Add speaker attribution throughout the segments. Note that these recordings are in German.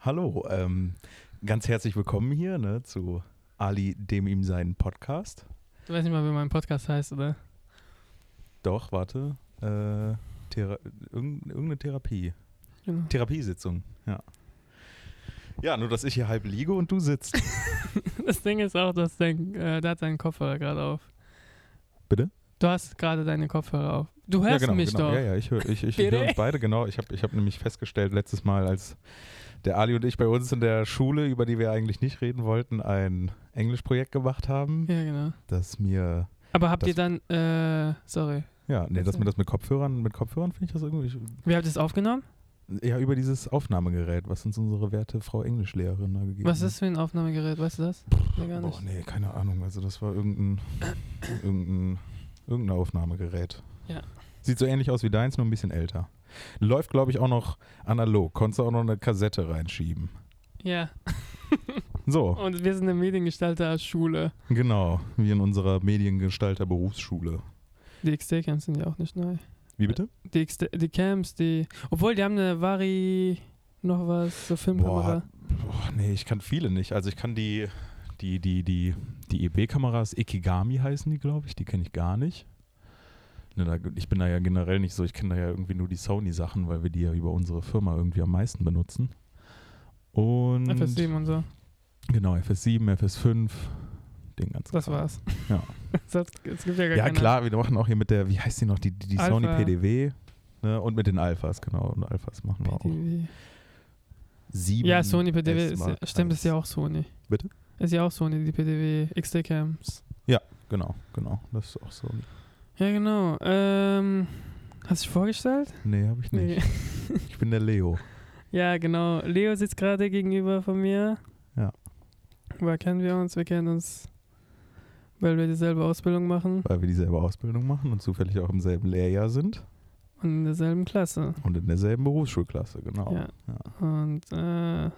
Speaker 1: Hallo, ähm, ganz herzlich willkommen hier ne, zu Ali, dem ihm seinen Podcast.
Speaker 2: Du weißt nicht mal, wie mein Podcast heißt, oder?
Speaker 1: Doch, warte. Äh, Thera irgend- irgendeine Therapie.
Speaker 2: Genau.
Speaker 1: Therapiesitzung, ja. Ja, nur dass ich hier halb liege und du sitzt.
Speaker 2: Das Ding ist auch, dass dein, äh, der hat seinen Kopfhörer gerade auf.
Speaker 1: Bitte?
Speaker 2: Du hast gerade deine Kopfhörer auf. Du
Speaker 1: ja,
Speaker 2: hörst
Speaker 1: genau,
Speaker 2: mich
Speaker 1: genau.
Speaker 2: doch.
Speaker 1: Ja, ja, ich höre ich, ich
Speaker 2: Bitte?
Speaker 1: höre uns beide, genau. Ich habe ich hab nämlich festgestellt, letztes Mal, als der Ali und ich bei uns in der Schule, über die wir eigentlich nicht reden wollten, ein Englischprojekt gemacht haben,
Speaker 2: Ja, genau.
Speaker 1: dass mir
Speaker 2: Aber habt
Speaker 1: Das-
Speaker 2: ihr dann, äh, sorry,
Speaker 1: Ja, nee,
Speaker 2: Ach
Speaker 1: dass
Speaker 2: so.
Speaker 1: man das mit Kopfhörern, mit Kopfhörern finde ich das irgendwie. Ich,
Speaker 2: wie habt ihr es aufgenommen?
Speaker 1: ja, über dieses Aufnahmegerät, was uns unsere werte Frau Englischlehrerin da gegeben
Speaker 2: Was
Speaker 1: hat.
Speaker 2: ist das für ein Aufnahmegerät, weißt du das? Nee, gar
Speaker 1: Boah,
Speaker 2: nicht.
Speaker 1: nee, keine Ahnung. Also das war irgendein, irgendein, irgendein Aufnahmegerät.
Speaker 2: Ja.
Speaker 1: Sieht so ähnlich aus wie deins, nur ein bisschen älter. Läuft, glaube ich, auch noch analog. Konntest du auch noch eine Kassette reinschieben.
Speaker 2: Ja,
Speaker 1: So,
Speaker 2: und wir sind eine Mediengestalter-Schule.
Speaker 1: genau. Wie in unserer Mediengestalter-Berufsschule.
Speaker 2: Die XT-Camps sind ja auch nicht neu.
Speaker 1: Wie bitte?
Speaker 2: Die, XT die Camps, die, obwohl, die haben eine Vari, noch was, so Filmkamera.
Speaker 1: boah, nee, ich kann viele nicht. Also ich kann die, die, die, die, die EB-Kameras, Ikigami heißen die, glaube ich, die kenne ich gar nicht. Ne, da, ich bin da ja generell nicht so, ich kenne da ja irgendwie nur die Sony-Sachen, weil wir die ja über unsere Firma irgendwie am meisten benutzen. Und
Speaker 2: FS7 und so.
Speaker 1: genau, FS7, FS5, den ganzen
Speaker 2: Das
Speaker 1: Kram.
Speaker 2: war's.
Speaker 1: Ja.
Speaker 2: Es hat- es gibt ja gar
Speaker 1: Ja
Speaker 2: keine
Speaker 1: klar, wir machen auch hier mit der, wie heißt die noch, die, die, die Sony
Speaker 2: Alpha.
Speaker 1: PDW ne, und mit den Alphas, genau, und Alphas machen wir auch.
Speaker 2: PDW.
Speaker 1: Sieben
Speaker 2: Ja, Sony PDW
Speaker 1: S
Speaker 2: ist, ja-
Speaker 1: Mark
Speaker 2: stimmt, ist ja
Speaker 1: I.
Speaker 2: auch Sony.
Speaker 1: Bitte?
Speaker 2: Ist ja auch Sony, die PDW, XT-Cams.
Speaker 1: Genau, genau, das ist auch so.
Speaker 2: Ja, genau. Ähm, hast du dich vorgestellt?
Speaker 1: Nee, habe ich nicht. Ich bin der Leo.
Speaker 2: ja, genau. Leo sitzt gerade gegenüber von mir.
Speaker 1: Ja.
Speaker 2: Woher kennen wir uns? Wir kennen uns, weil wir dieselbe Ausbildung machen
Speaker 1: Weil wir dieselbe Ausbildung machen und zufällig auch im selben Lehrjahr sind
Speaker 2: und in derselben Klasse.
Speaker 1: und in derselben Berufsschulklasse, genau.
Speaker 2: Ja. Und äh,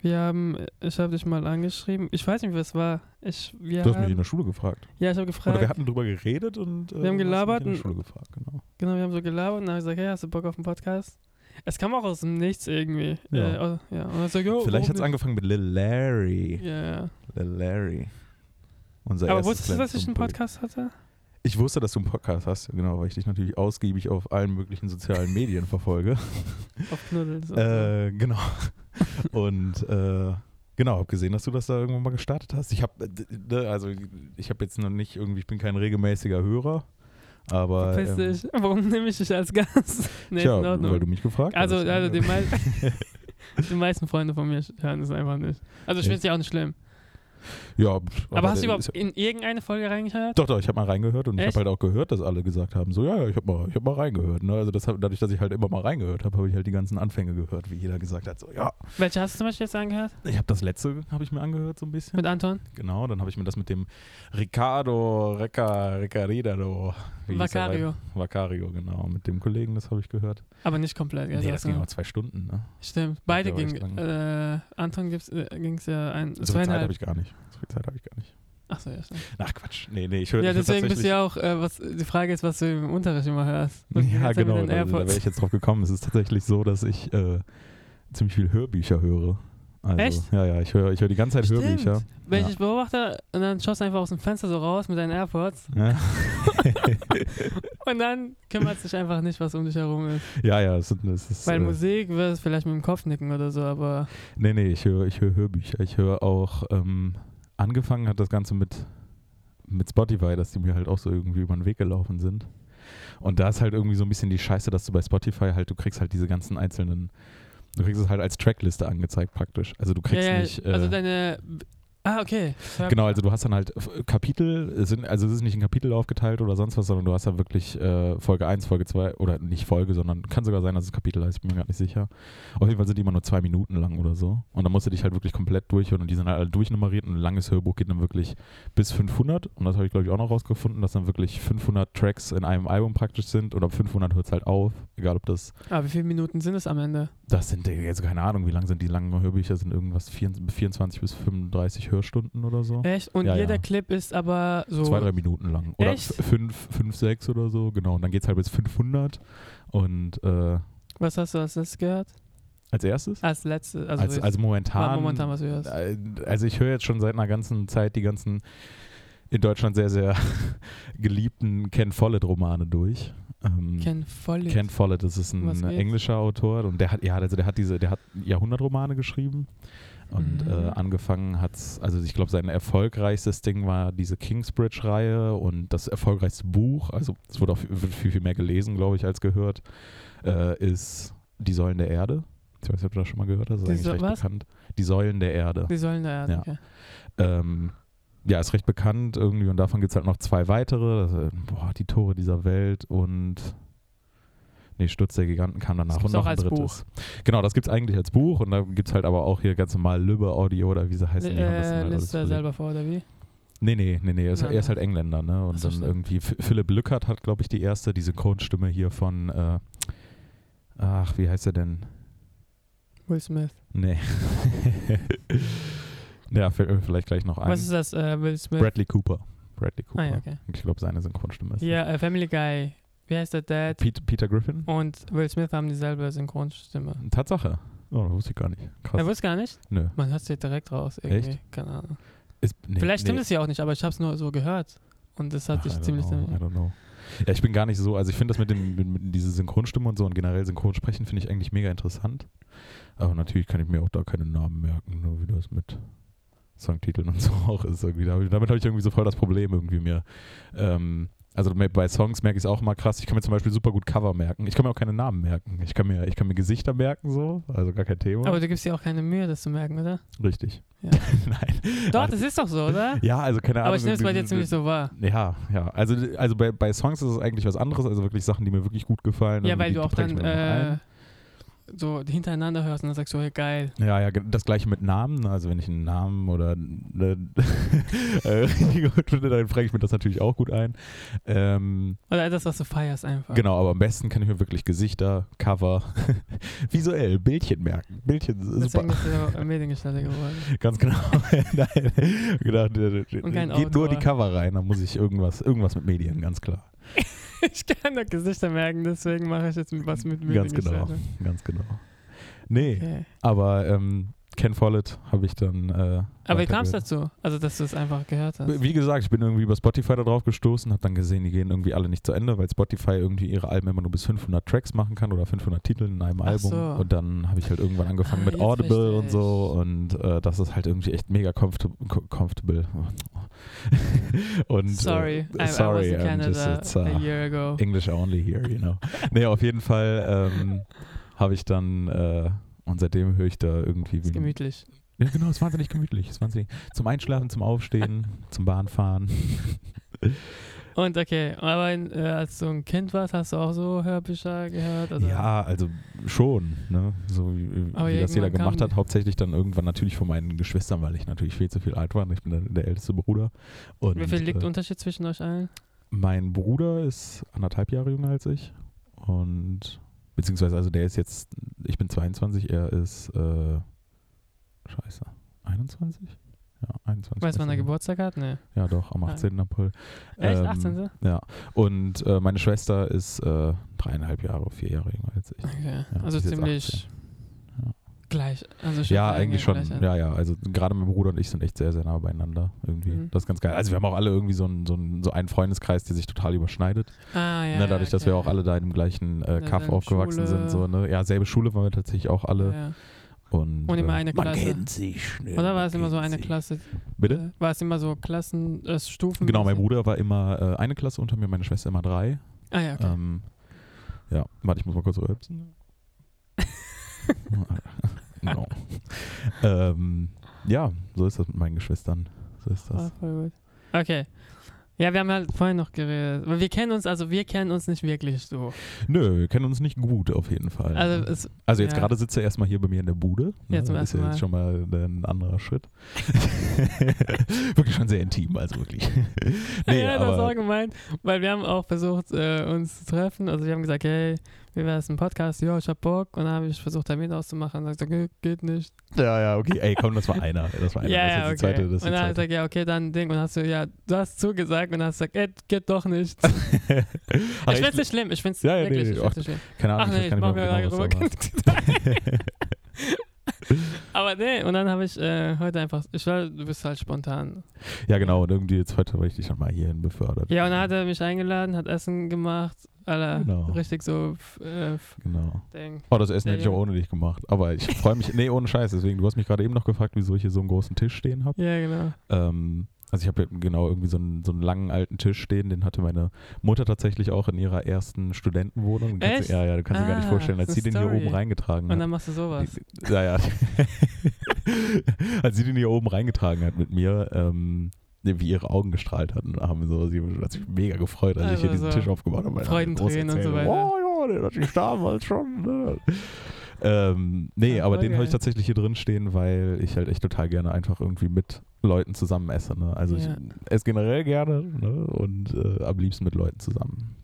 Speaker 2: wir haben, ich habe dich mal angeschrieben. Ich weiß nicht, was war. Ich, wir
Speaker 1: Du hast mich in
Speaker 2: haben,
Speaker 1: der Schule gefragt.
Speaker 2: ja, ich habe
Speaker 1: Oder wir
Speaker 2: gefragt.
Speaker 1: hatten drüber geredet und äh,
Speaker 2: Wir haben
Speaker 1: du hast mich
Speaker 2: gelabert
Speaker 1: in der
Speaker 2: und-
Speaker 1: Schule gefragt, genau.
Speaker 2: Genau, wir haben so gelabert und dann habe ich gesagt, hey, hast du Bock auf einen Podcast? Es kam auch aus dem Nichts irgendwie.
Speaker 1: Ja.
Speaker 2: Äh, aus- ja. Und dann sag ich, oh,
Speaker 1: Vielleicht hat es
Speaker 2: warum
Speaker 1: angefangen mit Lil
Speaker 2: nicht?
Speaker 1: Larry.
Speaker 2: Ja, ja.
Speaker 1: Lil Larry. Unser
Speaker 2: Aber
Speaker 1: erstes
Speaker 2: wusstest du,
Speaker 1: kleines
Speaker 2: dass ich einen
Speaker 1: Tumpe-
Speaker 2: Podcast hatte?
Speaker 1: Ich wusste, dass du einen Podcast hast, genau, weil ich dich natürlich ausgiebig auf allen möglichen sozialen Medien verfolge.
Speaker 2: Auf Knuddels. und so.
Speaker 1: Äh, genau. Und äh, genau, habe gesehen, dass du das da irgendwann mal gestartet hast. Ich habe, ne, also ich habe jetzt noch nicht irgendwie, ich bin kein regelmäßiger Hörer, aber
Speaker 2: Verpiss
Speaker 1: ähm,
Speaker 2: dich. Warum nehme ich dich als Gast? Nee,
Speaker 1: tja,
Speaker 2: ist in
Speaker 1: weil du ne?
Speaker 2: Ordnung.
Speaker 1: mich gefragt
Speaker 2: Also,
Speaker 1: hast.
Speaker 2: also die, mei die meisten Freunde von mir hören es einfach nicht. Also ich finde es ja auch nicht schlimm.
Speaker 1: ja, pff,
Speaker 2: Aber, hast du
Speaker 1: der
Speaker 2: überhaupt
Speaker 1: ist ja-
Speaker 2: in irgendeine Folge reingehört?
Speaker 1: Doch, doch, ich habe mal reingehört und ich
Speaker 2: Echt?
Speaker 1: habe halt auch gehört, dass alle gesagt haben, so ja, ja, ich habe mal, ich hab mal reingehört. Ne? Also das, hab- dadurch, dass ich halt immer mal reingehört habe, habe ich halt die ganzen Anfänge gehört, wie jeder gesagt hat, so ja,
Speaker 2: Welche hast du zum Beispiel jetzt angehört?
Speaker 1: ich habe das letzte, habe ich mir angehört so ein bisschen.
Speaker 2: Mit Anton?
Speaker 1: Genau, dann habe ich mir das mit dem Ricardo, Recca, Riccaridado. wie hieß er
Speaker 2: Vacario.
Speaker 1: bei- Vacario, genau. Mit dem Kollegen, das habe ich gehört.
Speaker 2: Aber nicht komplett. gell?
Speaker 1: nee, das
Speaker 2: Also-
Speaker 1: ging auch zwei Stunden, ne?
Speaker 2: Stimmt. Beide
Speaker 1: glaub, ich
Speaker 2: gingen.
Speaker 1: lang.
Speaker 2: Äh, Anton ging's- äh, ging es ja ein.
Speaker 1: So viel Zeit
Speaker 2: zweieinhalb.
Speaker 1: habe ich gar nicht. So viel Zeit habe ich gar nicht.
Speaker 2: Achso, ja, stimmt.
Speaker 1: Ach Quatsch. Nee, nee, ich höre
Speaker 2: Ja,
Speaker 1: ich höre
Speaker 2: deswegen bist du
Speaker 1: tatsächlich-
Speaker 2: ja auch, äh, was, die Frage ist, was du im Unterricht immer hörst. Was die
Speaker 1: Ja,
Speaker 2: ganze Zeit
Speaker 1: genau,
Speaker 2: Mit den
Speaker 1: da, da wäre
Speaker 2: AirPods.
Speaker 1: ich jetzt drauf gekommen. Es ist tatsächlich so, dass ich äh, ziemlich viel Hörbücher höre. Also,
Speaker 2: Echt?
Speaker 1: Ja, ja, ich höre ich höre die ganze Zeit
Speaker 2: Stimmt.
Speaker 1: Hörbücher.
Speaker 2: Wenn ich
Speaker 1: Ja.
Speaker 2: dich beobachte und dann schaust du einfach aus dem Fenster so raus mit deinen AirPods
Speaker 1: Ja.
Speaker 2: und dann kümmert dich einfach nicht, was um dich herum ist.
Speaker 1: ja, ja, es ist. Es ist
Speaker 2: Weil
Speaker 1: äh,
Speaker 2: Musik wirst vielleicht mit dem Kopf nicken oder so, aber
Speaker 1: Nee, nee, ich höre ich höre Hörbücher. Ich höre auch, ähm, angefangen hat das Ganze mit, mit Spotify, dass die mir halt auch so irgendwie über den Weg gelaufen sind. Und da ist halt irgendwie so ein bisschen die Scheiße, dass du bei Spotify halt, du kriegst halt diese ganzen einzelnen, du kriegst es halt als Trackliste angezeigt praktisch. Also du
Speaker 2: ja,
Speaker 1: kriegst
Speaker 2: ja,
Speaker 1: nicht. Äh,
Speaker 2: also deine Ah, okay.
Speaker 1: Genau, also du hast dann halt äh, Kapitel, es sind, also es ist nicht in Kapitel aufgeteilt oder sonst was, sondern du hast dann wirklich äh, Folge 1, Folge 2 oder nicht Folge, sondern kann sogar sein, dass es Kapitel heißt, ich bin mir gar nicht sicher. Auf jeden Fall sind die immer nur zwei Minuten lang oder so. Und dann musst du dich halt wirklich komplett durchhören und die sind halt alle durchnummeriert und ein langes Hörbuch geht dann wirklich bis 500 und das habe ich glaube ich auch noch rausgefunden, dass dann wirklich 500 Tracks in einem Album praktisch sind und ab 500 hört es halt auf, egal ob das
Speaker 2: Ah, wie viele Minuten sind es am Ende?
Speaker 1: das sind äh, jetzt keine Ahnung, wie lang sind die langen Hörbücher, sind irgendwas 24 24 bis 35 Hörstunden oder so.
Speaker 2: Echt? Und
Speaker 1: Ja,
Speaker 2: jeder
Speaker 1: ja.
Speaker 2: Clip ist aber so
Speaker 1: Zwei, drei Minuten lang. Oder
Speaker 2: Echt?
Speaker 1: f- fünf, fünf, sechs oder so, genau. Und dann geht es halt bis 500. Und äh,
Speaker 2: Was hast du als letztes gehört?
Speaker 1: Als erstes?
Speaker 2: Als letztes, also,
Speaker 1: Also, als,
Speaker 2: jetzt
Speaker 1: also
Speaker 2: war
Speaker 1: momentan.
Speaker 2: momentan, was du hörst.
Speaker 1: äh, also ich höre jetzt schon seit einer ganzen Zeit die ganzen in Deutschland sehr, sehr geliebten Ken Follett-Romane durch. Ähm,
Speaker 2: Ken Follett.
Speaker 1: Ken Follett, das ist
Speaker 2: Um Was
Speaker 1: ein
Speaker 2: geht's?
Speaker 1: englischer Autor und der hat, ja, also der hat diese, der hat Jahrhundertromane geschrieben und
Speaker 2: Mhm.
Speaker 1: äh, angefangen hat's, also ich glaube, sein erfolgreichstes Ding war diese Kingsbridge-Reihe und das erfolgreichste Buch, also es wurde auch viel- wird viel, viel mehr gelesen, glaube ich, als gehört, äh, ist Die Säulen der Erde. Ich weiß nicht, ob du das schon mal gehört hast, das ist
Speaker 2: Die
Speaker 1: eigentlich
Speaker 2: Sä-
Speaker 1: recht
Speaker 2: was?
Speaker 1: bekannt. Die Säulen der Erde.
Speaker 2: Die sollen da
Speaker 1: Ja.
Speaker 2: ja. okay.
Speaker 1: Ähm, ja, ist recht bekannt irgendwie und davon gibt es halt noch zwei weitere. Das, äh, boah, die Tore dieser Welt und nee, Sturz der Giganten kam danach
Speaker 2: gibt's
Speaker 1: und noch
Speaker 2: auch
Speaker 1: ein
Speaker 2: als
Speaker 1: drittes. Genau, das gibt es eigentlich als Buch und da gibt es halt aber auch hier ganz normal Lübbe Audio oder wie sie heißen. die haben das dann
Speaker 2: Äh,
Speaker 1: halt alles
Speaker 2: lässt er
Speaker 1: verlegt.
Speaker 2: selber vor, oder wie?
Speaker 1: Nee, nee, nee, nee. Er ist,
Speaker 2: Nein,
Speaker 1: er ist
Speaker 2: nein.
Speaker 1: halt Engländer, ne? Und
Speaker 2: Ach so,
Speaker 1: dann
Speaker 2: stimmt.
Speaker 1: irgendwie F Philipp Lückert hat, glaube ich, die erste, die Synchronstimme hier von äh, Ach, wie heißt er denn?
Speaker 2: Will Smith.
Speaker 1: Nee. ja, fällt mir vielleicht gleich noch ein.
Speaker 2: Was ist das? Äh, Will Smith.
Speaker 1: Bradley Cooper. Bradley Cooper.
Speaker 2: ah, ja, okay.
Speaker 1: Ich glaube, seine Synchronstimme ist.
Speaker 2: Ja, Oh. äh, Family Guy. Wie heißt der Dad?
Speaker 1: Peter, Peter Griffin?
Speaker 2: Und Will Smith haben dieselbe Synchronstimme.
Speaker 1: Tatsache. Oh, das wusste ich gar nicht. Krass.
Speaker 2: Er wusste gar nicht.
Speaker 1: Nö.
Speaker 2: Man hört sie direkt raus. Irgendwie. Keine Ahnung.
Speaker 1: Ist, nee,
Speaker 2: Vielleicht
Speaker 1: nee.
Speaker 2: stimmt es ja auch nicht, aber ich habe es nur so gehört. Und das hat
Speaker 1: Ach, I
Speaker 2: sich
Speaker 1: don't
Speaker 2: ziemlich.
Speaker 1: Know, I don't know. Ja, ich bin gar nicht so, also ich finde das mit dem, mit, mit diese Synchronstimme und so und generell Synchronsprechen finde ich eigentlich mega interessant. Aber natürlich kann ich mir auch da keine Namen merken, nur wie das mit Songtiteln und so auch ist. Irgendwie. Da hab ich- Damit habe ich irgendwie so voll das Problem irgendwie mir. Ähm, also me- bei Songs merke ich es auch immer krass. Ich kann mir zum Beispiel super gut Cover merken. Ich kann mir auch keine Namen merken. Ich kann mir, ich kann mir Gesichter merken so, also gar kein Thema.
Speaker 2: Aber du gibst dir auch keine Mühe, das zu merken, oder?
Speaker 1: Richtig.
Speaker 2: Ja.
Speaker 1: Nein.
Speaker 2: Doch,
Speaker 1: Also-
Speaker 2: das ist doch so, oder?
Speaker 1: Ja, also keine Ahnung.
Speaker 2: aber ich nehme es bei dir
Speaker 1: du-
Speaker 2: ziemlich so wahr.
Speaker 1: Ja, ja. Also, also bei, bei Songs ist es eigentlich was anderes, also wirklich Sachen, die mir wirklich gut gefallen.
Speaker 2: Ja,
Speaker 1: und
Speaker 2: weil
Speaker 1: die-
Speaker 2: du
Speaker 1: die
Speaker 2: auch
Speaker 1: präge ich
Speaker 2: dann
Speaker 1: mir noch
Speaker 2: äh, so hintereinander hörst und dann sagst du, hey, geil.
Speaker 1: ein. ja, ja, ge- das gleiche mit Namen. ne, Also wenn ich einen Namen oder eine äh, richtig gut finde, dann präge ich mir das natürlich auch gut ein. Ähm,
Speaker 2: Oder etwas, was du feierst einfach.
Speaker 1: genau, aber am besten kann ich mir wirklich Gesichter, Cover, visuell, Bildchen merken. Bildchen, äh,
Speaker 2: Deswegen
Speaker 1: super.
Speaker 2: bist du so Mediengestalter geworden.
Speaker 1: Ganz genau. Nein, genau.
Speaker 2: Und kein
Speaker 1: Geht nur
Speaker 2: Autor.
Speaker 1: die Cover rein, dann muss ich irgendwas, irgendwas mit Medien, ganz klar.
Speaker 2: Ich kann doch Gesichter merken, deswegen mache ich jetzt was
Speaker 1: Ganz
Speaker 2: mit
Speaker 1: genau,
Speaker 2: Mediengestaltung.
Speaker 1: ganz genau. Nee,
Speaker 2: Okay.
Speaker 1: aber ähm, Ken Follett habe ich dann. Äh,
Speaker 2: Aber wie kam es
Speaker 1: weitergehört.
Speaker 2: dazu? Also, dass du es einfach gehört hast.
Speaker 1: Wie gesagt, ich bin irgendwie über Spotify da drauf gestoßen, habe dann gesehen, die gehen irgendwie alle nicht zu Ende, weil Spotify irgendwie ihre Alben immer nur bis 500 Tracks machen kann oder 500 Titel in einem
Speaker 2: Ach
Speaker 1: Album.
Speaker 2: so.
Speaker 1: Und dann habe ich halt irgendwann angefangen
Speaker 2: Ah,
Speaker 1: mit
Speaker 2: jetzt
Speaker 1: Audible und
Speaker 2: verstehe
Speaker 1: so. Und äh, das ist halt irgendwie echt mega comfort co- comfortable. und,
Speaker 2: sorry,
Speaker 1: äh,
Speaker 2: I,
Speaker 1: sorry,
Speaker 2: I was in
Speaker 1: I'm just-
Speaker 2: Canada
Speaker 1: it's, uh,
Speaker 2: a year ago.
Speaker 1: English only here, you know. Nee, auf jeden Fall ähm, habe ich dann äh, und seitdem höre ich da irgendwie.
Speaker 2: Ist
Speaker 1: wie-
Speaker 2: gemütlich.
Speaker 1: Ja, genau, ist wahnsinnig gemütlich. Ist wahnsinnig. Zum Einschlafen, zum Aufstehen, zum Bahnfahren.
Speaker 2: Und okay, aber in, äh, als du ein Kind warst, hast du auch so Hörbücher gehört? Oder?
Speaker 1: Ja, also schon, ne? So wie,
Speaker 2: Aber
Speaker 1: wie das jeder
Speaker 2: irgendwann kam
Speaker 1: gemacht hat.
Speaker 2: die-
Speaker 1: Hauptsächlich dann irgendwann natürlich von meinen Geschwistern, weil ich natürlich viel zu viel alt war. Ich bin dann der älteste Bruder. Und,
Speaker 2: Wie viel liegt
Speaker 1: äh,
Speaker 2: Unterschied zwischen euch allen?
Speaker 1: Mein Bruder ist anderthalb Jahre jünger als ich. Und beziehungsweise, also der ist jetzt, ich bin 22, er ist äh, scheiße, 21? Ja, 21.
Speaker 2: Weißt du, wann er
Speaker 1: ist er.
Speaker 2: Geburtstag hat? Nee.
Speaker 1: Ja, doch, am
Speaker 2: Ah.
Speaker 1: 18. April.
Speaker 2: Echt?
Speaker 1: Ähm,
Speaker 2: 18.
Speaker 1: Ja. Und äh, meine Schwester ist äh, dreieinhalb Jahre, vier Jahre jünger als ich.
Speaker 2: Okay.
Speaker 1: Ja,
Speaker 2: also
Speaker 1: die ist jetzt
Speaker 2: ziemlich
Speaker 1: Ja.
Speaker 2: gleich. Also schon
Speaker 1: Ja, eigentlich schon.
Speaker 2: gleich an.
Speaker 1: Ja, ja. Also gerade mein Bruder und ich sind echt sehr, sehr nah beieinander. Irgendwie.
Speaker 2: Mhm.
Speaker 1: Das ist ganz geil. Also wir haben auch alle irgendwie so einen, so einen, so einen Freundeskreis, der sich total überschneidet.
Speaker 2: Ah, ja,
Speaker 1: ne, dadurch,
Speaker 2: ja,
Speaker 1: dass wir
Speaker 2: okay.
Speaker 1: auch alle da in dem gleichen äh,
Speaker 2: Ja,
Speaker 1: Kaff
Speaker 2: selbe
Speaker 1: aufgewachsen
Speaker 2: Schule.
Speaker 1: sind. So, ne? Ja, selbe Schule waren wir tatsächlich auch alle.
Speaker 2: Ja, ja.
Speaker 1: Und,
Speaker 2: Und immer
Speaker 1: äh,
Speaker 2: eine
Speaker 1: Man
Speaker 2: Klasse.
Speaker 1: kennt sich schnell.
Speaker 2: Oder war
Speaker 1: man
Speaker 2: es immer so
Speaker 1: kennt
Speaker 2: eine
Speaker 1: sich.
Speaker 2: Klasse?
Speaker 1: Bitte?
Speaker 2: War es immer so Klassen, äh, Stufen?
Speaker 1: Genau, mein Bruder war immer äh, eine Klasse unter mir, meine Schwester immer drei.
Speaker 2: Ah ja, okay.
Speaker 1: Ähm, ja, warte, ich muss mal kurz rülpsen. no. ähm, ja, so ist das mit meinen Geschwistern. So ist
Speaker 2: Ah,
Speaker 1: das.
Speaker 2: voll gut. Okay. Ja, wir haben halt vorhin noch geredet. Weil wir kennen uns, also wir kennen uns nicht wirklich so.
Speaker 1: Nö, wir kennen uns nicht gut auf jeden Fall.
Speaker 2: Also es,
Speaker 1: Also jetzt
Speaker 2: Ja.
Speaker 1: gerade sitzt er erstmal hier bei mir in der Bude. ne?
Speaker 2: Ja, zum
Speaker 1: das ist
Speaker 2: ersten
Speaker 1: ja
Speaker 2: Mal.
Speaker 1: jetzt schon mal ein anderer Schritt. wirklich schon sehr intim, also wirklich. nee,
Speaker 2: ja, das war
Speaker 1: aber
Speaker 2: gemeint, weil wir haben auch versucht, äh, uns zu treffen. Also wir haben gesagt, hey, wie wäre es ein Podcast? Ja, ich hab Bock. Und dann habe ich versucht, Termin auszumachen. Und dann gesagt, geht nicht.
Speaker 1: ja, ja, okay. Ey, komm, das war einer. Das war einer.
Speaker 2: Ja, ja,
Speaker 1: das
Speaker 2: okay.
Speaker 1: ist jetzt die zweite, das
Speaker 2: und dann hat er
Speaker 1: ist die
Speaker 2: gesagt, ja, okay, dann Ding. Und hast du, ja, du hast zugesagt und hast gesagt, ey, geht doch nicht.
Speaker 1: zweite.
Speaker 2: ich find's nicht schlimm, ich find's
Speaker 1: Ja, ja, nee,
Speaker 2: wirklich,
Speaker 1: nee,
Speaker 2: ich find's nicht genau schlimm.
Speaker 1: Keine Ahnung,
Speaker 2: Ach nee,
Speaker 1: ich
Speaker 2: ich
Speaker 1: weiß gar
Speaker 2: mach
Speaker 1: nicht
Speaker 2: mir
Speaker 1: mehr genau, was
Speaker 2: darüber
Speaker 1: da war.
Speaker 2: keine Gedanken. Aber nee, und dann habe ich äh, heute einfach, ich war, du bist halt spontan.
Speaker 1: Ja, genau. Und irgendwie jetzt heute habe ich dich nochmal hierhin befördert.
Speaker 2: Ja, und dann hat er mich eingeladen, hat Essen gemacht, aller
Speaker 1: Genau.
Speaker 2: richtig so f- äh, f-
Speaker 1: Genau.
Speaker 2: Ding.
Speaker 1: Oh, das Essen
Speaker 2: Der
Speaker 1: hätte ich auch
Speaker 2: Junge.
Speaker 1: ohne dich gemacht. Aber ich freue mich. Nee, ohne Scheiß. Deswegen, du hast mich gerade eben noch gefragt, wieso ich hier so einen großen Tisch stehen habe.
Speaker 2: Ja, genau.
Speaker 1: Ähm, also ich habe genau irgendwie so einen, so einen langen alten Tisch stehen, den hatte meine Mutter tatsächlich auch in ihrer ersten Studentenwohnung. Du kannst dir-
Speaker 2: Echt?
Speaker 1: Ja, ja, du kannst dir gar nicht
Speaker 2: Ah,
Speaker 1: vorstellen, als
Speaker 2: das
Speaker 1: sie
Speaker 2: ist
Speaker 1: den
Speaker 2: eine
Speaker 1: hier oben
Speaker 2: Story.
Speaker 1: reingetragen
Speaker 2: Und
Speaker 1: hat.
Speaker 2: dann machst du sowas.
Speaker 1: Die- Ja, ja. Als sie den hier oben reingetragen hat mit mir, ähm, wie ihre Augen gestrahlt hatten, haben so, sie hat sich mega gefreut, als ich hier
Speaker 2: Also
Speaker 1: diesen
Speaker 2: so
Speaker 1: Tisch aufgebaut habe.
Speaker 2: Freudentränen und so
Speaker 1: Erzählung.
Speaker 2: weiter.
Speaker 1: Oh ja, den hatte ich damals schon. Ne? Ähm, nee,
Speaker 2: Ja,
Speaker 1: aber
Speaker 2: voll
Speaker 1: den habe ich
Speaker 2: geil.
Speaker 1: tatsächlich hier drin stehen, weil ich halt echt total gerne einfach irgendwie mit Leuten zusammen esse. Ne? Also
Speaker 2: Ja.
Speaker 1: ich esse generell gerne ne? und äh, am liebsten mit Leuten zusammen.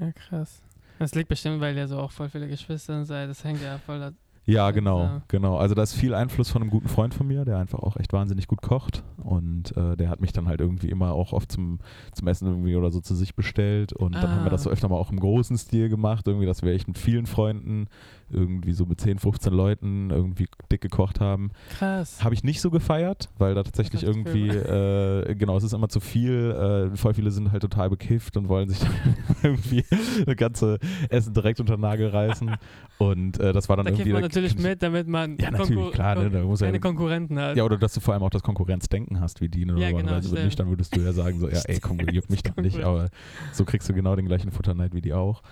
Speaker 2: Ja, krass. Das liegt bestimmt, weil ihr so auch voll viele Geschwister seid. Das hängt ja voll da.
Speaker 1: Ja,
Speaker 2: Also-
Speaker 1: genau, genau. Also da ist viel Einfluss von einem guten Freund von mir, der einfach auch echt wahnsinnig gut kocht. Und äh, der hat mich dann halt irgendwie immer auch oft zum, zum Essen irgendwie oder so zu sich bestellt. Und dann haben
Speaker 2: Ah.
Speaker 1: wir das so öfter mal auch im großen Stil gemacht, irgendwie, dass wir echt mit vielen Freunden, irgendwie so mit 10, 15 Leuten irgendwie dick gekocht haben.
Speaker 2: Krass.
Speaker 1: Habe ich nicht so gefeiert, weil da tatsächlich
Speaker 2: Das ist
Speaker 1: irgendwie, äh, genau, es ist immer zu viel. Äh, voll viele sind halt total bekifft und wollen sich irgendwie das ganze Essen direkt unter den Nagel reißen. Und äh, das war dann
Speaker 2: Da kippt
Speaker 1: irgendwie.
Speaker 2: man
Speaker 1: da
Speaker 2: natürlich
Speaker 1: kann ich-
Speaker 2: mit, damit man
Speaker 1: Ja, natürlich,
Speaker 2: Konkur-
Speaker 1: klar, ne, da muss
Speaker 2: keine
Speaker 1: ja-
Speaker 2: Konkurrenten hat.
Speaker 1: ja, oder dass du vor allem auch das Konkurrenzdenken hast wie die. Ne?
Speaker 2: Ja,
Speaker 1: Aber
Speaker 2: genau,
Speaker 1: weil so
Speaker 2: stimmt.
Speaker 1: nüchtern würdest du ja sagen, so, ja, ey, komm, juckt mich doch nicht, aber so kriegst du genau den gleichen Futterneid wie die auch.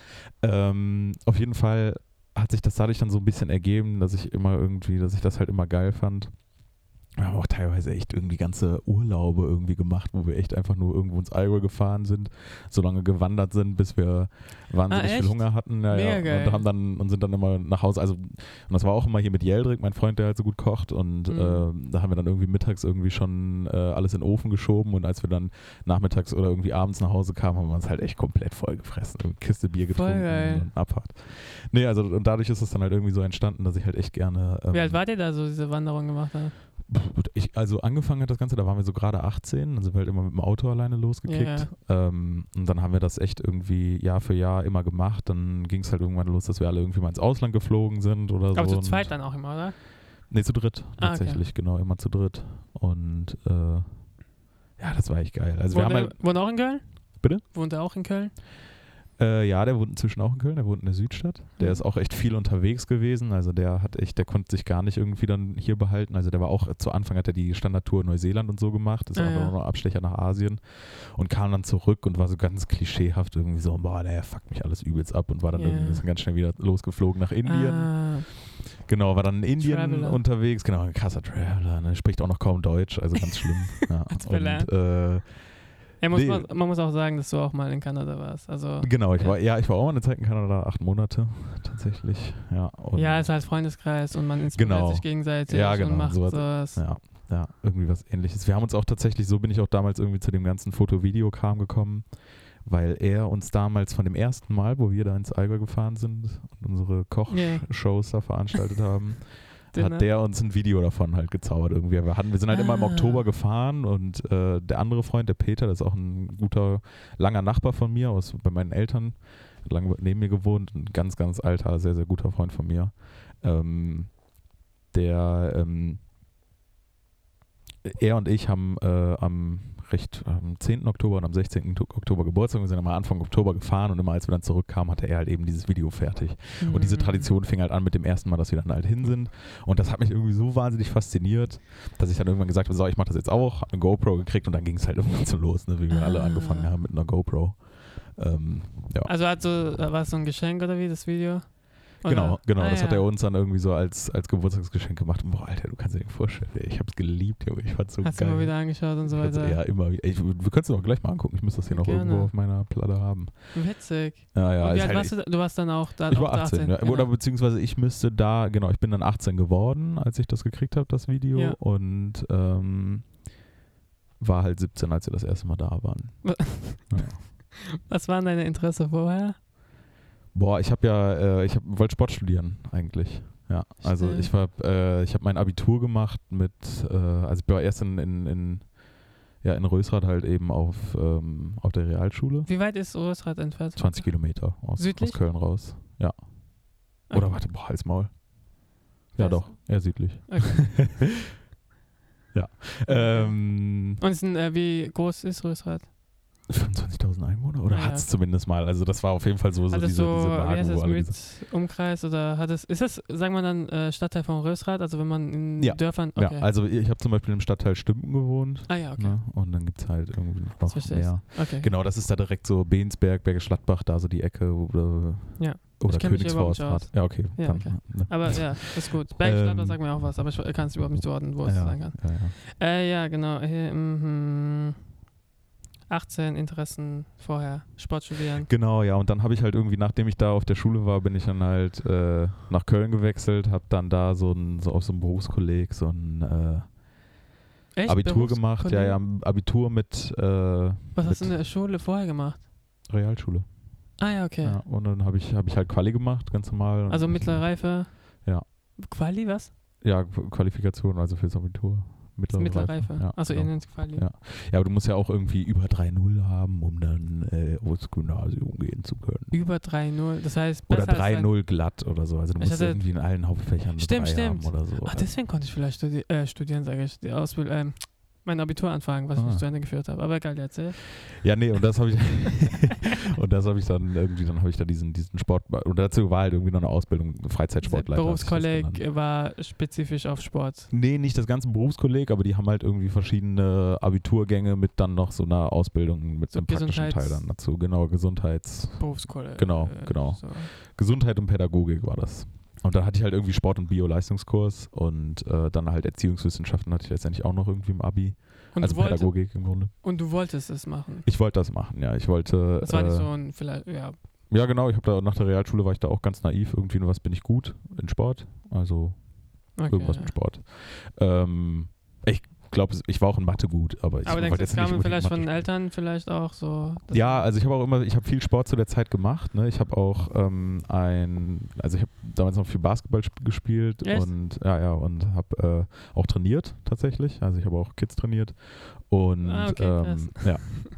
Speaker 1: Ähm, auf jeden Fall hat sich das dadurch dann so ein bisschen ergeben, dass ich immer irgendwie, dass ich das halt immer geil fand. Wir haben auch teilweise echt irgendwie ganze Urlaube irgendwie gemacht, wo wir echt einfach nur irgendwo ins Allgäu gefahren sind, so lange gewandert sind, bis wir wahnsinnig
Speaker 2: Ah, echt?
Speaker 1: viel Hunger hatten. Ja,
Speaker 2: Mega
Speaker 1: ja.
Speaker 2: geil.
Speaker 1: Und haben dann und sind dann immer nach Hause. Also und das war auch immer hier mit Jeldrick, mein Freund, der halt so gut kocht. Und
Speaker 2: Mhm.
Speaker 1: ähm, da haben wir dann irgendwie mittags irgendwie schon äh, alles in den Ofen geschoben. Und als wir dann nachmittags oder irgendwie abends nach Hause kamen, haben wir uns halt echt komplett voll gefressen. Eine Kiste Bier
Speaker 2: Voll
Speaker 1: getrunken
Speaker 2: geil.
Speaker 1: und Abfahrt. Nee, also und dadurch ist es dann halt irgendwie so entstanden, dass ich halt echt gerne. Ähm,
Speaker 2: Wie alt wart ihr da, so diese Wanderung gemacht habt?
Speaker 1: ich, also angefangen hat das Ganze, da waren wir so gerade 18, dann sind wir halt immer mit dem Auto alleine losgekickt. Ähm, und dann haben wir das echt irgendwie Jahr für Jahr immer gemacht. Dann ging es halt irgendwann los, dass wir alle irgendwie mal ins Ausland geflogen sind oder so.
Speaker 2: Aber zu
Speaker 1: und-
Speaker 2: zweit dann auch immer, oder?
Speaker 1: Nee, zu dritt
Speaker 2: Ah, okay.
Speaker 1: tatsächlich, genau, immer zu dritt. Und äh, ja, das war echt geil. Also wir
Speaker 2: wohnt,
Speaker 1: haben halt,
Speaker 2: er, wohnt er auch in Köln?
Speaker 1: Bitte?
Speaker 2: Wohnt er auch in Köln?
Speaker 1: äh, ja, der wohnt inzwischen auch in Köln, der wohnt in der Südstadt. Der
Speaker 2: Mhm.
Speaker 1: ist auch echt viel unterwegs gewesen. Also der hat echt, der konnte sich gar nicht irgendwie dann hier behalten. Also der war auch, äh, zu Anfang hat er die Standardtour in Neuseeland und so gemacht, ist
Speaker 2: Ah,
Speaker 1: auch
Speaker 2: ja.
Speaker 1: noch noch Abstecher nach Asien und kam dann zurück und war so ganz klischeehaft irgendwie so, boah, naja, fuckt mich alles übelst ab und war dann
Speaker 2: Ja.
Speaker 1: irgendwie so ganz schnell wieder losgeflogen nach Indien.
Speaker 2: Ah,
Speaker 1: Genau, war dann in Indien
Speaker 2: Traveler.
Speaker 1: unterwegs, genau, ein krasser Traveler, ne? spricht auch noch kaum Deutsch, also ganz schlimm. ja.
Speaker 2: Hat's
Speaker 1: Und, äh,
Speaker 2: er muss,
Speaker 1: Nee.
Speaker 2: man, man muss auch sagen, dass du auch mal in Kanada warst. Also,
Speaker 1: genau, ich
Speaker 2: Ja.
Speaker 1: war, ja, ich war auch mal eine Zeit in Kanada, acht Monate tatsächlich. Ja, und,
Speaker 2: ja, ist halt Freundeskreis und man inspiriert
Speaker 1: Genau.
Speaker 2: sich gegenseitig
Speaker 1: Ja, genau,
Speaker 2: und macht
Speaker 1: sowas-
Speaker 2: sowas.
Speaker 1: ja, ja, irgendwie was ähnliches. Wir haben uns auch tatsächlich, so bin ich auch damals irgendwie zu dem ganzen Foto-Video-Kram gekommen, weil er uns damals von dem ersten Mal, wo wir da ins Allgäu gefahren sind und unsere
Speaker 2: Ja.
Speaker 1: Kochshows da veranstaltet haben,
Speaker 2: Dinner.
Speaker 1: hat der uns ein Video davon halt gezaubert irgendwie. Wir, hatten, wir sind halt immer im
Speaker 2: Ah.
Speaker 1: Oktober gefahren und äh, der andere Freund, der Peter, das ist auch ein guter, langer Nachbar von mir, aus, bei meinen Eltern, hat lange neben mir gewohnt, ein ganz, ganz alter, sehr, sehr guter Freund von mir. Ähm, der, ähm, er und ich haben äh, am recht am 10. Oktober und am 16. Oktober Geburtstag, wir sind immer Anfang Oktober gefahren und immer als wir dann zurückkamen, hatte er halt eben dieses Video fertig. Und diese
Speaker 2: Mhm.
Speaker 1: Tradition fing halt an mit dem ersten Mal, dass wir dann halt hin sind. Und das hat mich irgendwie so wahnsinnig fasziniert, dass ich dann irgendwann gesagt habe, so, ich mache das jetzt auch, hab eine GoPro gekriegt und dann ging es halt irgendwann so los, ne, wie wir alle
Speaker 2: Ah.
Speaker 1: angefangen haben mit einer GoPro. Ähm, ja.
Speaker 2: Also hat so, war es so ein Geschenk oder wie, das Video? Oder?
Speaker 1: Genau, genau.
Speaker 2: Ah,
Speaker 1: das hat
Speaker 2: ja.
Speaker 1: er uns dann irgendwie so als, als Geburtstagsgeschenk gemacht. Und boah, Alter, du kannst dir nicht vorstellen. ey, Ich hab's geliebt, Junge. Ich fand's so
Speaker 2: Hast du
Speaker 1: geil.
Speaker 2: immer wieder angeschaut und so
Speaker 1: Ich fand's-
Speaker 2: weiter.
Speaker 1: ja, immer wieder. Ich, wir können es auch gleich mal angucken. Ich muss das hier noch
Speaker 2: Gerne.
Speaker 1: irgendwo auf meiner Platte haben.
Speaker 2: Witzig.
Speaker 1: Ja, ja.
Speaker 2: und wie
Speaker 1: ist
Speaker 2: alt
Speaker 1: halt
Speaker 2: warst du, da? du warst dann auch da.
Speaker 1: Ich
Speaker 2: auch
Speaker 1: war 18, ja.
Speaker 2: genau.
Speaker 1: oder beziehungsweise ich müsste da, genau, ich bin dann 18 geworden, als ich das gekriegt habe, das Video
Speaker 2: Ja.
Speaker 1: und ähm, war halt 17, als wir das erste Mal da waren.
Speaker 2: Was waren deine Interesse vorher?
Speaker 1: Boah, ich habe ja, äh, ich hab, wollte Sport studieren eigentlich. Ja, also
Speaker 2: Stimmt.
Speaker 1: ich war, äh, ich habe mein Abitur gemacht mit, äh, also ich war erst in, in, in ja, in Rösrath halt eben auf, ähm, auf der Realschule.
Speaker 2: Wie weit ist Oresrad entfernt?
Speaker 1: 20 Kilometer aus, aus
Speaker 2: Südlich?
Speaker 1: Köln raus. Oder warte, boah, halsmaul. Ja,
Speaker 2: Weiß-
Speaker 1: doch, eher südlich. ja. Ähm,
Speaker 2: Und es sind, äh, wie groß ist Rösrath?
Speaker 1: 25.000 Einwohner? Oder
Speaker 2: Ja,
Speaker 1: hat es zumindest mal? Also, das war auf jeden Fall so, so
Speaker 2: Hat es
Speaker 1: diese,
Speaker 2: so,
Speaker 1: diese
Speaker 2: wie heißt
Speaker 1: Lage, wo
Speaker 2: das,
Speaker 1: alle diese,
Speaker 2: mit Umkreis oder hat es, ist das, sagen wir dann, äh, Stadtteil von Rösrath, also wenn man in
Speaker 1: Ja.
Speaker 2: Dörfern, okay.
Speaker 1: Ja, also ich habe zum Beispiel im Stadtteil Stimpen gewohnt.
Speaker 2: ah ja, okay,
Speaker 1: Ne? Und dann gibt es halt irgendwie
Speaker 2: das
Speaker 1: noch
Speaker 2: verstehe
Speaker 1: mehr.
Speaker 2: ich. Okay.
Speaker 1: Genau, das ist da direkt so Beensberg, Bergisch Gladbach, da so die Ecke. Oder,
Speaker 2: Ja.
Speaker 1: oder
Speaker 2: Ich kenn mich hier überhaupt
Speaker 1: Königsforst.
Speaker 2: nicht aus.
Speaker 1: Ja, okay.
Speaker 2: Ja,
Speaker 1: dann,
Speaker 2: okay. Ah,
Speaker 1: ne.
Speaker 2: Aber ja, ist gut. Bergstadler
Speaker 1: Ähm,
Speaker 2: sagt mir auch was, aber ich kann es überhaupt nicht zuordnen, wo es
Speaker 1: ja,
Speaker 2: sein kann.
Speaker 1: Ja, ja.
Speaker 2: Äh, ja, genau. Hier, mhm. 18 Interessen vorher. Sport studieren.
Speaker 1: Genau, ja. Und dann habe ich halt irgendwie, nachdem ich da auf der Schule war, bin ich dann halt äh, nach Köln gewechselt, habe dann da so, ein, so auf so einem Berufskolleg so ein äh,
Speaker 2: Echt?
Speaker 1: Abitur gemacht. Ja,
Speaker 2: Berufskolleg?
Speaker 1: ja, Abitur mit äh,
Speaker 2: Was hast du in
Speaker 1: mit-
Speaker 2: der Schule vorher gemacht?
Speaker 1: Realschule.
Speaker 2: Ah ja, okay.
Speaker 1: Ja. und dann habe ich, hab ich halt Quali gemacht, ganz normal. Und-
Speaker 2: Also mittlere Reife.
Speaker 1: Ja.
Speaker 2: Quali, was?
Speaker 1: Ja, Qu- Qualifikation, also fürs Abitur. Mittlere,
Speaker 2: Mittlere Reife.
Speaker 1: Ja,
Speaker 2: also
Speaker 1: genau.
Speaker 2: ihr nennt es Quali.
Speaker 1: Ja. Ja, aber du musst ja auch irgendwie über 3-0 haben, um dann äh, aufs Gymnasium gehen zu können.
Speaker 2: Über 3-0. Das heißt, halt-
Speaker 1: Oder
Speaker 2: besser als dein-
Speaker 1: 3-0 glatt oder so. Also du
Speaker 2: Ich
Speaker 1: musst
Speaker 2: hatte-
Speaker 1: irgendwie in allen Hauptfächern eine
Speaker 2: halt- Stimmt,
Speaker 1: 3 haben
Speaker 2: stimmt.
Speaker 1: oder so.
Speaker 2: Ach, deswegen konnte ich vielleicht studi äh, studieren, sage ich. Die Ausbildung, ähm, mein Abitur anfangen, was ich
Speaker 1: Ah.
Speaker 2: nicht zu Ende geführt habe. Aber egal, erzähl.
Speaker 1: Ja, nee, und das habe ich und das habe ich dann irgendwie, dann habe ich da diesen, diesen Sport und dazu war halt irgendwie noch eine Ausbildung, Freizeitsportleiter. hat sich das genannt.
Speaker 2: Berufskolleg war spezifisch auf Sport.
Speaker 1: Nee, nicht das ganze Berufskolleg, aber die haben halt irgendwie verschiedene Abiturgänge mit dann noch so einer Ausbildung mit
Speaker 2: So
Speaker 1: einem praktischen Teil
Speaker 2: Gesundheits-
Speaker 1: dann dazu. Genau, Gesundheits,
Speaker 2: Berufskolleg.
Speaker 1: Genau,
Speaker 2: äh,
Speaker 1: genau.
Speaker 2: So.
Speaker 1: Gesundheit und Pädagogik war das. Und dann hatte ich halt irgendwie Sport- und Bio-Leistungskurs und äh, dann halt Erziehungswissenschaften hatte ich letztendlich auch noch irgendwie im Abi.
Speaker 2: Und,
Speaker 1: also
Speaker 2: du wollt,
Speaker 1: Pädagogik im Grunde.
Speaker 2: und du wolltest es machen.
Speaker 1: Ich wollte das machen, ja. Ich wollte.
Speaker 2: Das war nicht
Speaker 1: äh,
Speaker 2: so ein, vielleicht, ja,
Speaker 1: Ja, genau. Ich habe da nach der Realschule war ich da auch ganz naiv. Irgendwie, in was bin ich gut? In Sport. Also
Speaker 2: okay,
Speaker 1: irgendwas
Speaker 2: ja.
Speaker 1: mit Sport. Ähm, ich glaube, ich war auch in Mathe gut, aber ich
Speaker 2: Aber
Speaker 1: wollte
Speaker 2: denkst du, das
Speaker 1: jetzt nicht
Speaker 2: kam
Speaker 1: unbedingt
Speaker 2: vielleicht von den
Speaker 1: Mathe spielen.
Speaker 2: Eltern vielleicht auch so? dass-
Speaker 1: Ja, also ich habe auch immer, ich habe viel Sport zu der Zeit gemacht. Ne? Ich habe auch ähm, ein, also ich habe damals noch viel Basketball sp- gespielt
Speaker 2: Echt?
Speaker 1: und ja, ja, und habe äh, auch trainiert tatsächlich. Also ich habe auch Kids trainiert und
Speaker 2: Ah, okay,
Speaker 1: ähm, ja,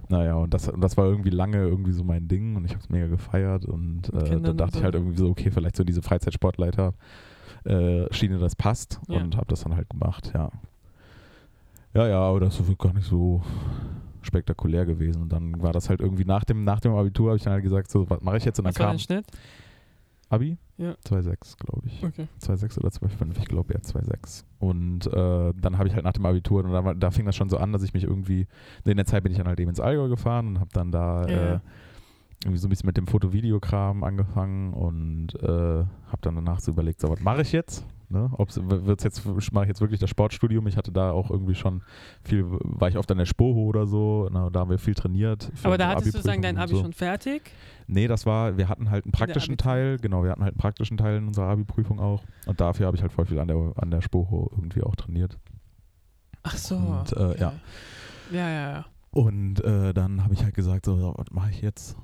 Speaker 1: naja, und das, und das war irgendwie lange irgendwie so mein Ding und ich habe es mega gefeiert und
Speaker 2: Mit
Speaker 1: äh,
Speaker 2: Kindern
Speaker 1: dann
Speaker 2: und
Speaker 1: dachte ich
Speaker 2: so.
Speaker 1: halt irgendwie so, okay, vielleicht so diese Freizeitsportleiter äh, Schiene, das passt
Speaker 2: Ja.
Speaker 1: und habe das dann halt gemacht, ja. Ja, ja, aber das ist gar nicht so spektakulär gewesen. Und dann war das halt irgendwie nach dem, nach dem Abitur, habe ich dann halt gesagt, so, was mache ich jetzt? Und dann
Speaker 2: Was war
Speaker 1: kam
Speaker 2: dein Schnitt?
Speaker 1: Abi?
Speaker 2: Ja.
Speaker 1: 2,6, glaube ich.
Speaker 2: Okay.
Speaker 1: 2,6 oder 2,5, ich glaube ja 2,6. Und äh, dann habe ich halt nach dem Abitur, und da, war- da fing das schon so an, dass ich mich irgendwie, in der Zeit bin ich dann halt eben ins Allgäu gefahren und habe dann da
Speaker 2: Ja.
Speaker 1: äh, irgendwie so ein bisschen mit dem Foto-Video-Kram angefangen und äh, habe dann danach so überlegt, so was mache ich jetzt? Ne? Ob's- w- wird's jetzt mache ich jetzt wirklich das Sportstudium? Ich hatte da auch irgendwie schon viel, war ich oft an der Spoho oder so, na, da haben wir viel trainiert. für
Speaker 2: Aber da
Speaker 1: unsere
Speaker 2: hattest du sozusagen dein
Speaker 1: Abi-Prüfungen und
Speaker 2: Abi schon fertig.
Speaker 1: Nee, das war, wir hatten halt einen praktischen
Speaker 2: Abi-Zeit.
Speaker 1: Teil, genau, wir hatten halt einen praktischen Teil in unserer Abi-Prüfung auch. Und dafür habe ich halt voll viel an der, an der Spoho irgendwie auch trainiert.
Speaker 2: Ach so.
Speaker 1: Und, äh, ja.
Speaker 2: Ja, ja, ja.
Speaker 1: Und äh, dann habe ich halt gesagt, so, so, was mache ich jetzt?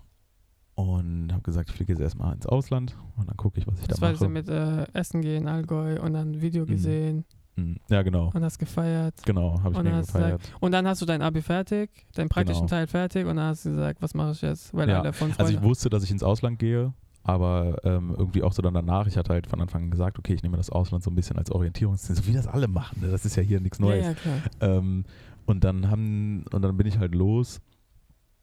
Speaker 1: Und habe gesagt, ich fliege jetzt erstmal ins Ausland und dann gucke ich, was ich
Speaker 2: Das
Speaker 1: da
Speaker 2: war diese
Speaker 1: mache.
Speaker 2: mit äh, Essen gehen, Allgäu und dann ein Video
Speaker 1: Mhm.
Speaker 2: gesehen
Speaker 1: Mm, ja, genau.
Speaker 2: und hast gefeiert.
Speaker 1: Genau, habe ich
Speaker 2: Und
Speaker 1: mir
Speaker 2: dann hast du
Speaker 1: gefeiert.
Speaker 2: Und dann hast du dein Abi fertig, deinen praktischen
Speaker 1: Genau.
Speaker 2: Teil fertig und dann hast du gesagt, was mache ich jetzt? Weil
Speaker 1: Ja,
Speaker 2: alle von Freunden.
Speaker 1: Also ich wusste, dass ich ins Ausland gehe, aber ähm, irgendwie auch so dann danach, ich hatte halt von Anfang an gesagt, okay, ich nehme das Ausland so ein bisschen als Orientierungsdienst, so wie das alle machen. ne? Das ist ja hier nichts Neues.
Speaker 2: Ja, ja, klar.
Speaker 1: Ähm, und dann haben, und dann bin ich halt los,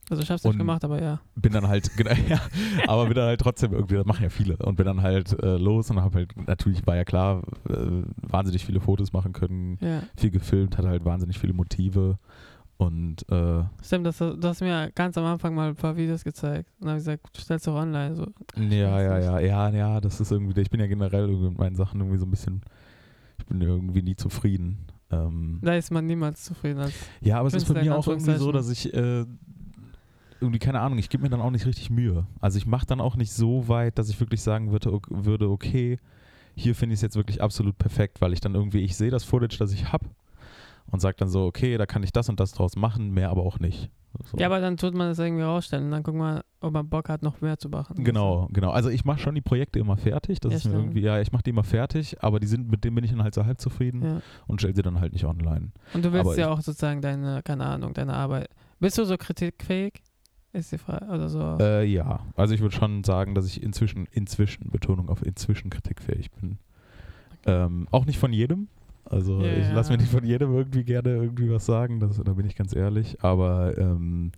Speaker 2: Also ich hab's nicht
Speaker 1: Und-
Speaker 2: gemacht, aber ja.
Speaker 1: bin dann halt, genau, ja, aber bin dann halt trotzdem irgendwie, das machen ja viele, und bin dann halt äh, los und habe halt, natürlich war ja klar, äh, wahnsinnig viele Fotos machen können,
Speaker 2: ja.
Speaker 1: viel gefilmt, hatte halt wahnsinnig viele Motive und äh,
Speaker 2: Stimmt, das, du hast mir ganz am Anfang mal ein paar Videos gezeigt. Und dann habe ich gesagt, stell's doch online. Also, So.
Speaker 1: Ja,
Speaker 2: weiß
Speaker 1: ja,
Speaker 2: nicht.
Speaker 1: ja, ja, ja, das ist irgendwie, ich bin ja generell irgendwie mit meinen Sachen irgendwie so ein bisschen, ich bin irgendwie nie zufrieden. Ähm,
Speaker 2: Da ist man niemals zufrieden. Also, Als,
Speaker 1: ja, aber es ist bei
Speaker 2: Künstler in
Speaker 1: mir auch irgendwie so, dass ich äh, irgendwie, keine Ahnung, ich gebe mir dann auch nicht richtig Mühe. Also ich mache dann auch nicht so weit, dass ich wirklich sagen würde, ok- würde okay, hier finde ich es jetzt wirklich absolut perfekt, weil ich dann irgendwie, ich sehe das Footage, das ich habe und sage dann so, okay, da kann ich das und das draus machen, mehr aber auch nicht. So.
Speaker 2: Ja, aber dann tut man das irgendwie rausstellen. Und dann gucken wir, ob man Bock hat, noch mehr zu machen.
Speaker 1: Genau, genau. Also ich mache schon die Projekte immer fertig. Das
Speaker 2: Ja,
Speaker 1: ist mir
Speaker 2: stimmt.
Speaker 1: irgendwie, ja, ich mache die immer fertig, aber die sind, mit denen bin ich dann halt so halb zufrieden
Speaker 2: Ja.
Speaker 1: und stelle sie dann halt nicht online.
Speaker 2: Und du willst
Speaker 1: Aber
Speaker 2: ja auch sozusagen deine, keine Ahnung, deine Arbeit. Bist du so kritikfähig? Ist die Frage. Oder so.
Speaker 1: Äh, ja, also ich würde schon sagen, dass ich inzwischen, inzwischen, Betonung auf inzwischen kritikfähig bin. Ähm, auch nicht von jedem. Also
Speaker 2: Ja,
Speaker 1: ich
Speaker 2: ja.
Speaker 1: lasse mir nicht von jedem irgendwie gerne irgendwie was sagen, das, da bin ich ganz ehrlich. Aber ähm,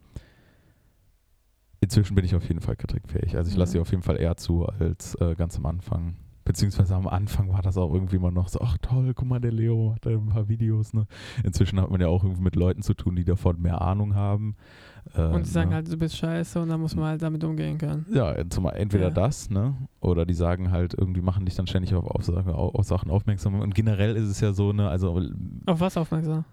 Speaker 1: inzwischen bin ich auf jeden Fall kritikfähig. Also ich lasse
Speaker 2: Mhm.
Speaker 1: ihr auf jeden Fall eher zu als äh, ganz am Anfang. Beziehungsweise am Anfang war das auch irgendwie immer noch so, ach toll, guck mal, der Leo hat da ein paar Videos. Ne? Inzwischen hat man ja auch irgendwie mit Leuten zu tun, die davon mehr Ahnung haben. Äh,
Speaker 2: Und sie sagen
Speaker 1: ne?
Speaker 2: halt, du bist scheiße und dann muss man halt damit umgehen können.
Speaker 1: Ja, zum, entweder
Speaker 2: Ja.
Speaker 1: das, ne? Oder die sagen halt, irgendwie machen dich dann ständig auf, Aufsagen, auf, auf Sachen aufmerksam. Und generell ist es ja so, ne, also
Speaker 2: Auf was aufmerksam?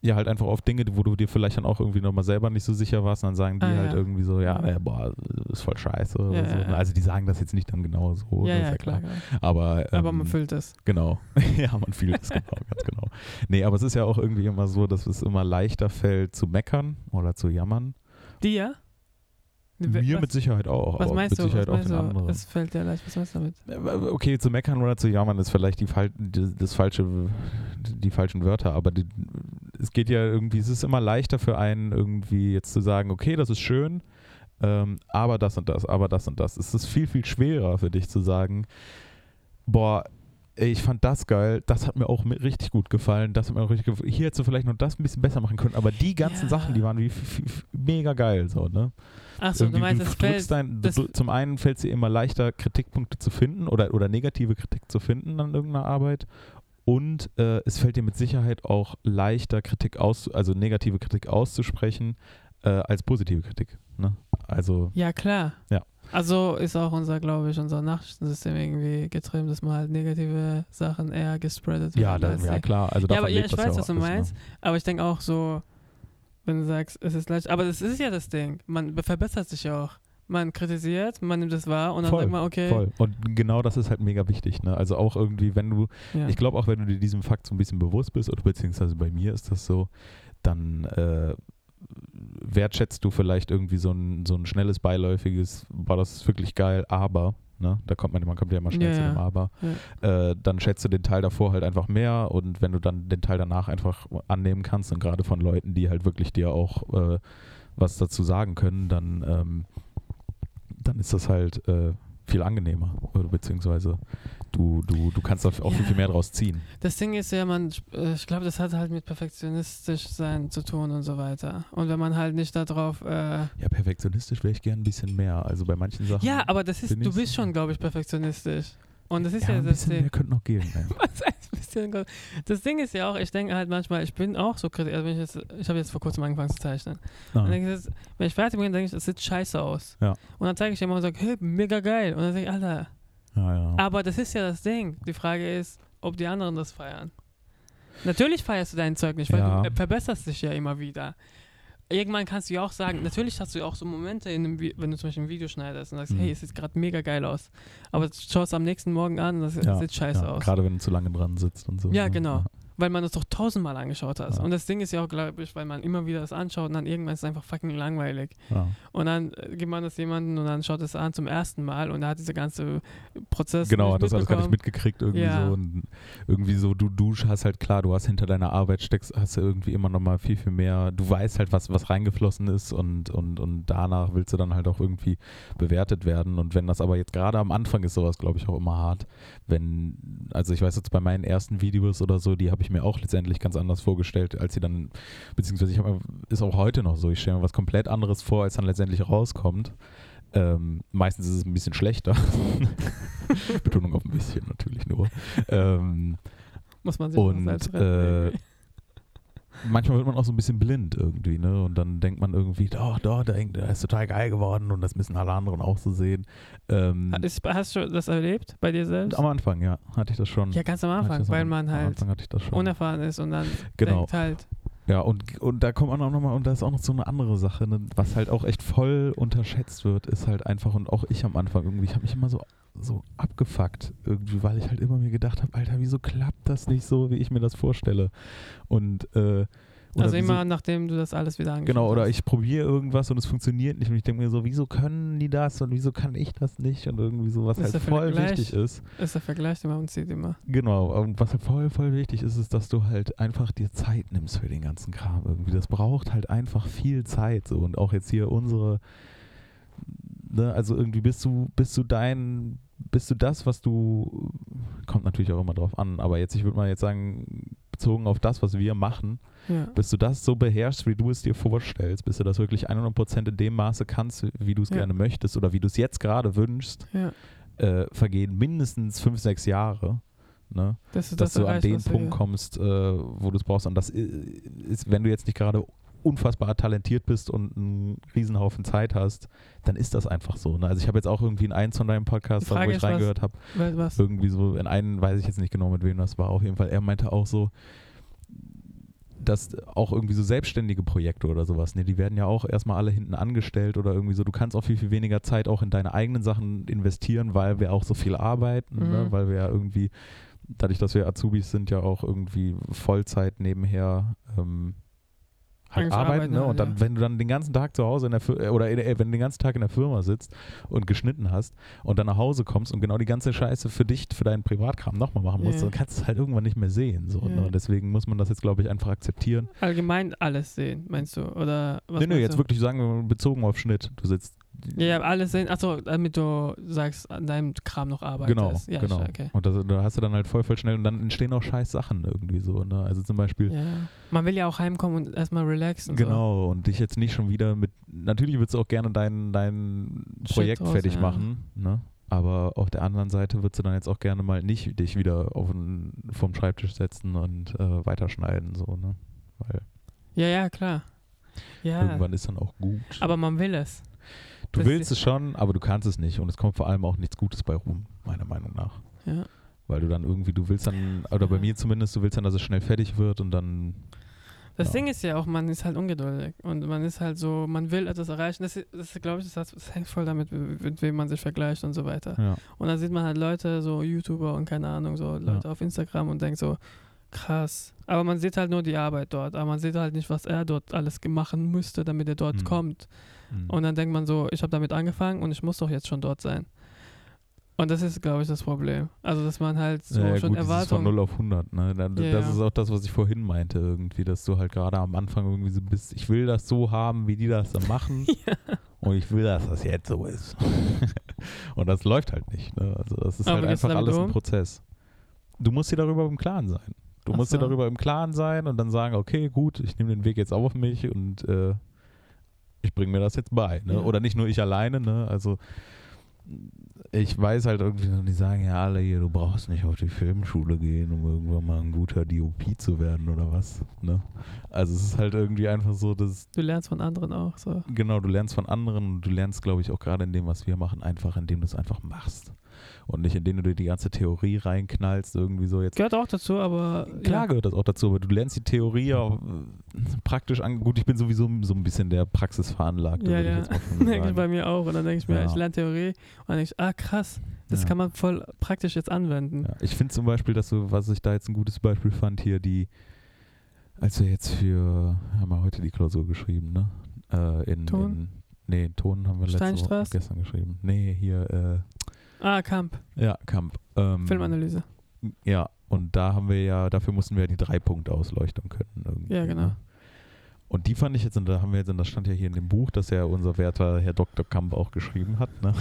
Speaker 1: ja, halt einfach auf Dinge, wo du dir vielleicht dann auch irgendwie nochmal selber nicht so sicher warst. Und dann sagen die
Speaker 2: Ah,
Speaker 1: halt
Speaker 2: ja.
Speaker 1: irgendwie so, ja,
Speaker 2: Mhm.
Speaker 1: ey, boah, ist voll scheiße.
Speaker 2: Ja,
Speaker 1: oder so.
Speaker 2: ja, ja.
Speaker 1: Also die sagen das jetzt nicht dann genau so.
Speaker 2: ja,
Speaker 1: ne,
Speaker 2: ja,
Speaker 1: ist
Speaker 2: klar. klar.
Speaker 1: Aber, ähm,
Speaker 2: Aber man fühlt es.
Speaker 1: Genau. ja, man fühlt es genau, ganz genau. Nee, aber es ist ja auch irgendwie immer so, dass es immer leichter fällt zu meckern oder zu jammern.
Speaker 2: Dir?
Speaker 1: Mir
Speaker 2: was,
Speaker 1: mit Sicherheit auch,
Speaker 2: was
Speaker 1: aber
Speaker 2: meinst
Speaker 1: mit
Speaker 2: du? Was
Speaker 1: Sicherheit auch
Speaker 2: meinst
Speaker 1: den
Speaker 2: du?
Speaker 1: anderen.
Speaker 2: Es fällt dir leicht. Was meinst du damit?
Speaker 1: Äh, Okay, zu meckern oder zu jammern ist vielleicht die, fal die- das falsche, die falschen Wörter, aber die, es geht ja irgendwie, es ist immer leichter für einen irgendwie jetzt zu sagen, okay, das ist schön, ähm, aber das und das, aber das und das. Es ist viel, viel schwerer für dich zu sagen, boah, ey, ich fand das geil, das hat mir auch mi- richtig gut gefallen, das hat mir auch richtig gefallen. Hier hättest du vielleicht noch das ein bisschen besser machen können, aber die ganzen
Speaker 2: Ja.
Speaker 1: Sachen, die waren wie f- f- mega geil, so, ne?
Speaker 2: Achso, du
Speaker 1: Irgendwie
Speaker 2: meinst, es
Speaker 1: drückst
Speaker 2: fällt.
Speaker 1: dein,
Speaker 2: das-
Speaker 1: du, zum einen fällt es dir immer leichter, Kritikpunkte zu finden oder, oder negative Kritik zu finden an irgendeiner Arbeit. Und äh, es fällt dir mit Sicherheit auch leichter, Kritik aus, also negative Kritik auszusprechen, äh, als positive Kritik. Ne? Also,
Speaker 2: Ja, klar.
Speaker 1: Ja.
Speaker 2: Also ist auch unser, glaube ich, unser Nachrichtensystem irgendwie getrimmt, dass man halt negative Sachen eher gespreadet
Speaker 1: ja,
Speaker 2: wird
Speaker 1: da,
Speaker 2: als
Speaker 1: ja
Speaker 2: die-
Speaker 1: klar. Also
Speaker 2: Ja,
Speaker 1: davon
Speaker 2: aber ja,
Speaker 1: lebt
Speaker 2: ich
Speaker 1: das auch
Speaker 2: weiß,
Speaker 1: ne?
Speaker 2: was du
Speaker 1: alles,
Speaker 2: meinst. Aber ich denke auch so, wenn du sagst, es ist leicht. Aber das ist ja das Ding. Man be- verbessert sich ja auch. Man kritisiert, man nimmt es wahr und dann
Speaker 1: Voll,
Speaker 2: sagt man, okay.
Speaker 1: Ne? Voll. Und genau das ist halt mega wichtig. Ne? Also auch irgendwie, wenn du
Speaker 2: Ja.
Speaker 1: Ich glaube auch, wenn du dir diesem Fakt so ein bisschen bewusst bist, oder beziehungsweise bei mir ist das so, dann äh, wertschätzt du vielleicht irgendwie so ein, so ein schnelles, beiläufiges, boah, das ist wirklich geil, aber, ne, da kommt man, man kommt ja immer schnell
Speaker 2: Ja,
Speaker 1: zu
Speaker 2: ja.
Speaker 1: dem Aber, äh, dann schätzt du den Teil davor halt einfach mehr und wenn du dann den Teil danach einfach annehmen kannst und gerade von Leuten, die halt wirklich dir auch äh, was dazu sagen können, dann, ähm, dann ist das halt äh, viel angenehmer, oder beziehungsweise du, du, du kannst da auch viel,
Speaker 2: Ja.
Speaker 1: viel mehr draus ziehen.
Speaker 2: Das Ding ist ja, man, äh, ich glaube, das hat halt mit perfektionistisch sein zu tun und so weiter. Und wenn man halt nicht darauf. Äh,
Speaker 1: Ja, perfektionistisch wäre ich gern ein bisschen mehr. Also bei manchen Sachen.
Speaker 2: ja, aber das ist,
Speaker 1: bin
Speaker 2: du
Speaker 1: ich-
Speaker 2: bist schon, glaube ich, perfektionistisch. Und das ist ja,
Speaker 1: ne? ein
Speaker 2: das
Speaker 1: bisschen
Speaker 2: Ding.
Speaker 1: mehr könnte noch gehen. ey.
Speaker 2: Was heißt ein bisschen Gott? Das Ding ist ja auch, ich denke halt manchmal, ich bin auch so kritisch. Also wenn ich jetzt- ich habe jetzt vor kurzem angefangen zu zeichnen. Und
Speaker 1: Ah,
Speaker 2: denke ich, jetzt, wenn ich fertig bin, denke ich, das sieht scheiße aus.
Speaker 1: Ja.
Speaker 2: Und dann zeige ich jemandem und sage, hey, mega geil. Und dann denke ich, Alter.
Speaker 1: ja, ja.
Speaker 2: Aber das ist ja das Ding. Die Frage ist, ob die anderen das feiern. Natürlich feierst du dein Zeug nicht, weil
Speaker 1: Ja.
Speaker 2: du äh, verbesserst dich ja immer wieder. Irgendwann kannst du ja auch sagen, natürlich hast du ja auch so Momente, in einem Vi- wenn du zum Beispiel ein Video schneidest und sagst,
Speaker 1: Mhm.
Speaker 2: hey, es sieht gerade mega geil aus. Aber schaust am nächsten Morgen an, das
Speaker 1: Ja,
Speaker 2: sieht scheiße
Speaker 1: ja,
Speaker 2: aus.
Speaker 1: Gerade wenn du zu lange dran sitzt und so.
Speaker 2: Ja,
Speaker 1: ne?
Speaker 2: genau. Weil man es doch tausendmal angeschaut hat.
Speaker 1: Ja.
Speaker 2: Und das Ding ist ja auch, glaube ich, weil man immer wieder das anschaut und dann irgendwann ist es einfach fucking langweilig.
Speaker 1: Ja.
Speaker 2: Und dann äh, gibt man das jemandem und dann schaut es an zum ersten Mal und er hat diese ganze Prozess
Speaker 1: Genau,
Speaker 2: nicht
Speaker 1: hat das alles gar nicht
Speaker 2: mitbekommen.
Speaker 1: mitgekriegt. Irgendwie
Speaker 2: Ja.
Speaker 1: so. Und irgendwie so, du, du hast halt klar, du hast hinter deiner Arbeit steckst, hast du irgendwie immer noch mal viel, viel mehr. Du weißt halt, was, was reingeflossen ist und, und, und danach willst du dann halt auch irgendwie bewertet werden. Und wenn das aber jetzt gerade am Anfang ist, sowas glaube ich auch immer hart. Wenn, also ich weiß jetzt bei meinen ersten Videos oder so, die habe ich mir auch letztendlich ganz anders vorgestellt, als sie dann, beziehungsweise ich hab, mir- ist auch heute noch so, ich stelle mir was komplett anderes vor, als dann letztendlich rauskommt. Ähm, meistens ist es ein bisschen schlechter. Betonung auf ein bisschen natürlich nur. ähm,
Speaker 2: Muss man sich
Speaker 1: und
Speaker 2: mal selbst
Speaker 1: äh,
Speaker 2: retten.
Speaker 1: manchmal wird man auch so ein bisschen blind irgendwie, ne? Und dann denkt man irgendwie, oh, da, der der ist total geil geworden und das müssen alle anderen auch so sehen. Ähm,
Speaker 2: Ist, hast du das erlebt bei dir selbst?
Speaker 1: am Anfang, ja, hatte ich das schon.
Speaker 2: Ja, ganz am
Speaker 1: Hatte ich
Speaker 2: Anfang,
Speaker 1: das am-
Speaker 2: weil man
Speaker 1: Am
Speaker 2: halt
Speaker 1: Anfang hatte ich das schon.
Speaker 2: unerfahren ist und dann
Speaker 1: Genau.
Speaker 2: denkt halt,
Speaker 1: Ja, und, und da kommt man auch nochmal, und da ist auch noch so eine andere Sache, ne, was halt auch echt voll unterschätzt wird, ist halt einfach, und auch ich am Anfang irgendwie, ich habe mich immer so, so abgefuckt, irgendwie, weil ich halt immer mir gedacht habe, Alter, wieso klappt das nicht so, wie ich mir das vorstelle? Und, äh, oder
Speaker 2: also
Speaker 1: wieso,
Speaker 2: immer nachdem du das alles wieder angeschaut
Speaker 1: Genau, oder
Speaker 2: hast.
Speaker 1: ich probiere irgendwas und es funktioniert nicht. Und ich denke mir so, wieso können die das und wieso kann ich das nicht? Und irgendwie so, was
Speaker 2: Ist
Speaker 1: halt
Speaker 2: der
Speaker 1: voll
Speaker 2: Vergleich?
Speaker 1: wichtig ist.
Speaker 2: Ist der Vergleich, den man zieht immer.
Speaker 1: Genau, und was halt voll, voll wichtig ist, ist, dass du halt einfach dir Zeit nimmst für den ganzen Kram irgendwie. Das braucht halt einfach viel Zeit so. Und auch jetzt hier unsere, ne, also irgendwie bis du, bis du deinen bist du das, was du, kommt natürlich auch immer drauf an, aber jetzt, ich würde mal jetzt sagen, bezogen auf das, was wir machen,
Speaker 2: Ja.
Speaker 1: bis du das so beherrschst, wie du es dir vorstellst, bis du das wirklich 100% in dem Maße kannst, wie du es
Speaker 2: Ja.
Speaker 1: gerne möchtest oder wie du es jetzt gerade wünschst,
Speaker 2: ja.
Speaker 1: äh, vergehen mindestens fünf, sechs Jahre. Ne?
Speaker 2: Dass du
Speaker 1: dass
Speaker 2: das
Speaker 1: du an
Speaker 2: erreichst,
Speaker 1: den
Speaker 2: was wir-
Speaker 1: Punkt kommst, äh, wo du es brauchst. Und das i- ist, wenn du jetzt nicht gerade unfassbar talentiert bist und einen Riesenhaufen Zeit hast, dann ist das einfach so. Ne? Also ich habe jetzt auch irgendwie in einen von deinem Podcast,
Speaker 2: Die Frage
Speaker 1: wo ich
Speaker 2: ist, was-
Speaker 1: reingehört habe,
Speaker 2: Weil Was?
Speaker 1: irgendwie so, in einen weiß ich jetzt nicht genau, mit wem das war, auf jeden Fall, er meinte auch so, dass auch irgendwie so selbstständige Projekte oder sowas, ne, die werden ja auch erstmal alle hinten angestellt oder irgendwie so, du kannst auch viel, viel weniger Zeit auch in deine eigenen Sachen investieren, weil wir auch so viel arbeiten, ne,
Speaker 2: Mhm.
Speaker 1: weil wir ja irgendwie, dadurch, dass wir Azubis sind, ja auch irgendwie Vollzeit nebenher ähm, halt
Speaker 2: Eigentlich
Speaker 1: arbeiten,
Speaker 2: arbeiten
Speaker 1: ne,
Speaker 2: halt,
Speaker 1: und dann,
Speaker 2: ja.
Speaker 1: wenn du dann den ganzen Tag zu Hause in der, Fir- oder in, der- wenn du den ganzen Tag in der Firma sitzt und geschnitten hast, und dann nach Hause kommst und genau die ganze Scheiße für dich, für deinen Privatkram nochmal machen musst,
Speaker 2: Ja.
Speaker 1: dann kannst du es halt irgendwann nicht mehr sehen. So,
Speaker 2: Ja.
Speaker 1: ne? Und deswegen muss man das jetzt, glaube ich, einfach akzeptieren.
Speaker 2: Allgemein alles sehen, meinst du? Oder was
Speaker 1: nee, nee,
Speaker 2: meinst
Speaker 1: jetzt
Speaker 2: du?
Speaker 1: wirklich sagen, wir mal bezogen auf Schnitt. Du sitzt.
Speaker 2: Ja, ja, alles sehen. Achso, damit du sagst, an deinem Kram noch arbeitest.
Speaker 1: Genau,
Speaker 2: ja,
Speaker 1: genau.
Speaker 2: stark, Okay.
Speaker 1: Und das, da hast du dann halt voll, voll schnell und dann entstehen auch scheiß Sachen irgendwie so. Ne? Also zum Beispiel,
Speaker 2: Ja. Man will ja auch heimkommen und erstmal relaxen.
Speaker 1: genau, und dich jetzt nicht schon wieder mit, natürlich würdest du auch gerne dein, dein
Speaker 2: Shit
Speaker 1: Projekt
Speaker 2: draus,
Speaker 1: fertig
Speaker 2: ja.
Speaker 1: machen, ne? aber auf der anderen Seite würdest du dann jetzt auch gerne mal nicht dich wieder auf den, vom Schreibtisch setzen und äh, weiterschneiden, so, ne? Weil
Speaker 2: So. Ja, ja, klar. Ja.
Speaker 1: Irgendwann ist dann auch gut.
Speaker 2: Aber man will es.
Speaker 1: du
Speaker 2: das
Speaker 1: willst
Speaker 2: ist-
Speaker 1: es schon, aber du kannst es nicht. Und es kommt vor allem auch nichts Gutes bei rum, meiner Meinung nach.
Speaker 2: Ja.
Speaker 1: Weil du dann irgendwie, du willst dann, oder bei
Speaker 2: Ja.
Speaker 1: mir zumindest, du willst dann, dass es schnell fertig wird und dann.
Speaker 2: Das
Speaker 1: Ja.
Speaker 2: Ding ist ja auch, man ist halt ungeduldig und man ist halt so, man will etwas erreichen. Das, ist- das ist, glaube ich, das, hat- das hängt voll damit, mit wem man sich vergleicht und so weiter.
Speaker 1: Ja.
Speaker 2: Und dann sieht man halt Leute, so YouTuber und keine Ahnung, so Leute auf Instagram und denkt so, krass. Aber man sieht halt nur die Arbeit dort, aber man sieht halt nicht, was er dort alles ge- machen müsste, damit er dort
Speaker 1: Mhm.
Speaker 2: kommt.
Speaker 1: Mhm.
Speaker 2: Und dann denkt man so, ich habe damit angefangen und ich muss doch jetzt schon dort sein. Und das ist, glaube ich, das Problem. Also, dass man halt so
Speaker 1: Naja,
Speaker 2: schon
Speaker 1: gut, dieses von
Speaker 2: Erwartungen
Speaker 1: 0 auf 100. Ne? Da,
Speaker 2: Ja,
Speaker 1: das
Speaker 2: ja.
Speaker 1: ist auch das, was ich vorhin meinte, irgendwie, dass du halt gerade am Anfang irgendwie so bist, ich will das so haben, wie die das dann machen. Und ich will, dass das jetzt so ist. und das läuft halt nicht. Ne? Also das ist
Speaker 2: Aber
Speaker 1: halt
Speaker 2: wie gehst du
Speaker 1: einfach
Speaker 2: damit
Speaker 1: alles ein
Speaker 2: um?
Speaker 1: Prozess. Du musst dir darüber im Klaren sein. Du
Speaker 2: Ach
Speaker 1: musst dir
Speaker 2: so.
Speaker 1: darüber im Klaren sein und dann sagen, okay, gut, ich nehme den Weg jetzt auf mich und äh, ich bringe mir das jetzt bei. Ne?
Speaker 2: Ja.
Speaker 1: Oder nicht nur ich alleine, ne? Also ich weiß halt irgendwie, noch, die sagen ja alle hier, du brauchst nicht auf die Filmschule gehen, um irgendwann mal ein guter DOP zu werden oder was. Ne? Also es ist halt irgendwie einfach so, dass
Speaker 2: Du lernst von anderen auch so.
Speaker 1: Genau, du lernst von anderen und du lernst, glaube ich, auch gerade in dem, was wir machen, einfach, indem du es einfach machst. Und nicht, indem du dir die ganze Theorie reinknallst, irgendwie so jetzt.
Speaker 2: Gehört auch dazu, aber.
Speaker 1: Klar
Speaker 2: ja.
Speaker 1: gehört das auch dazu, aber du lernst die Theorie auch äh, praktisch an. Gut, ich bin sowieso so ein bisschen der Praxis veranlagt.
Speaker 2: Ja,
Speaker 1: würde
Speaker 2: ja.
Speaker 1: ich jetzt mal schon
Speaker 2: Denke ich bei
Speaker 1: sagen.
Speaker 2: mir auch. Und dann denke ich mir,
Speaker 1: Ja.
Speaker 2: ich lerne Theorie. Und dann denke ich, ah krass, das
Speaker 1: Ja.
Speaker 2: kann man voll praktisch jetzt anwenden.
Speaker 1: Ja, ich finde zum Beispiel, dass so, was ich da jetzt ein gutes Beispiel fand, hier die, als wir jetzt für, haben wir heute die Klausur geschrieben, ne? Äh, in,
Speaker 2: Ton?
Speaker 1: In, nee, Ton haben wir letzte Woche,
Speaker 2: Steinstraß?
Speaker 1: gestern geschrieben. Nee, hier,
Speaker 2: Ah, Kamp,
Speaker 1: äh, ja, Kamp. Ähm,
Speaker 2: Filmanalyse.
Speaker 1: Ja, und da haben wir ja, dafür mussten wir ja die Drei-Punkte-Ausleuchtung können. Irgendwie,
Speaker 2: Ja, genau.
Speaker 1: ne? Und die fand ich jetzt, und da haben wir jetzt, und das stand ja hier in dem Buch, das ja unser werter Herr Dr. Kamp auch geschrieben hat, ne?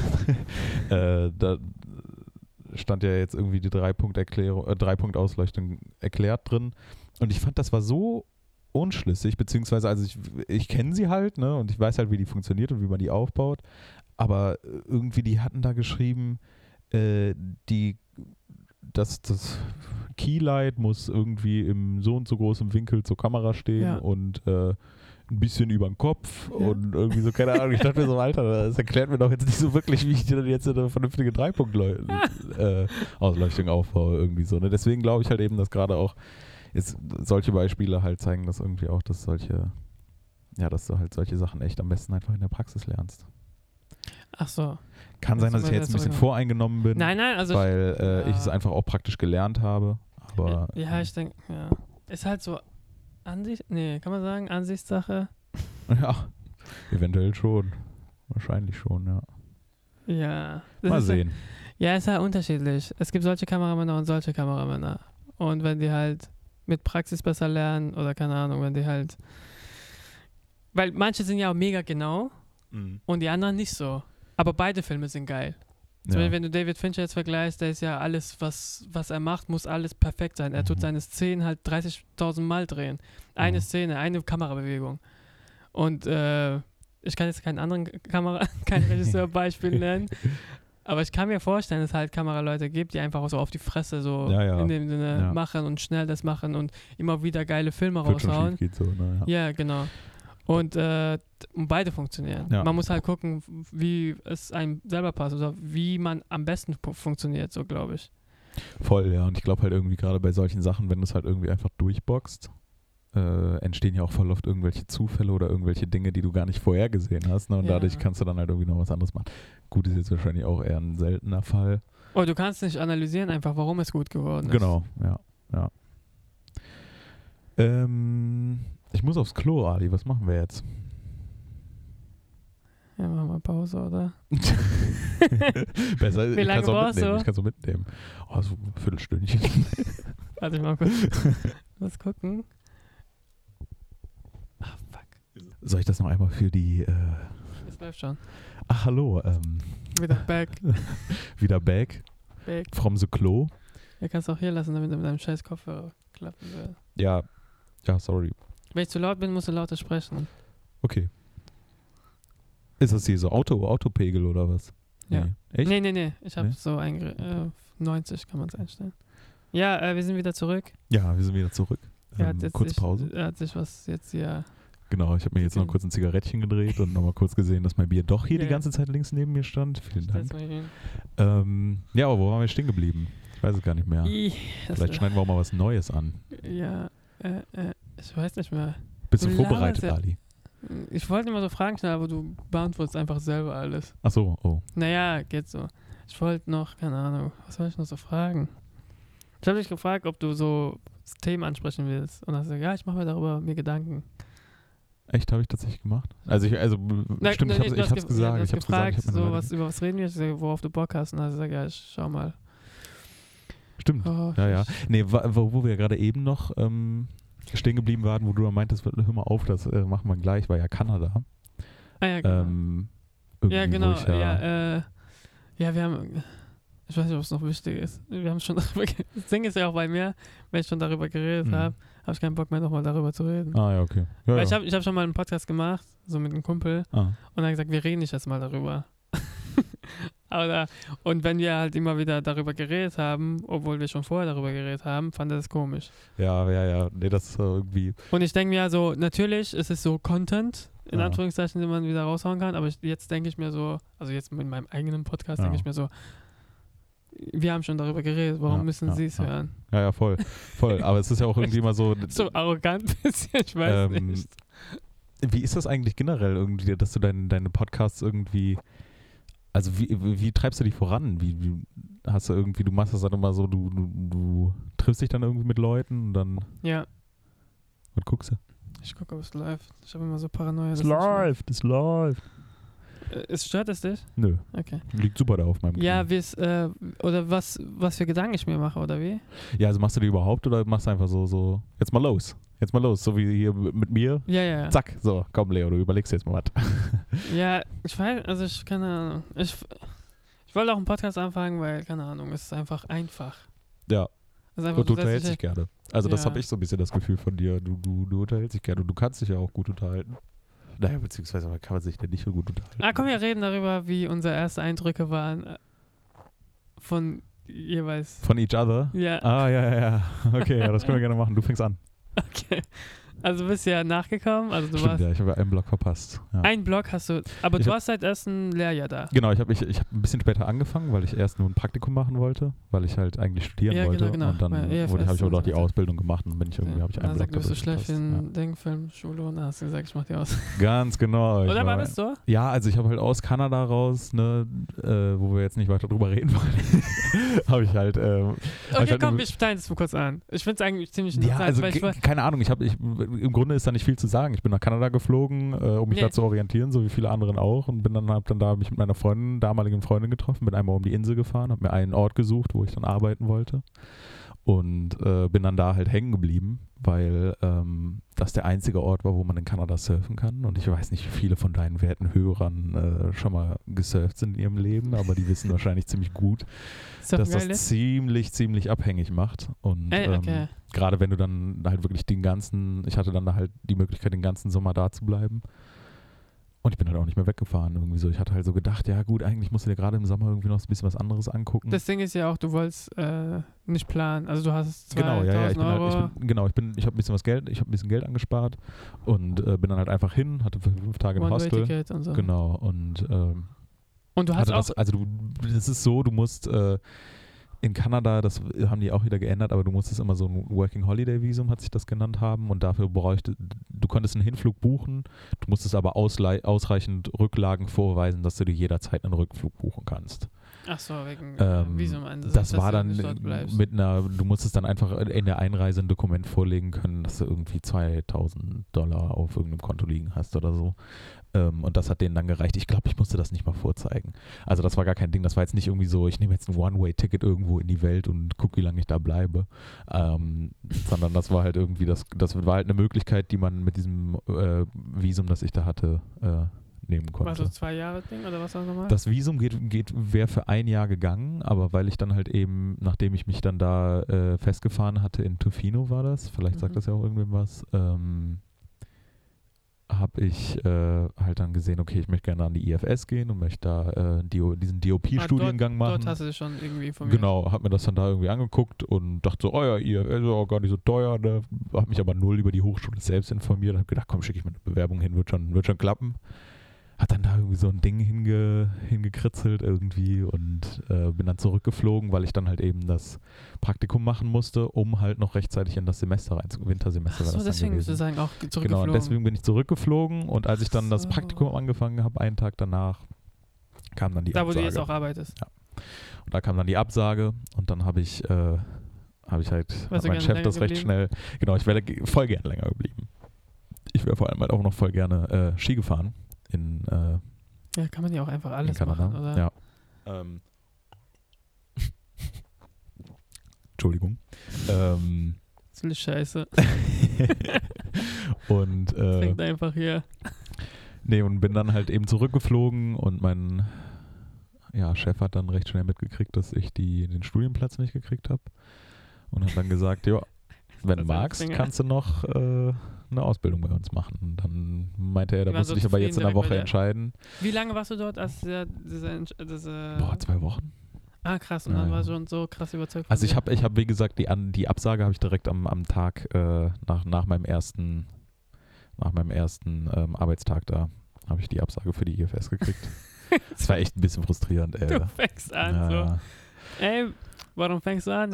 Speaker 1: äh, da stand ja jetzt irgendwie die Drei-Punkt-Erklärung, äh, Drei-Punkt-Ausleuchtung erklärt drin. Und ich fand, das war so unschlüssig, beziehungsweise, also ich, ich kenne sie halt, ne, und ich weiß halt, wie die funktioniert und wie man die aufbaut. Aber äh, irgendwie, die hatten da geschrieben, äh, die, dass das Keylight muss irgendwie im so und so großen Winkel zur Kamera stehen
Speaker 2: Ja.
Speaker 1: und äh, ein bisschen über den Kopf
Speaker 2: Ja.
Speaker 1: und irgendwie so, keine Ahnung. Ich dachte mir so, Alter, das erklärt mir doch jetzt nicht so wirklich, wie ich dir dann jetzt eine vernünftige Dreipunkt-Ausleuchtung aufbaue, irgendwie so. Ne? Deswegen glaube ich halt eben, dass gerade auch jetzt solche Beispiele halt zeigen, dass irgendwie auch, dass solche, ja, dass du halt solche Sachen echt am besten einfach in der Praxis lernst.
Speaker 2: Ach so.
Speaker 1: Kann
Speaker 2: Das
Speaker 1: sein, dass
Speaker 2: ist
Speaker 1: ich jetzt ein
Speaker 2: meine
Speaker 1: bisschen
Speaker 2: Sorge.
Speaker 1: voreingenommen bin,
Speaker 2: Nein, nein, also.
Speaker 1: weil äh, ich es
Speaker 2: ja.
Speaker 1: einfach auch praktisch gelernt habe. Aber
Speaker 2: ich, ja, ich denke, ja. Ist halt so Ansicht. Nee, kann man sagen, Ansichtssache.
Speaker 1: ja, eventuell schon. Wahrscheinlich schon, ja.
Speaker 2: Ja. Das
Speaker 1: Mal
Speaker 2: ist,
Speaker 1: sehen.
Speaker 2: Ja, ist halt unterschiedlich. Es gibt solche Kameramänner und solche Kameramänner. Und wenn die halt mit Praxis besser lernen oder keine Ahnung, wenn die halt. Weil manche sind ja auch mega genau.
Speaker 1: Mhm.
Speaker 2: und die anderen nicht so. Aber beide Filme sind geil. Zum Beispiel, wenn du David Fincher jetzt vergleichst, der ist ja alles, was, was er macht, muss alles perfekt sein. Er tut
Speaker 1: Mhm.
Speaker 2: seine Szenen halt 30.000 Mal drehen. Eine
Speaker 1: Mhm.
Speaker 2: Szene, eine Kamerabewegung. Und äh, ich kann jetzt keinen anderen Kamera, kein Regisseurbeispiel nennen, aber ich kann mir vorstellen, dass es halt Kameraleute gibt, die einfach so auf die Fresse so
Speaker 1: Ja, ja.
Speaker 2: in dem Sinne
Speaker 1: Ja.
Speaker 2: machen und schnell das machen und immer wieder geile Filme
Speaker 1: Wird schon schief
Speaker 2: raushauen.
Speaker 1: geht so, ne? Ja.
Speaker 2: Ja, genau. Und äh, t- beide funktionieren.
Speaker 1: Ja.
Speaker 2: Man muss halt gucken, wie es einem selber passt oder wie man am besten pu- funktioniert, so glaube ich.
Speaker 1: Voll, ja. Und ich glaube halt irgendwie gerade bei solchen Sachen, wenn du es halt irgendwie einfach durchboxt, äh, entstehen ja auch voll oft irgendwelche Zufälle oder irgendwelche Dinge, die du gar nicht vorhergesehen hast. Ne? Und
Speaker 2: Ja.
Speaker 1: dadurch kannst du dann halt irgendwie noch was anderes machen. Gut, ist jetzt wahrscheinlich auch eher ein seltener Fall.
Speaker 2: Oh, du kannst nicht analysieren einfach, warum es gut geworden ist.
Speaker 1: Genau, ja. ja. Ähm, ich muss aufs Klo, Ali. Was machen wir jetzt?
Speaker 2: Ja, machen wir Pause, oder?
Speaker 1: Besser,
Speaker 2: Wie
Speaker 1: ich
Speaker 2: lange
Speaker 1: kann es auch
Speaker 2: brauchst
Speaker 1: mitnehmen.
Speaker 2: du?
Speaker 1: Ich kann es auch mitnehmen. Oh, so ein Viertelstündchen.
Speaker 2: Warte, ich mal kurz. Lass gucken. Ah, fuck.
Speaker 1: Soll ich das noch einmal für die. Äh
Speaker 2: Es läuft schon.
Speaker 1: Ach, hallo. Ähm,
Speaker 2: Wieder back,
Speaker 1: wieder back
Speaker 2: back.
Speaker 1: from the Klo.
Speaker 2: Ja, kannst du auch hier lassen, damit er mit deinem scheiß Kopfhörer klappen will.
Speaker 1: Ja. Ja, sorry.
Speaker 2: Wenn ich zu laut bin, musst du lauter sprechen.
Speaker 1: Okay. Ist das hier so Auto, Autopegel oder was?
Speaker 2: Ja.
Speaker 1: Nee. Echt?
Speaker 2: Nee, nee, nee. Ich habe
Speaker 1: Nee?
Speaker 2: so einge... Äh, 90 kann man es einstellen. Ja, äh, wir sind wieder zurück.
Speaker 1: Ja, wir sind wieder zurück.
Speaker 2: Er
Speaker 1: Ähm,
Speaker 2: jetzt
Speaker 1: kurz
Speaker 2: sich,
Speaker 1: Pause.
Speaker 2: Er hat sich was jetzt hier...
Speaker 1: Genau, ich habe mir jetzt noch kurz ein Zigarettchen gedreht und nochmal kurz gesehen, dass mein Bier doch hier die
Speaker 2: Ja.
Speaker 1: ganze Zeit links neben mir stand. Vielen
Speaker 2: Stell's
Speaker 1: Dank.
Speaker 2: mal hier hin.
Speaker 1: Ähm, ja, aber wo waren wir stehen geblieben? Ich weiß es gar nicht mehr.
Speaker 2: Ih, das-
Speaker 1: Vielleicht schneiden wir auch mal was Neues an.
Speaker 2: Ja, äh, äh, ich weiß nicht mehr.
Speaker 1: Bist du
Speaker 2: Du
Speaker 1: vorbereitet,
Speaker 2: laberst
Speaker 1: Ali?
Speaker 2: Ich wollte immer so Fragen stellen, aber du beantwortest einfach selber alles.
Speaker 1: Ach so, oh.
Speaker 2: Naja, geht so. Ich wollte noch, keine Ahnung, was soll ich noch so fragen? Ich habe dich gefragt, ob du so Themen ansprechen willst. Und hast gesagt, ja, ich mache mir darüber mir Gedanken.
Speaker 1: Echt, habe ich tatsächlich gemacht? Also, ich, also b-
Speaker 2: Na,
Speaker 1: stimmt, ich
Speaker 2: nee,
Speaker 1: habe
Speaker 2: du
Speaker 1: es
Speaker 2: hast
Speaker 1: hab's
Speaker 2: ge-
Speaker 1: gesagt.
Speaker 2: du hast
Speaker 1: ich habe gesagt, ich
Speaker 2: gefragt,
Speaker 1: hab meine
Speaker 2: so,
Speaker 1: Meinung-
Speaker 2: was, über was reden wir, Ich sag, worauf du Bock hast. Und dann hast du gesagt, ja, ich schau mal.
Speaker 1: Stimmt.
Speaker 2: Oh,
Speaker 1: Ja, ja.
Speaker 2: ich-
Speaker 1: Nee, wa- wo, wo wir gerade eben noch ähm, stehen geblieben waren, wo du dann meintest, hör mal auf, das äh, machen wir gleich, war ja Kanada.
Speaker 2: Ah, ja, genau.
Speaker 1: Ähm, irgendwie,
Speaker 2: ja,
Speaker 1: wo
Speaker 2: genau.
Speaker 1: ich
Speaker 2: Ja, äh, ja, wir haben. Ich weiß nicht, ob es noch wichtig ist. Wir haben schon darüber ge- Das Ding ist ja auch bei mir, wenn ich schon darüber geredet
Speaker 1: Mhm.
Speaker 2: habe, habe ich keinen Bock mehr, nochmal darüber zu reden.
Speaker 1: Ah, ja, okay. Ja,
Speaker 2: Weil
Speaker 1: ja.
Speaker 2: ich habe ich hab schon mal einen Podcast gemacht, so mit einem Kumpel,
Speaker 1: ah.
Speaker 2: und dann gesagt, wir reden nicht erst mal darüber. Aber da, und wenn wir halt immer wieder darüber geredet haben, obwohl wir schon vorher darüber geredet haben, fand er das komisch.
Speaker 1: ja, ja, ja. Nee, das ist äh, irgendwie.
Speaker 2: Und ich denke mir ja so, natürlich ist es so Content, in
Speaker 1: Ja.
Speaker 2: Anführungszeichen, den man wieder raushauen kann, aber ich, jetzt denke ich mir so, also jetzt mit meinem eigenen Podcast
Speaker 1: Ja.
Speaker 2: denke ich mir so, wir haben schon darüber geredet, warum
Speaker 1: Ja,
Speaker 2: müssen
Speaker 1: ja,
Speaker 2: Sie es
Speaker 1: ja.
Speaker 2: hören?
Speaker 1: Ja, ja, voll. Voll. Aber es ist ja auch irgendwie immer so.
Speaker 2: So arrogant ein bisschen, ich weiß
Speaker 1: Ähm,
Speaker 2: nicht.
Speaker 1: Wie ist das eigentlich generell irgendwie, dass du dein, deine Podcasts irgendwie, also wie, wie wie treibst du dich voran? Wie, wie hast du irgendwie, du machst das dann immer so, du, du, du triffst dich dann irgendwie mit Leuten und dann,
Speaker 2: Ja,
Speaker 1: und guckst du?
Speaker 2: ich gucke, ob es läuft. Ich habe immer so Paranoia. dass
Speaker 1: Es
Speaker 2: es nicht läuft.
Speaker 1: läuft, es läuft.
Speaker 2: Äh, Es stört es dich?
Speaker 1: Nö,
Speaker 2: Okay.
Speaker 1: liegt super da auf meinem
Speaker 2: Ja,
Speaker 1: Knie.
Speaker 2: wie es, äh, oder was, was für Gedanken ich mir mache, oder wie?
Speaker 1: ja, also machst du die überhaupt oder machst du einfach so, so, jetzt mal los, jetzt mal los, so wie hier mit mir.
Speaker 2: Ja, ja, ja.
Speaker 1: Zack, so, komm Leo, du überlegst jetzt mal was.
Speaker 2: Ja, ich weiß, also ich, keine Ahnung. Ich, ich wollte auch einen Podcast anfangen, weil, keine Ahnung, es ist einfach einfach.
Speaker 1: Ja,
Speaker 2: Es ist einfach,
Speaker 1: und du
Speaker 2: setzt dich
Speaker 1: unterhältst dich gerne. Also das
Speaker 2: Ja.
Speaker 1: habe ich so ein bisschen das Gefühl von dir. Du, du, du unterhältst dich gerne und du kannst dich ja auch gut unterhalten. Naja, beziehungsweise man kann man sich denn nicht so gut unterhalten.
Speaker 2: Ah, komm, wir reden darüber, wie unsere ersten Eindrücke waren äh, von jeweils.
Speaker 1: Von each other?
Speaker 2: Ja,
Speaker 1: Ah, ja, ja, ja. Okay, ja, das können wir gerne machen. Du fängst an.
Speaker 2: okay. Also du bist ja nachgekommen, also du
Speaker 1: Stimmt,
Speaker 2: warst.
Speaker 1: ja, ich habe ja einen Block verpasst. Ja.
Speaker 2: Einen Blog hast du, aber
Speaker 1: Ich
Speaker 2: du
Speaker 1: hab-
Speaker 2: warst seit ersten Lehrjahr da.
Speaker 1: Genau, ich habe ich, ich hab ein bisschen später angefangen, weil ich erst nur ein Praktikum machen wollte, weil ich halt eigentlich studieren
Speaker 2: Ja, genau,
Speaker 1: wollte.
Speaker 2: genau.
Speaker 1: Und dann
Speaker 2: Bei EFS
Speaker 1: habe ich
Speaker 2: und
Speaker 1: aber doch
Speaker 2: so
Speaker 1: die
Speaker 2: weiter.
Speaker 1: Ausbildung gemacht und bin ich irgendwie, habe ich einen
Speaker 2: dann
Speaker 1: Block
Speaker 2: sagt, du bist so
Speaker 1: dadurch
Speaker 2: schlecht
Speaker 1: verpasst.
Speaker 2: in Ding, Film, Schule und dann hast du gesagt, ich mach dir aus.
Speaker 1: ja. Ganz genau. ich
Speaker 2: Oder
Speaker 1: war-
Speaker 2: war das so?
Speaker 1: ja, also ich habe halt aus Kanada raus, ne, äh, wo wir jetzt nicht weiter drüber reden wollen, habe ich halt ähm, ich
Speaker 2: Okay,
Speaker 1: halt
Speaker 2: komm,
Speaker 1: nur-
Speaker 2: wir teilen das mal kurz an. Ich finde es eigentlich ziemlich
Speaker 1: Ja,
Speaker 2: interessant,
Speaker 1: also
Speaker 2: weil ich
Speaker 1: ke-
Speaker 2: war,
Speaker 1: keine Ahnung, ich habe ich, im Grunde ist da nicht viel zu sagen. Ich bin nach Kanada geflogen, äh, um mich
Speaker 2: Nee.
Speaker 1: da zu orientieren, so wie viele anderen auch und bin dann hab dann da mich mit meiner Freundin, damaligen Freundin getroffen, bin einmal um die Insel gefahren, habe mir einen Ort gesucht, wo ich dann arbeiten wollte und äh, bin dann da halt hängen geblieben, weil ähm, das der einzige Ort war, wo man in Kanada surfen kann. Und ich weiß nicht, wie viele von deinen werten Hörern äh, schon mal gesurft sind in ihrem Leben, aber die wissen wahrscheinlich ziemlich gut,
Speaker 2: Surfen
Speaker 1: dass das
Speaker 2: geil, ne?
Speaker 1: ziemlich, ziemlich abhängig macht. Und
Speaker 2: Ey, Äh, okay.
Speaker 1: ähm, gerade wenn du dann halt wirklich den ganzen, ich hatte dann halt die Möglichkeit, den ganzen Sommer da zu bleiben. Und ich bin halt auch nicht mehr weggefahren irgendwie so. Ich hatte halt so gedacht, ja gut, eigentlich musst du dir gerade im Sommer irgendwie noch so ein bisschen was anderes angucken.
Speaker 2: Das Ding ist ja auch, du wolltest äh, nicht planen. Also du hast 2000
Speaker 1: Genau, ja, ja. Ich bin
Speaker 2: Euro.
Speaker 1: halt, ich bin, genau, ich bin, ich habe ein bisschen was Geld, ich habe ein bisschen Geld angespart und äh, bin dann halt einfach hin, hatte fünf fünf Tage im Hostel.
Speaker 2: One-Way-Ticket und so.
Speaker 1: Genau, und ähm,
Speaker 2: Und du hast
Speaker 1: hatte
Speaker 2: auch,
Speaker 1: das, also du, es ist so, du musst äh, in Kanada, das haben die auch wieder geändert, aber du musstest immer so ein Working Holiday Visum, hat sich das genannt haben, und dafür bräuchte, du konntest einen Hinflug buchen, du musstest aber auslei- ausreichend Rücklagen vorweisen, dass du dir jederzeit einen Rückflug buchen kannst.
Speaker 2: ach so, wegen
Speaker 1: Ähm,
Speaker 2: ähm, Visum einsatz,
Speaker 1: Das
Speaker 2: dass
Speaker 1: war
Speaker 2: du
Speaker 1: dann
Speaker 2: nicht dort bleibst.
Speaker 1: mit einer, du musstest dann einfach in der Einreise ein Dokument vorlegen können, dass du irgendwie 2000 Dollar auf irgendeinem Konto liegen hast oder so. Ähm, und das hat denen dann gereicht. Ich glaube, ich musste das nicht mal vorzeigen. Also das war gar kein Ding. Das war jetzt nicht irgendwie so, ich nehme jetzt ein One-Way-Ticket irgendwo in die Welt und gucke, wie lange ich da bleibe. Ähm, sondern das war halt irgendwie, das, das war halt eine Möglichkeit, die man mit diesem äh, Visum, das ich da hatte, äh, nehmen konnte.
Speaker 2: War so zwei Jahre Ding oder was war das nochmal?
Speaker 1: Das Visum geht, geht wäre für ein Jahr gegangen, aber weil ich dann halt eben, nachdem ich mich dann da äh, festgefahren hatte, in Tofino war das, vielleicht sagt
Speaker 2: Mhm.
Speaker 1: das ja auch irgendwem was, ähm, habe ich äh, halt dann gesehen, okay, ich möchte gerne an die IFS gehen und möchte da äh, DO, diesen DOP-Studiengang
Speaker 2: Ah,
Speaker 1: machen.
Speaker 2: dort, Dort hast du dich schon irgendwie von
Speaker 1: Genau, hab mir das dann da irgendwie angeguckt und dachte so, oh ja, IFS ist auch gar nicht so teuer. Ne? Hab mich aber null über die Hochschule selbst informiert und hab gedacht, komm, schicke ich mal eine Bewerbung hin, wird schon, wird schon klappen. Hat dann da irgendwie so ein Ding hinge, hingekritzelt irgendwie und äh, bin dann zurückgeflogen, weil ich dann halt eben das Praktikum machen musste, um halt noch rechtzeitig in das Semester rein, Wintersemester
Speaker 2: Ach
Speaker 1: war
Speaker 2: so,
Speaker 1: das dann
Speaker 2: deswegen
Speaker 1: gewesen.
Speaker 2: sozusagen auch
Speaker 1: Genau,
Speaker 2: zurückgeflogen.
Speaker 1: und deswegen bin ich zurückgeflogen und als ich dann das
Speaker 2: so.
Speaker 1: Praktikum angefangen habe, einen Tag danach, kam dann die
Speaker 2: da, wo
Speaker 1: Absage.
Speaker 2: du jetzt auch arbeitest.
Speaker 1: Und da kam dann die Absage und dann habe ich, äh, habe ich halt, hat
Speaker 2: du
Speaker 1: mein
Speaker 2: gerne
Speaker 1: Chef
Speaker 2: länger
Speaker 1: das recht
Speaker 2: geblieben?
Speaker 1: schnell, genau, ich wäre ge- voll gerne länger geblieben. Ich wäre vor allem halt auch noch voll gerne äh, Ski gefahren in, äh,
Speaker 2: Ja, kann man ja auch einfach
Speaker 1: in
Speaker 2: alles
Speaker 1: Kanada.
Speaker 2: machen, oder?
Speaker 1: Ja. Ähm. Entschuldigung. ähm.
Speaker 2: Das will ich scheiße.
Speaker 1: Äh. und äh,
Speaker 2: Fängt einfach hier.
Speaker 1: Nee, und bin dann halt eben zurückgeflogen und mein ja, Chef hat dann recht schnell mitgekriegt, dass ich die, den Studienplatz nicht gekriegt habe. Und hat dann gesagt, ja, wenn du
Speaker 2: Das
Speaker 1: magst,
Speaker 2: Anfänger.
Speaker 1: kannst du noch äh, eine Ausbildung bei uns machen. Und dann meinte er, da
Speaker 2: Die waren
Speaker 1: musst du
Speaker 2: so
Speaker 1: dich aber jetzt in
Speaker 2: zufrieden
Speaker 1: einer
Speaker 2: direkt
Speaker 1: Woche
Speaker 2: mit
Speaker 1: entscheiden.
Speaker 2: Wie lange warst du dort, als der, diese, Entsch- diese
Speaker 1: Boah, zwei Wochen?
Speaker 2: Ah, krass. Und dann
Speaker 1: Ja, ja.
Speaker 2: war schon so krass überzeugt. von
Speaker 1: Also ich
Speaker 2: dir.
Speaker 1: habe, ich hab, wie gesagt, die, an, die Absage habe ich direkt am, am Tag äh, nach, nach meinem ersten, nach meinem ersten ähm, Arbeitstag da, habe ich die Absage für die IFS gekriegt. Das war echt ein bisschen frustrierend, ey.
Speaker 2: Du fängst an
Speaker 1: Ja.
Speaker 2: so. Ey, warum fängst du an?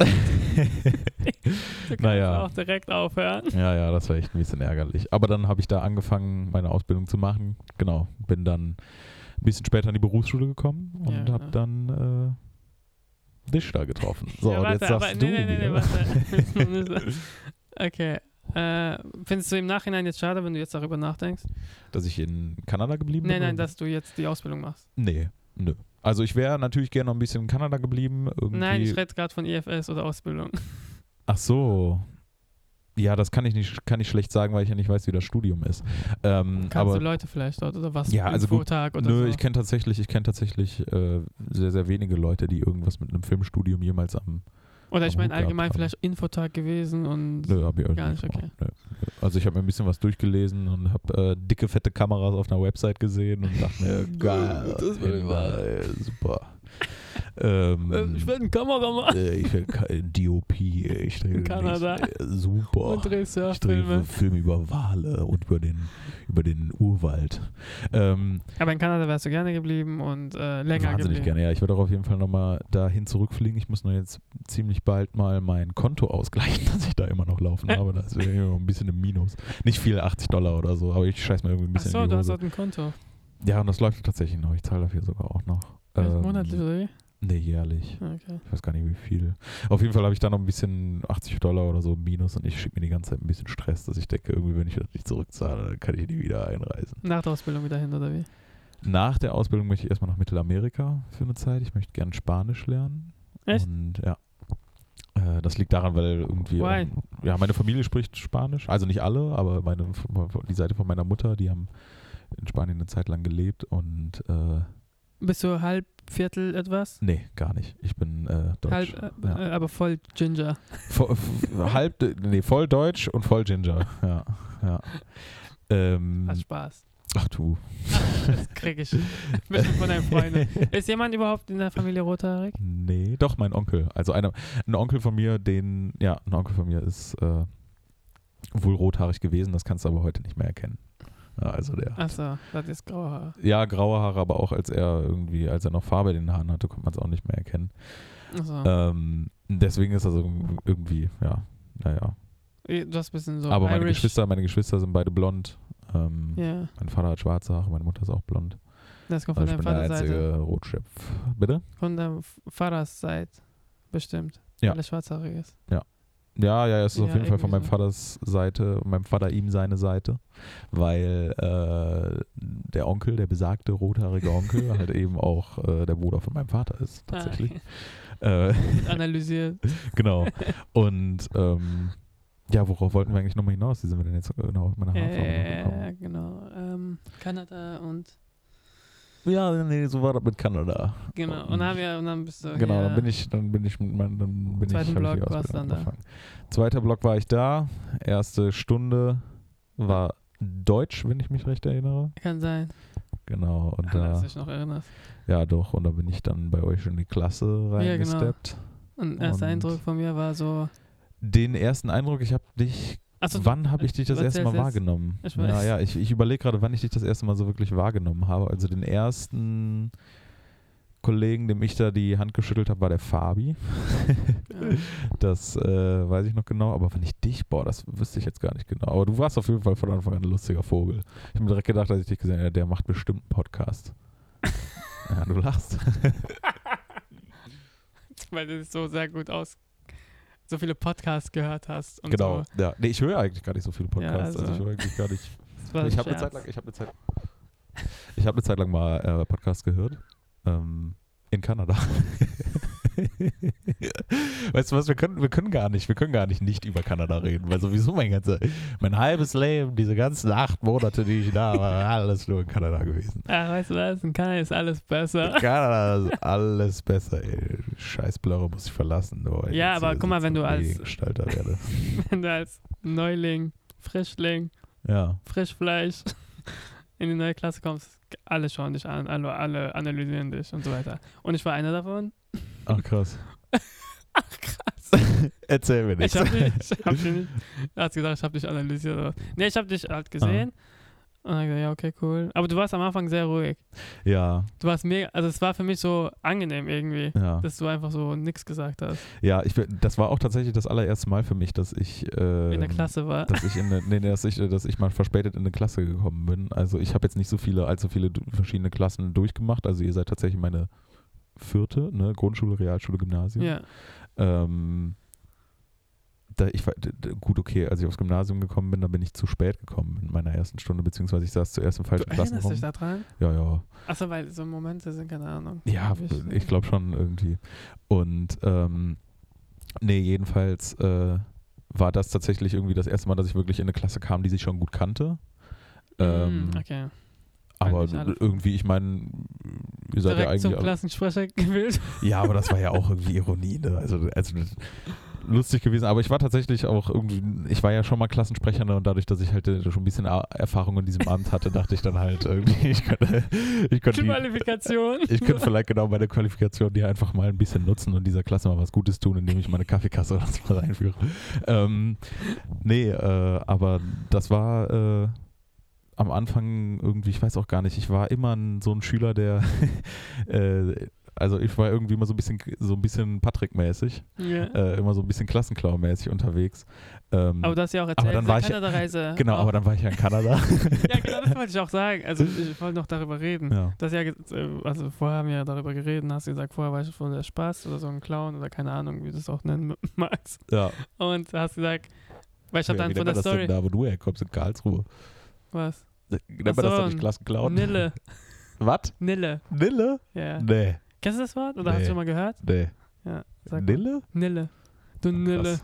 Speaker 2: Du kannst
Speaker 1: Naja.
Speaker 2: auch direkt aufhören.
Speaker 1: ja, ja, das war echt ein bisschen ärgerlich. Aber dann habe ich da angefangen, meine Ausbildung zu machen. Genau, bin dann ein bisschen später an die Berufsschule gekommen und
Speaker 2: Ja,
Speaker 1: habe
Speaker 2: ja.
Speaker 1: dann äh, dich da getroffen. So,
Speaker 2: ja,
Speaker 1: und
Speaker 2: warte,
Speaker 1: jetzt
Speaker 2: aber,
Speaker 1: sagst
Speaker 2: nee,
Speaker 1: du
Speaker 2: nee, nee, nee,
Speaker 1: mir.
Speaker 2: warte. okay. Äh, findest du im Nachhinein jetzt schade, wenn du jetzt darüber nachdenkst?
Speaker 1: dass ich in Kanada geblieben
Speaker 2: Nein,
Speaker 1: bin?
Speaker 2: nein,
Speaker 1: oder?
Speaker 2: dass du jetzt die Ausbildung machst.
Speaker 1: Nee, nö. Also ich wäre natürlich gerne noch ein bisschen in Kanada geblieben. Irgendwie.
Speaker 2: Nein, ich rede gerade von EFS oder Ausbildung.
Speaker 1: Hm, Ach so. Ja, das kann ich nicht, kann ich schlecht sagen, weil ich ja nicht weiß, wie das Studium ist. Ähm,
Speaker 2: Kannst
Speaker 1: aber
Speaker 2: du Leute vielleicht dort oder was?
Speaker 1: Ja, also gut,
Speaker 2: Infotag oder
Speaker 1: Nö,
Speaker 2: so.
Speaker 1: ich kenne tatsächlich, ich kenne tatsächlich äh, sehr, sehr wenige Leute, die irgendwas mit einem Filmstudium jemals am.
Speaker 2: oder ich
Speaker 1: aber
Speaker 2: meine
Speaker 1: gut
Speaker 2: allgemein
Speaker 1: gehabt haben.
Speaker 2: vielleicht Infotag gewesen und
Speaker 1: Nö, hab ich auch
Speaker 2: Gar nicht,
Speaker 1: gemacht. Nö. Also ich habe mir ein bisschen was durchgelesen und habe äh, dicke, fette Kameras auf einer Website gesehen und dachte mir, geil,
Speaker 2: Das will ich mal.
Speaker 1: ey, super. ähm,
Speaker 2: Äh, ich werde einen Kameramann
Speaker 1: äh, ich will kein DOP, ey, ich drehe
Speaker 2: In Kanada.
Speaker 1: demnächst, äh, super.
Speaker 2: und drehst ja
Speaker 1: ich drehe
Speaker 2: Filme.
Speaker 1: Filme über Wale und über den, über den Urwald. Ähm,
Speaker 2: Aber in Kanada wärst du gerne geblieben und äh, länger
Speaker 1: Wahnsinnig
Speaker 2: geblieben.
Speaker 1: gerne, ja. Ich würde auch auf jeden Fall nochmal dahin zurückfliegen. Ich muss nur jetzt ziemlich bald mal mein Konto ausgleichen, dass ich da immer noch laufen habe. Da ist irgendwie immer ein bisschen im Minus. Nicht viel, 80 Dollar oder so, aber ich scheiß mir irgendwie ein
Speaker 2: Ach
Speaker 1: bisschen
Speaker 2: so,
Speaker 1: in die
Speaker 2: du hast
Speaker 1: Hose.
Speaker 2: dort ein Konto.
Speaker 1: Ja, und das läuft tatsächlich noch. Ich zahle dafür sogar auch noch.
Speaker 2: Also
Speaker 1: Ähm,
Speaker 2: monatlich oder wie?
Speaker 1: Nee, jährlich.
Speaker 2: Okay.
Speaker 1: Ich weiß gar nicht, wie viel. Auf jeden Fall habe ich da noch ein bisschen 80 Dollar oder so im Minus und ich schicke mir die ganze Zeit ein bisschen Stress, dass ich denke, irgendwie, wenn ich das nicht zurückzahle, dann kann ich die wieder einreisen.
Speaker 2: Nach der Ausbildung wieder hin oder wie?
Speaker 1: Nach der Ausbildung möchte ich erstmal nach Mittelamerika für eine Zeit. Ich möchte gerne Spanisch lernen.
Speaker 2: Echt?
Speaker 1: Und ja. Äh, Äh, das liegt daran, weil irgendwie.
Speaker 2: Why?
Speaker 1: ja, meine Familie spricht Spanisch. Also nicht alle, aber meine, die Seite von meiner Mutter, die haben in Spanien eine Zeit lang gelebt und. Äh,
Speaker 2: Bist du halb, Viertel etwas?
Speaker 1: nee, gar nicht. Ich bin äh, Deutsch.
Speaker 2: Halb, äh,
Speaker 1: ja.
Speaker 2: äh, aber voll Ginger.
Speaker 1: Voll, f- halb, nee, voll Deutsch und voll Ginger. Ja, ja. Ähm,
Speaker 2: Hat Spaß.
Speaker 1: ach du.
Speaker 2: Das krieg ich. Bestimmt von deinen Freunden. Ist jemand überhaupt in der Familie rothaarig?
Speaker 1: Nee, doch mein Onkel. Also einer, ein Onkel von mir, den, ja, ein Onkel von mir ist äh, wohl rothaarig gewesen, das kannst du aber heute nicht mehr erkennen. Ja, also der.
Speaker 2: Achso, das ist graue Haare.
Speaker 1: Ja, graue Haare, aber auch als er irgendwie, als er noch Farbe in den Haaren hatte, konnte man es auch nicht mehr erkennen.
Speaker 2: Achso.
Speaker 1: Ähm, deswegen ist er so irgendwie, ja, naja.
Speaker 2: Du hast ein bisschen so.
Speaker 1: aber
Speaker 2: Irish.
Speaker 1: meine Geschwister, meine Geschwister sind beide blond. Ähm,
Speaker 2: Ja,
Speaker 1: Mein Vater hat schwarze Haare, meine Mutter ist auch blond.
Speaker 2: das kommt von
Speaker 1: Also ich
Speaker 2: deiner
Speaker 1: bin der
Speaker 2: Vaterseite.
Speaker 1: einzige Rotschöpf. Bitte?
Speaker 2: Von deinem Vatersseite. Bestimmt.
Speaker 1: Ja.
Speaker 2: Weil er schwarzhaarig ist.
Speaker 1: Ja, ja, es ist auf
Speaker 2: Ja,
Speaker 1: jeden Fall von meinem
Speaker 2: irgendwie
Speaker 1: Vaters Seite, und meinem Vater ihm seine Seite, weil äh, der Onkel, der besagte rothaarige Onkel, halt eben auch äh, der Bruder von meinem Vater ist, tatsächlich. Äh,
Speaker 2: Ah, analysiert.
Speaker 1: genau. Und ähm, ja, worauf wollten wir eigentlich nochmal hinaus? Wie sind wir denn jetzt genau auf meine Haarfarbe gekommen?
Speaker 2: Äh, genau. Ähm, Kanada und.
Speaker 1: Ja, nee, so war das mit Kanada.
Speaker 2: Genau. Und dann, haben wir, und dann bist du.
Speaker 1: Genau,
Speaker 2: Oh, ja,
Speaker 1: dann bin ich, dann bin ich mit meinem, dann bin
Speaker 2: Zweiten
Speaker 1: ich, hab ich die
Speaker 2: Block warst
Speaker 1: Ausbildung
Speaker 2: dann da.
Speaker 1: angefangen. Zweiter Block war ich da. Erste Stunde war Deutsch, wenn ich mich recht erinnere.
Speaker 2: Kann sein.
Speaker 1: Genau. Und
Speaker 2: An Ah, das
Speaker 1: da,
Speaker 2: dich noch erinnerst.
Speaker 1: ja doch, und da bin ich dann bei euch in die Klasse
Speaker 2: genau.
Speaker 1: reingesteppt.
Speaker 2: Und erster
Speaker 1: Und-
Speaker 2: Eindruck von mir war so.
Speaker 1: Den ersten Eindruck, ich habe dich.
Speaker 2: Achso,
Speaker 1: wann habe ich dich das
Speaker 2: was
Speaker 1: erste
Speaker 2: ist
Speaker 1: Mal
Speaker 2: das?
Speaker 1: wahrgenommen?
Speaker 2: Ich weiß.
Speaker 1: naja, ich, ich überlege gerade, wann ich dich das erste Mal so wirklich wahrgenommen habe. Also den ersten Kollegen, dem ich da die Hand geschüttelt habe, war der Fabi.
Speaker 2: ja.
Speaker 1: Das äh, weiß ich noch genau, aber wenn ich dich, boah, das wüsste ich jetzt gar nicht genau. Aber du warst auf jeden Fall von Anfang an ein lustiger Vogel. Ich habe mir direkt gedacht, als ich dich gesehen habe, der macht bestimmt einen Podcast. ja, du lachst.
Speaker 2: weil du es so sehr gut aus. so viele Podcasts gehört hast. Und
Speaker 1: genau.
Speaker 2: So.
Speaker 1: Ja. Nee, ich höre eigentlich gar nicht so viele Podcasts.
Speaker 2: Ja, also-
Speaker 1: also, ich höre eigentlich gar nicht.
Speaker 2: Das war
Speaker 1: ich
Speaker 2: ein
Speaker 1: habe eine Zeit
Speaker 2: Scherz.
Speaker 1: lang, ich habe eine Zeit, ich habe eine Zeit lang mal äh, Podcast gehört. Ähm, in Kanada. weißt du was, wir können, wir können gar nicht, wir können gar nicht nicht über Kanada reden, weil sowieso mein ganze, mein halbes Leben, diese ganzen acht Monate, die ich da war, alles nur in Kanada gewesen.
Speaker 2: Ah, weißt du was? In Kanada ist alles
Speaker 1: In
Speaker 2: besser.
Speaker 1: Kanada ist alles besser, ey. Scheiß Blöre muss ich verlassen. Boah, ich
Speaker 2: Ja,
Speaker 1: jetzt
Speaker 2: aber
Speaker 1: hier
Speaker 2: guck mal, wenn du als-
Speaker 1: Mediengestalter werde.
Speaker 2: Wenn du als Neuling, Frischling,
Speaker 1: Ja.
Speaker 2: Frischfleisch in die neue Klasse kommst, alle schauen dich an, alle, alle analysieren dich und so weiter. Und ich war einer davon.
Speaker 1: Ach Ah, krass. Erzähl mir nichts.
Speaker 2: Ich hab dich, ich hab dich nicht. Du hast gesagt, ich hab dich analysiert. Oder? was. Nee, ich hab dich
Speaker 1: Ah.
Speaker 2: halt gesehen. Und dann hab ich gesagt, ja, okay, cool. Aber du warst am Anfang sehr ruhig.
Speaker 1: Ja,
Speaker 2: Du warst mega, also es war für mich so angenehm irgendwie,
Speaker 1: ja.
Speaker 2: dass du einfach so nichts gesagt hast.
Speaker 1: Ja, ich, bin- das war auch tatsächlich das allererste Mal für mich, dass ich ähm,
Speaker 2: in der Klasse war.
Speaker 1: dass ich in eine, nee, nee, dass ich, äh, dass ich mal verspätet in eine Klasse gekommen bin. Also ich habe jetzt nicht so viele, allzu viele du- verschiedene Klassen durchgemacht. Also ihr seid tatsächlich meine vierte, ne? Grundschule, Realschule, Gymnasium.
Speaker 2: Ja.
Speaker 1: Ähm, da ich war, d- d- gut, okay, als ich aufs Gymnasium gekommen bin, da bin ich zu spät gekommen in meiner ersten Stunde, beziehungsweise ich saß zuerst im
Speaker 2: Du
Speaker 1: falschen
Speaker 2: erinnerst
Speaker 1: Klassenraum.
Speaker 2: dich daran?
Speaker 1: Ja, ja.
Speaker 2: Achso, weil so Momente sind, keine Ahnung.
Speaker 1: Ja, äh,
Speaker 2: Hab ich-
Speaker 1: ich glaube schon irgendwie. Und ähm, nee, jedenfalls äh, war das tatsächlich irgendwie das erste Mal, dass ich wirklich in eine Klasse kam, die ich schon gut kannte. Ähm,
Speaker 2: Mm, okay.
Speaker 1: aber
Speaker 2: nicht alle.
Speaker 1: irgendwie, ich meine, ihr seid ja
Speaker 2: Direkt zum
Speaker 1: eigentlich. alle-
Speaker 2: Klassensprecher gewählt.
Speaker 1: Ja, aber das war ja auch irgendwie Ironie, ne? Also, also lustig gewesen. Aber ich war tatsächlich auch irgendwie, ich war ja schon mal Klassensprecher ne? und dadurch, dass ich halt äh, schon ein bisschen A- Erfahrung in diesem Amt hatte, dachte ich dann halt irgendwie, ich könnte, ich könnte die-
Speaker 2: Qualifikation.
Speaker 1: ich könnte vielleicht genau meine Qualifikation hier einfach mal ein bisschen nutzen und dieser Klasse mal was Gutes tun, indem ich meine Kaffeekasse oder so reinführe. Ähm, nee, äh, aber das war äh, am Anfang irgendwie, ich weiß auch gar nicht, ich war immer ein, so ein Schüler, der, äh, also ich war irgendwie immer so ein bisschen, so ein bisschen Patrick-mäßig,
Speaker 2: ja.
Speaker 1: äh, immer so ein bisschen Klassenclown-mäßig unterwegs. Ähm,
Speaker 2: Aber du hast ja auch erzählt,
Speaker 1: dann
Speaker 2: in
Speaker 1: war
Speaker 2: der
Speaker 1: ich-
Speaker 2: Kanada-Reise.
Speaker 1: genau,
Speaker 2: auch,
Speaker 1: aber dann war ich ja in Kanada.
Speaker 2: Ja, genau, das wollte ich auch sagen. Also, ich wollte noch darüber reden.
Speaker 1: ja.
Speaker 2: Das ja, ge- äh, also vorher haben wir ja darüber geredet, hast gesagt, vorher war ich voll der Spaß oder so ein Clown oder keine Ahnung, wie du es auch nennen magst.
Speaker 1: ja.
Speaker 2: Und hast gesagt, weil ich habe
Speaker 1: Wie
Speaker 2: dann von
Speaker 1: nennt man genau,
Speaker 2: der
Speaker 1: das
Speaker 2: Story,
Speaker 1: denn da, wo du herkommst, in Karlsruhe.
Speaker 2: was?
Speaker 1: Nennt man
Speaker 2: Ach
Speaker 1: das
Speaker 2: so,
Speaker 1: doch nicht Klassenclown?
Speaker 2: Nille,
Speaker 1: Was?
Speaker 2: Nille,
Speaker 1: Nille?
Speaker 2: ja.
Speaker 1: Nee,
Speaker 2: Kennst du das Wort oder hast
Speaker 1: Nee.
Speaker 2: du schon mal gehört?
Speaker 1: nee.
Speaker 2: Ja, sag mal.
Speaker 1: Nille? Oh,
Speaker 2: Nille. Du Nille.
Speaker 1: Krass.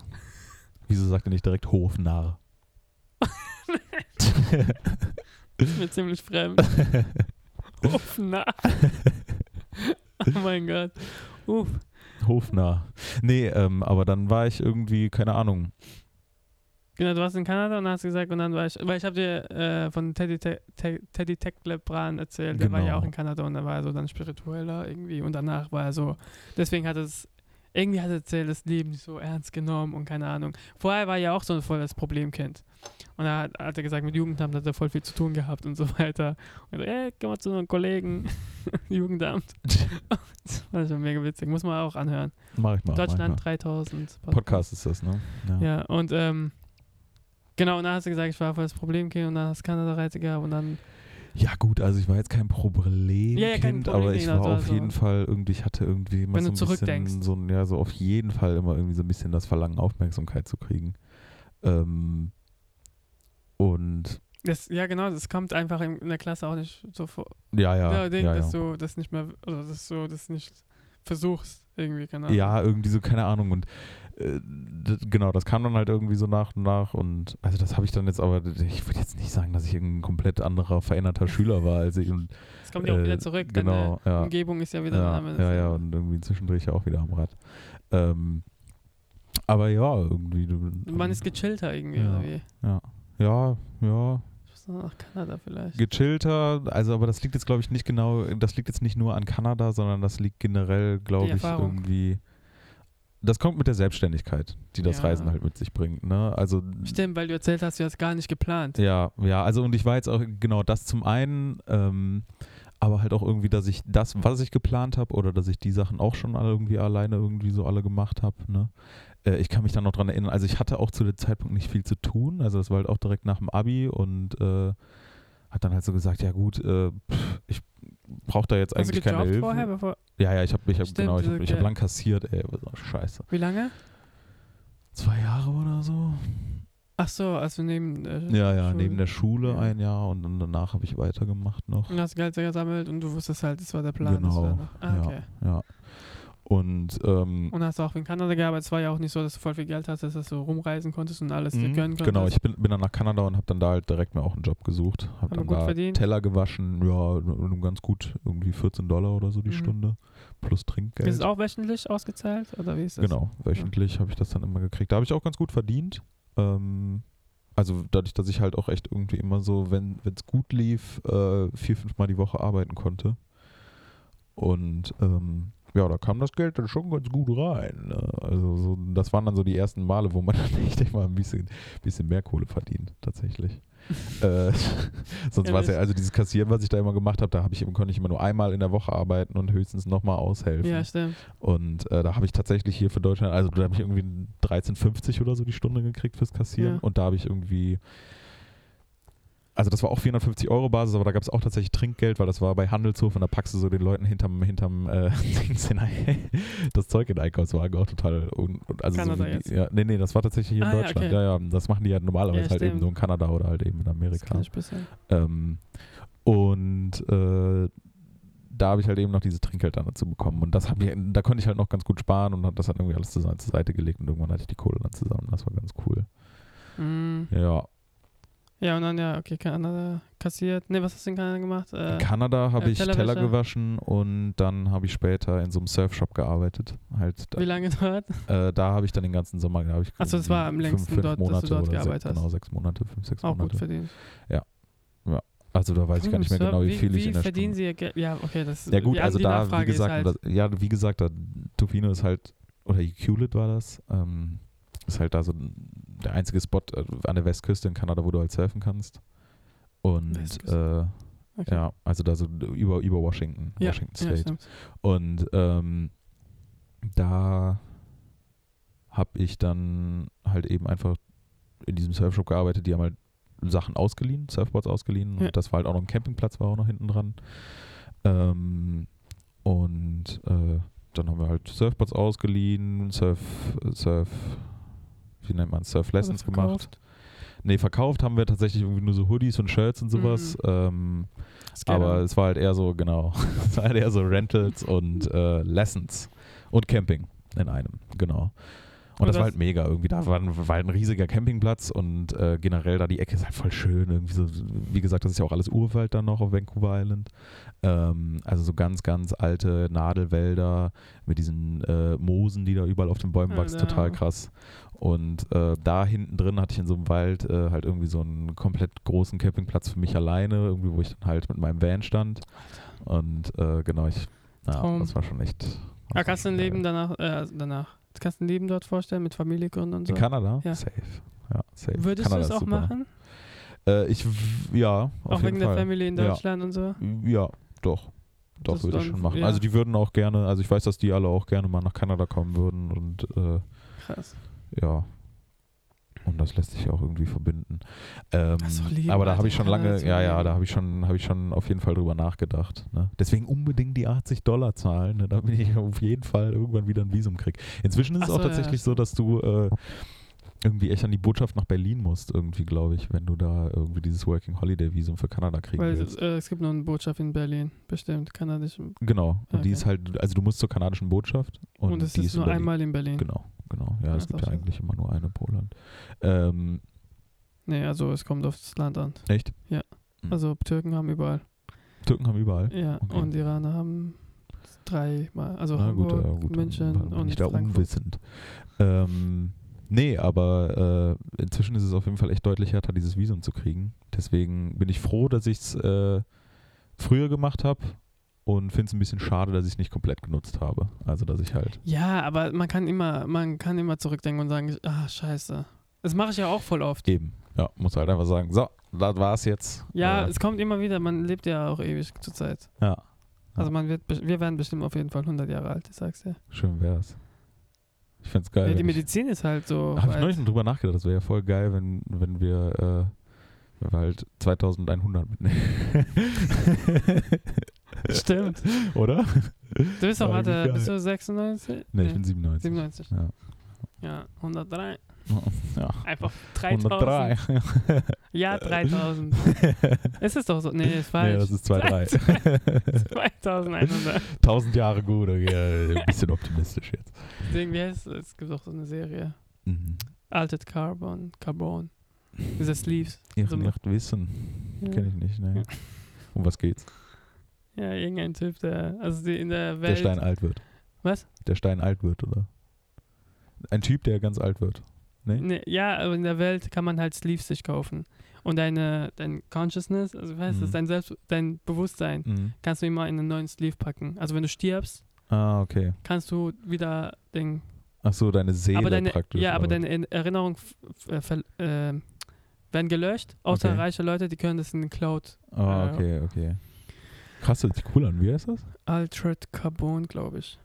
Speaker 1: Wieso sagt er nicht direkt Hofnarr?
Speaker 2: Ist mir ziemlich fremd. Uff, na. oh mein Gott. Uff.
Speaker 1: Hofnarr. Nee, ähm, aber dann war ich irgendwie, keine Ahnung.
Speaker 2: Genau, du warst in Kanada und hast gesagt, und dann war ich, weil ich habe dir äh, von Teddy, Te Te Teddy Tech Lebran erzählt, der war ja
Speaker 1: Genau.
Speaker 2: auch in Kanada und da war er so dann spiritueller irgendwie und danach war er so, deswegen hat es, irgendwie hat er erzählt, das Leben nicht so ernst genommen und keine Ahnung. Vorher war er ja auch so ein volles Problemkind und da hat, hat er gesagt, mit Jugendamt hat er voll viel zu tun gehabt und so weiter. Und ich so, ey, geh mal zu einem Kollegen, Jugendamt. das war schon mega witzig, muss man auch anhören.
Speaker 1: Mach ich mal.
Speaker 2: Deutschland
Speaker 1: mach
Speaker 2: 3000.
Speaker 1: ich mal. Podcast ist das, ne?
Speaker 2: Ja, und ähm, genau, und dann hast du gesagt, ich war voll das Problemkind und dann hast du Kanada-Reise gehabt und dann,
Speaker 1: Ja, gut, also ich war jetzt kein Problemkind,
Speaker 2: Ja, ja, kein
Speaker 1: aber ich
Speaker 2: Problemkind,
Speaker 1: war
Speaker 2: also-
Speaker 1: auf jeden Fall irgendwie, ich hatte irgendwie immer
Speaker 2: Wenn
Speaker 1: so
Speaker 2: du
Speaker 1: ein
Speaker 2: zurückdenkst.
Speaker 1: bisschen so ein, ja, so auf jeden Fall immer irgendwie so ein bisschen das Verlangen, Aufmerksamkeit zu kriegen. Ähm, und
Speaker 2: das, ja genau, das kommt einfach in, in der Klasse auch nicht so vor.
Speaker 1: ja, ja.
Speaker 2: Ja,
Speaker 1: Ja,
Speaker 2: Ding,
Speaker 1: ja,
Speaker 2: dass du das nicht mehr, oder dass du das nicht versuchst, irgendwie, keine Ahnung.
Speaker 1: ja, irgendwie so, keine Ahnung. Und äh, d- genau, das kam dann halt irgendwie so nach und nach. Und also das habe ich dann jetzt aber, ich würde jetzt nicht sagen, dass ich ein komplett anderer, veränderter Schüler war, als ich. Und,
Speaker 2: Das kommt ja auch
Speaker 1: äh,
Speaker 2: wieder zurück,
Speaker 1: genau,
Speaker 2: deine
Speaker 1: ja.
Speaker 2: Umgebung ist ja wieder
Speaker 1: ja,
Speaker 2: am Ende des
Speaker 1: ja, ja,
Speaker 2: Tages.
Speaker 1: und irgendwie zwischendurch auch wieder am Rad. Ähm, aber ja, irgendwie. du-
Speaker 2: Man ist gechillter irgendwie,
Speaker 1: Ja.
Speaker 2: oder wie?
Speaker 1: ja, ja,
Speaker 2: Ich muss noch nach Kanada vielleicht.
Speaker 1: gechillter, also aber das liegt jetzt glaube ich nicht genau, das liegt jetzt nicht nur an Kanada, sondern das liegt generell
Speaker 2: Die
Speaker 1: glaube ich
Speaker 2: Erfahrung.
Speaker 1: irgendwie das kommt mit der Selbstständigkeit, die das
Speaker 2: Ja.
Speaker 1: Reisen halt mit sich bringt, ne? Also
Speaker 2: Stimmt, weil du erzählt hast, du hast gar nicht geplant.
Speaker 1: ja, ja, also und ich war jetzt auch genau das zum einen, ähm, aber halt auch irgendwie, dass ich das, was ich geplant habe oder dass ich die Sachen auch schon alle irgendwie alleine irgendwie so alle gemacht habe, ne? Äh, Ich kann mich da noch dran erinnern. Also ich hatte auch zu dem Zeitpunkt nicht viel zu tun. Also das war halt auch direkt nach dem Abi und äh, hat dann halt so gesagt, ja gut, äh, pff, ich brauche da jetzt
Speaker 2: Hast du
Speaker 1: eigentlich keine
Speaker 2: gejobbt
Speaker 1: Hilfe.
Speaker 2: vorher? Bevor,
Speaker 1: Ja, ja, ich habe, ich hab,
Speaker 2: Stimmt,
Speaker 1: genau, ich habe, ich habe
Speaker 2: okay.
Speaker 1: lang kassiert. Ey, was war Scheiße.
Speaker 2: wie lange?
Speaker 1: Zwei Jahre oder so.
Speaker 2: Ach so, also neben äh,
Speaker 1: Ja, ja,
Speaker 2: Schule.
Speaker 1: neben der Schule
Speaker 2: Ja.
Speaker 1: ein Jahr und dann danach habe ich weitergemacht noch.
Speaker 2: Und hast Geld gesammelt und du wusstest halt, das war der Plan. Das
Speaker 1: Genau,
Speaker 2: war noch. Ah,
Speaker 1: ja.
Speaker 2: okay.
Speaker 1: Ja. Und ähm,
Speaker 2: Und hast du auch in Kanada gearbeitet. Es war ja auch nicht so, dass du voll viel Geld hast, dass du so rumreisen konntest und alles dir
Speaker 1: mhm,
Speaker 2: gönnen konntest.
Speaker 1: genau, ich bin, bin dann nach Kanada und habe dann da halt direkt mir auch einen Job gesucht. Habe
Speaker 2: Aber
Speaker 1: dann
Speaker 2: gut
Speaker 1: da
Speaker 2: verdient?
Speaker 1: Teller gewaschen, ja, n- ganz gut, irgendwie 14 Dollar oder so die
Speaker 2: Mhm.
Speaker 1: Stunde plus Trinkgeld.
Speaker 2: Ist es auch wöchentlich ausgezahlt oder wie ist das?
Speaker 1: genau, wöchentlich habe ich das dann immer gekriegt. Da habe ich auch ganz gut verdient. Ähm, also dadurch, dass ich halt auch echt irgendwie immer so, wenn es gut lief, äh, vier, fünfmal die Woche arbeiten konnte. Und ähm, ja, da kam das Geld dann schon ganz gut rein. Ne? Also so, das waren dann so die ersten Male, wo man dann echt mal ein bisschen, bisschen mehr Kohle verdient, tatsächlich. äh, sonst war es ja,
Speaker 2: Ehrlich?
Speaker 1: also dieses Kassieren, was ich da immer gemacht habe, da habe ich, konnte ich immer nur einmal in der Woche arbeiten und höchstens nochmal aushelfen.
Speaker 2: Ja, stimmt.
Speaker 1: Und äh, da habe ich tatsächlich hier für Deutschland, also da habe ich irgendwie 13,50 oder so die Stunde gekriegt fürs Kassieren.
Speaker 2: Ja.
Speaker 1: Und da habe ich irgendwie, also das war auch 450 Euro Basis, aber da gab es auch tatsächlich Trinkgeld, weil das war bei Handelshof und da packst du so den Leuten hinterm, hinterm äh, Dings in ein- das Zeug in den Einkaufswagen auch total. Und, und also so
Speaker 2: Kanada
Speaker 1: wie,
Speaker 2: jetzt?
Speaker 1: die- ja, nee, nee, das war tatsächlich hier in
Speaker 2: Ah, ja,
Speaker 1: Deutschland.
Speaker 2: okay.
Speaker 1: Ja, ja, das machen die ja normalerweise
Speaker 2: Ja,
Speaker 1: halt eben
Speaker 2: stimmt.
Speaker 1: so in Kanada oder halt eben in
Speaker 2: Das
Speaker 1: Amerika.
Speaker 2: kann ich bisschen.
Speaker 1: Ähm, und äh, da habe ich halt eben noch dieses Trinkgeld dann dazu bekommen. Und das hab ich, da konnte ich halt noch ganz gut sparen und hab das dann irgendwie alles zusammen zur Seite gelegt und irgendwann hatte ich die Kohle dann zusammen. Das war ganz cool.
Speaker 2: Mm.
Speaker 1: Ja.
Speaker 2: Ja, und dann, ja, okay, Kanada kassiert. Ne, was hast du in Kanada gemacht?
Speaker 1: In
Speaker 2: Äh,
Speaker 1: Kanada habe
Speaker 2: äh,
Speaker 1: ich Teller
Speaker 2: Tellerwäsche.
Speaker 1: gewaschen und dann habe ich später in so einem Surfshop gearbeitet. Halt,
Speaker 2: wie lange dort?
Speaker 1: äh, da habe ich dann den ganzen Sommer, glaube ich,
Speaker 2: Ach so, das war am
Speaker 1: irgendwie
Speaker 2: längsten
Speaker 1: fünf, fünf
Speaker 2: dort, dass du
Speaker 1: Monate
Speaker 2: dort
Speaker 1: oder
Speaker 2: gearbeitet
Speaker 1: sechs,
Speaker 2: hast.
Speaker 1: Genau, sechs Monate, fünf, sechs
Speaker 2: Auch gut
Speaker 1: Monate.
Speaker 2: verdient.
Speaker 1: Also da weiß ich gar nicht mehr genau, wie viel
Speaker 2: wie,
Speaker 1: ich in der
Speaker 2: Wie verdienen
Speaker 1: Stunde
Speaker 2: sie ihr Geld? Ja, okay, das
Speaker 1: Ja gut,
Speaker 2: die-
Speaker 1: also
Speaker 2: die
Speaker 1: da, wie
Speaker 2: Nachfrage ist
Speaker 1: gesagt,
Speaker 2: halt,
Speaker 1: das, ja, wie gesagt, da, Tofino ist halt, oder Hewlett war das, ähm, ist halt da so ein- der einzige Spot äh, an der Westküste in Kanada, wo du halt surfen kannst. Und äh,
Speaker 2: Westküste. Okay.
Speaker 1: ja, also da so über, über Washington,
Speaker 2: ja,
Speaker 1: Washington
Speaker 2: ja,
Speaker 1: State.
Speaker 2: stimmt.
Speaker 1: Und ähm, da habe ich dann halt eben einfach in diesem Surfshop gearbeitet. Die haben halt Sachen ausgeliehen, Surfboards ausgeliehen.
Speaker 2: Ja.
Speaker 1: Und das war halt auch noch ein Campingplatz, war auch noch hinten dran. Ähm, und äh, dann haben wir halt Surfboards ausgeliehen, Surf, Surf, wie nennt man Surf Lessons
Speaker 2: Oder
Speaker 1: gemacht.
Speaker 2: verkauft.
Speaker 1: Nee, verkauft haben wir tatsächlich irgendwie nur so Hoodies und Shirts und sowas.
Speaker 2: Mhm.
Speaker 1: Ähm,
Speaker 2: Skater.
Speaker 1: aber es war halt eher so, genau, es war halt eher so Rentals und äh, Lessons und Camping in einem, genau. Und das,
Speaker 2: das-
Speaker 1: war halt mega. Irgendwie da war ein, war halt ein riesiger Campingplatz und äh, generell da die Ecke ist halt voll schön. Irgendwie so, wie gesagt, das ist ja auch alles Urwald dann noch auf Vancouver Island. Ähm, also so ganz, ganz alte Nadelwälder mit diesen äh, Moosen, die da überall auf den Bäumen wachsen.
Speaker 2: Alter.
Speaker 1: Total krass. Und äh, da hinten drin hatte ich in so einem Wald äh, halt irgendwie so einen komplett großen Campingplatz für mich alleine, irgendwie, wo ich dann halt mit meinem Van stand. Und äh, genau, ich, ja,
Speaker 2: Traum.
Speaker 1: das war schon echt. das
Speaker 2: Ah,
Speaker 1: war
Speaker 2: kannst du
Speaker 1: schon
Speaker 2: ein
Speaker 1: geil.
Speaker 2: Leben danach, äh, danach, kannst du ein Leben dort vorstellen mit Familie gründen und so?
Speaker 1: In Kanada?
Speaker 2: Ja.
Speaker 1: Safe. Ja, safe.
Speaker 2: Würdest
Speaker 1: Kanada
Speaker 2: du es
Speaker 1: ist
Speaker 2: auch
Speaker 1: super.
Speaker 2: machen?
Speaker 1: Äh, ich, w- ja, auf
Speaker 2: Auch
Speaker 1: jeden
Speaker 2: wegen
Speaker 1: Fall.
Speaker 2: der Family in
Speaker 1: Ja.
Speaker 2: Deutschland und so?
Speaker 1: Ja, doch. Doch,
Speaker 2: Das
Speaker 1: würde ich
Speaker 2: dann-
Speaker 1: schon machen.
Speaker 2: ja.
Speaker 1: Also die würden auch gerne, also ich weiß, dass die alle auch gerne mal nach Kanada kommen würden und äh,
Speaker 2: Krass.
Speaker 1: ja. Und das lässt sich auch irgendwie verbinden. Ähm,
Speaker 2: Das ist doch lieb,
Speaker 1: aber da
Speaker 2: Alter,
Speaker 1: habe ich schon
Speaker 2: Kanada
Speaker 1: lange,
Speaker 2: zu
Speaker 1: ja, ja,
Speaker 2: leben.
Speaker 1: da habe ich schon, habe ich schon auf jeden Fall drüber nachgedacht. Ne? Deswegen unbedingt die 80 Dollar zahlen, ne? damit ich auf jeden Fall irgendwann wieder ein Visum kriege. Inzwischen ist
Speaker 2: Ach
Speaker 1: es auch
Speaker 2: so, ja,
Speaker 1: tatsächlich so, dass du äh, irgendwie echt an die Botschaft nach Berlin musst, irgendwie, glaube ich, wenn du da irgendwie dieses Working Holiday Visum für Kanada kriegen
Speaker 2: Weil
Speaker 1: willst.
Speaker 2: es, äh, es gibt noch eine Botschaft in Berlin, bestimmt, kanadischen.
Speaker 1: Genau. Und die
Speaker 2: Okay.
Speaker 1: ist halt, also du musst zur kanadischen Botschaft und,
Speaker 2: Und, es
Speaker 1: die
Speaker 2: ist, nur
Speaker 1: über die-
Speaker 2: einmal in Berlin.
Speaker 1: Genau, genau. Ja,
Speaker 2: Ja,
Speaker 1: es
Speaker 2: ist
Speaker 1: gibt
Speaker 2: auch
Speaker 1: ja
Speaker 2: schön.
Speaker 1: eigentlich immer nur eine pro Land. Ähm,
Speaker 2: Nee, also es kommt aufs Land an.
Speaker 1: echt?
Speaker 2: Also Türken haben überall.
Speaker 1: Türken haben überall.
Speaker 2: Ja,
Speaker 1: Okay.
Speaker 2: und Iraner haben dreimal. Also
Speaker 1: Na gut,
Speaker 2: Hamburg,
Speaker 1: ja, gut. dann
Speaker 2: München
Speaker 1: bin
Speaker 2: und
Speaker 1: ich da
Speaker 2: Frankfurt.
Speaker 1: unwissend. Ähm, nee, aber äh, inzwischen ist es auf jeden Fall echt deutlich härter, dieses Visum zu kriegen. Deswegen bin ich froh, dass ich es äh, früher gemacht habe und finde es ein bisschen schade, dass ich es nicht komplett genutzt habe. Also, dass ich halt.
Speaker 2: Ja, aber man kann immer, man kann immer zurückdenken und sagen, ah, scheiße. Das mache ich ja auch voll oft.
Speaker 1: Eben. Ja, muss halt einfach sagen, so, das war's jetzt.
Speaker 2: Ja,
Speaker 1: äh,
Speaker 2: es kommt immer wieder, man lebt ja auch ewig zur Zeit.
Speaker 1: ja.
Speaker 2: Also man wird, bes- wir werden bestimmt auf jeden Fall 100 Jahre alt, ich sag's dir.
Speaker 1: Schön wär's. Ich find's
Speaker 2: Ja,
Speaker 1: geil.
Speaker 2: die
Speaker 1: wenn ich-
Speaker 2: Medizin ist halt so.
Speaker 1: Hab ich
Speaker 2: weit.
Speaker 1: neulich schon drüber nachgedacht. Das wäre ja voll geil, wenn, wenn wir, äh, wenn wir halt 2100 mitnehmen.
Speaker 2: Stimmt.
Speaker 1: Oder?
Speaker 2: Du bist doch,
Speaker 1: Ja,
Speaker 2: warte,
Speaker 1: geil.
Speaker 2: bist du 96?
Speaker 1: Ne, ich bin 97.
Speaker 2: 97.
Speaker 1: Ja.
Speaker 2: Ja, 103.
Speaker 1: Ja.
Speaker 2: Einfach 3000.
Speaker 1: 103.
Speaker 2: Ja, 3000. ist es doch so. Nee, ist falsch.
Speaker 1: Äh. nee, das ist 23.
Speaker 2: 2100.
Speaker 1: 1000 Jahre gut. Okay. Ein bisschen optimistisch jetzt.
Speaker 2: Deswegen, wie heißt es? Es gibt auch so eine Serie.
Speaker 1: Mhm.
Speaker 2: Altered Carbon. Carbon. Diese Sleeves.
Speaker 1: Ihr
Speaker 2: So-
Speaker 1: nicht wissen.
Speaker 2: Ja.
Speaker 1: Kenn ich nicht, ne. Um was geht's?
Speaker 2: Ja, irgendein Typ, der. Also die in der
Speaker 1: Der
Speaker 2: Welt.
Speaker 1: Stein alt wird.
Speaker 2: Was?
Speaker 1: Der Stein alt wird, oder? Ein Typ, der ganz alt wird. ne?
Speaker 2: Nee, ja, aber in der Welt kann man halt Sleeves sich kaufen. Und deine, dein Consciousness, also was heißt
Speaker 1: Mhm.
Speaker 2: das, dein Selbst, dein Bewusstsein,
Speaker 1: Mhm.
Speaker 2: kannst du immer in einen neuen Sleeve packen. Also wenn du stirbst,
Speaker 1: Ah, okay.
Speaker 2: kannst du wieder den.
Speaker 1: Ach so, deine Seele
Speaker 2: aber deine,
Speaker 1: praktisch.
Speaker 2: ja, aber
Speaker 1: oder was?
Speaker 2: deine In- Erinnerungen f- f- ver- ähm, werden gelöscht, außer
Speaker 1: Okay.
Speaker 2: reiche Leute, die können das in den Cloud.
Speaker 1: Ah,
Speaker 2: Ja.
Speaker 1: okay, okay. Krass, hört sich cool an. Wie heißt das?
Speaker 2: Altered Carbon, glaube ich.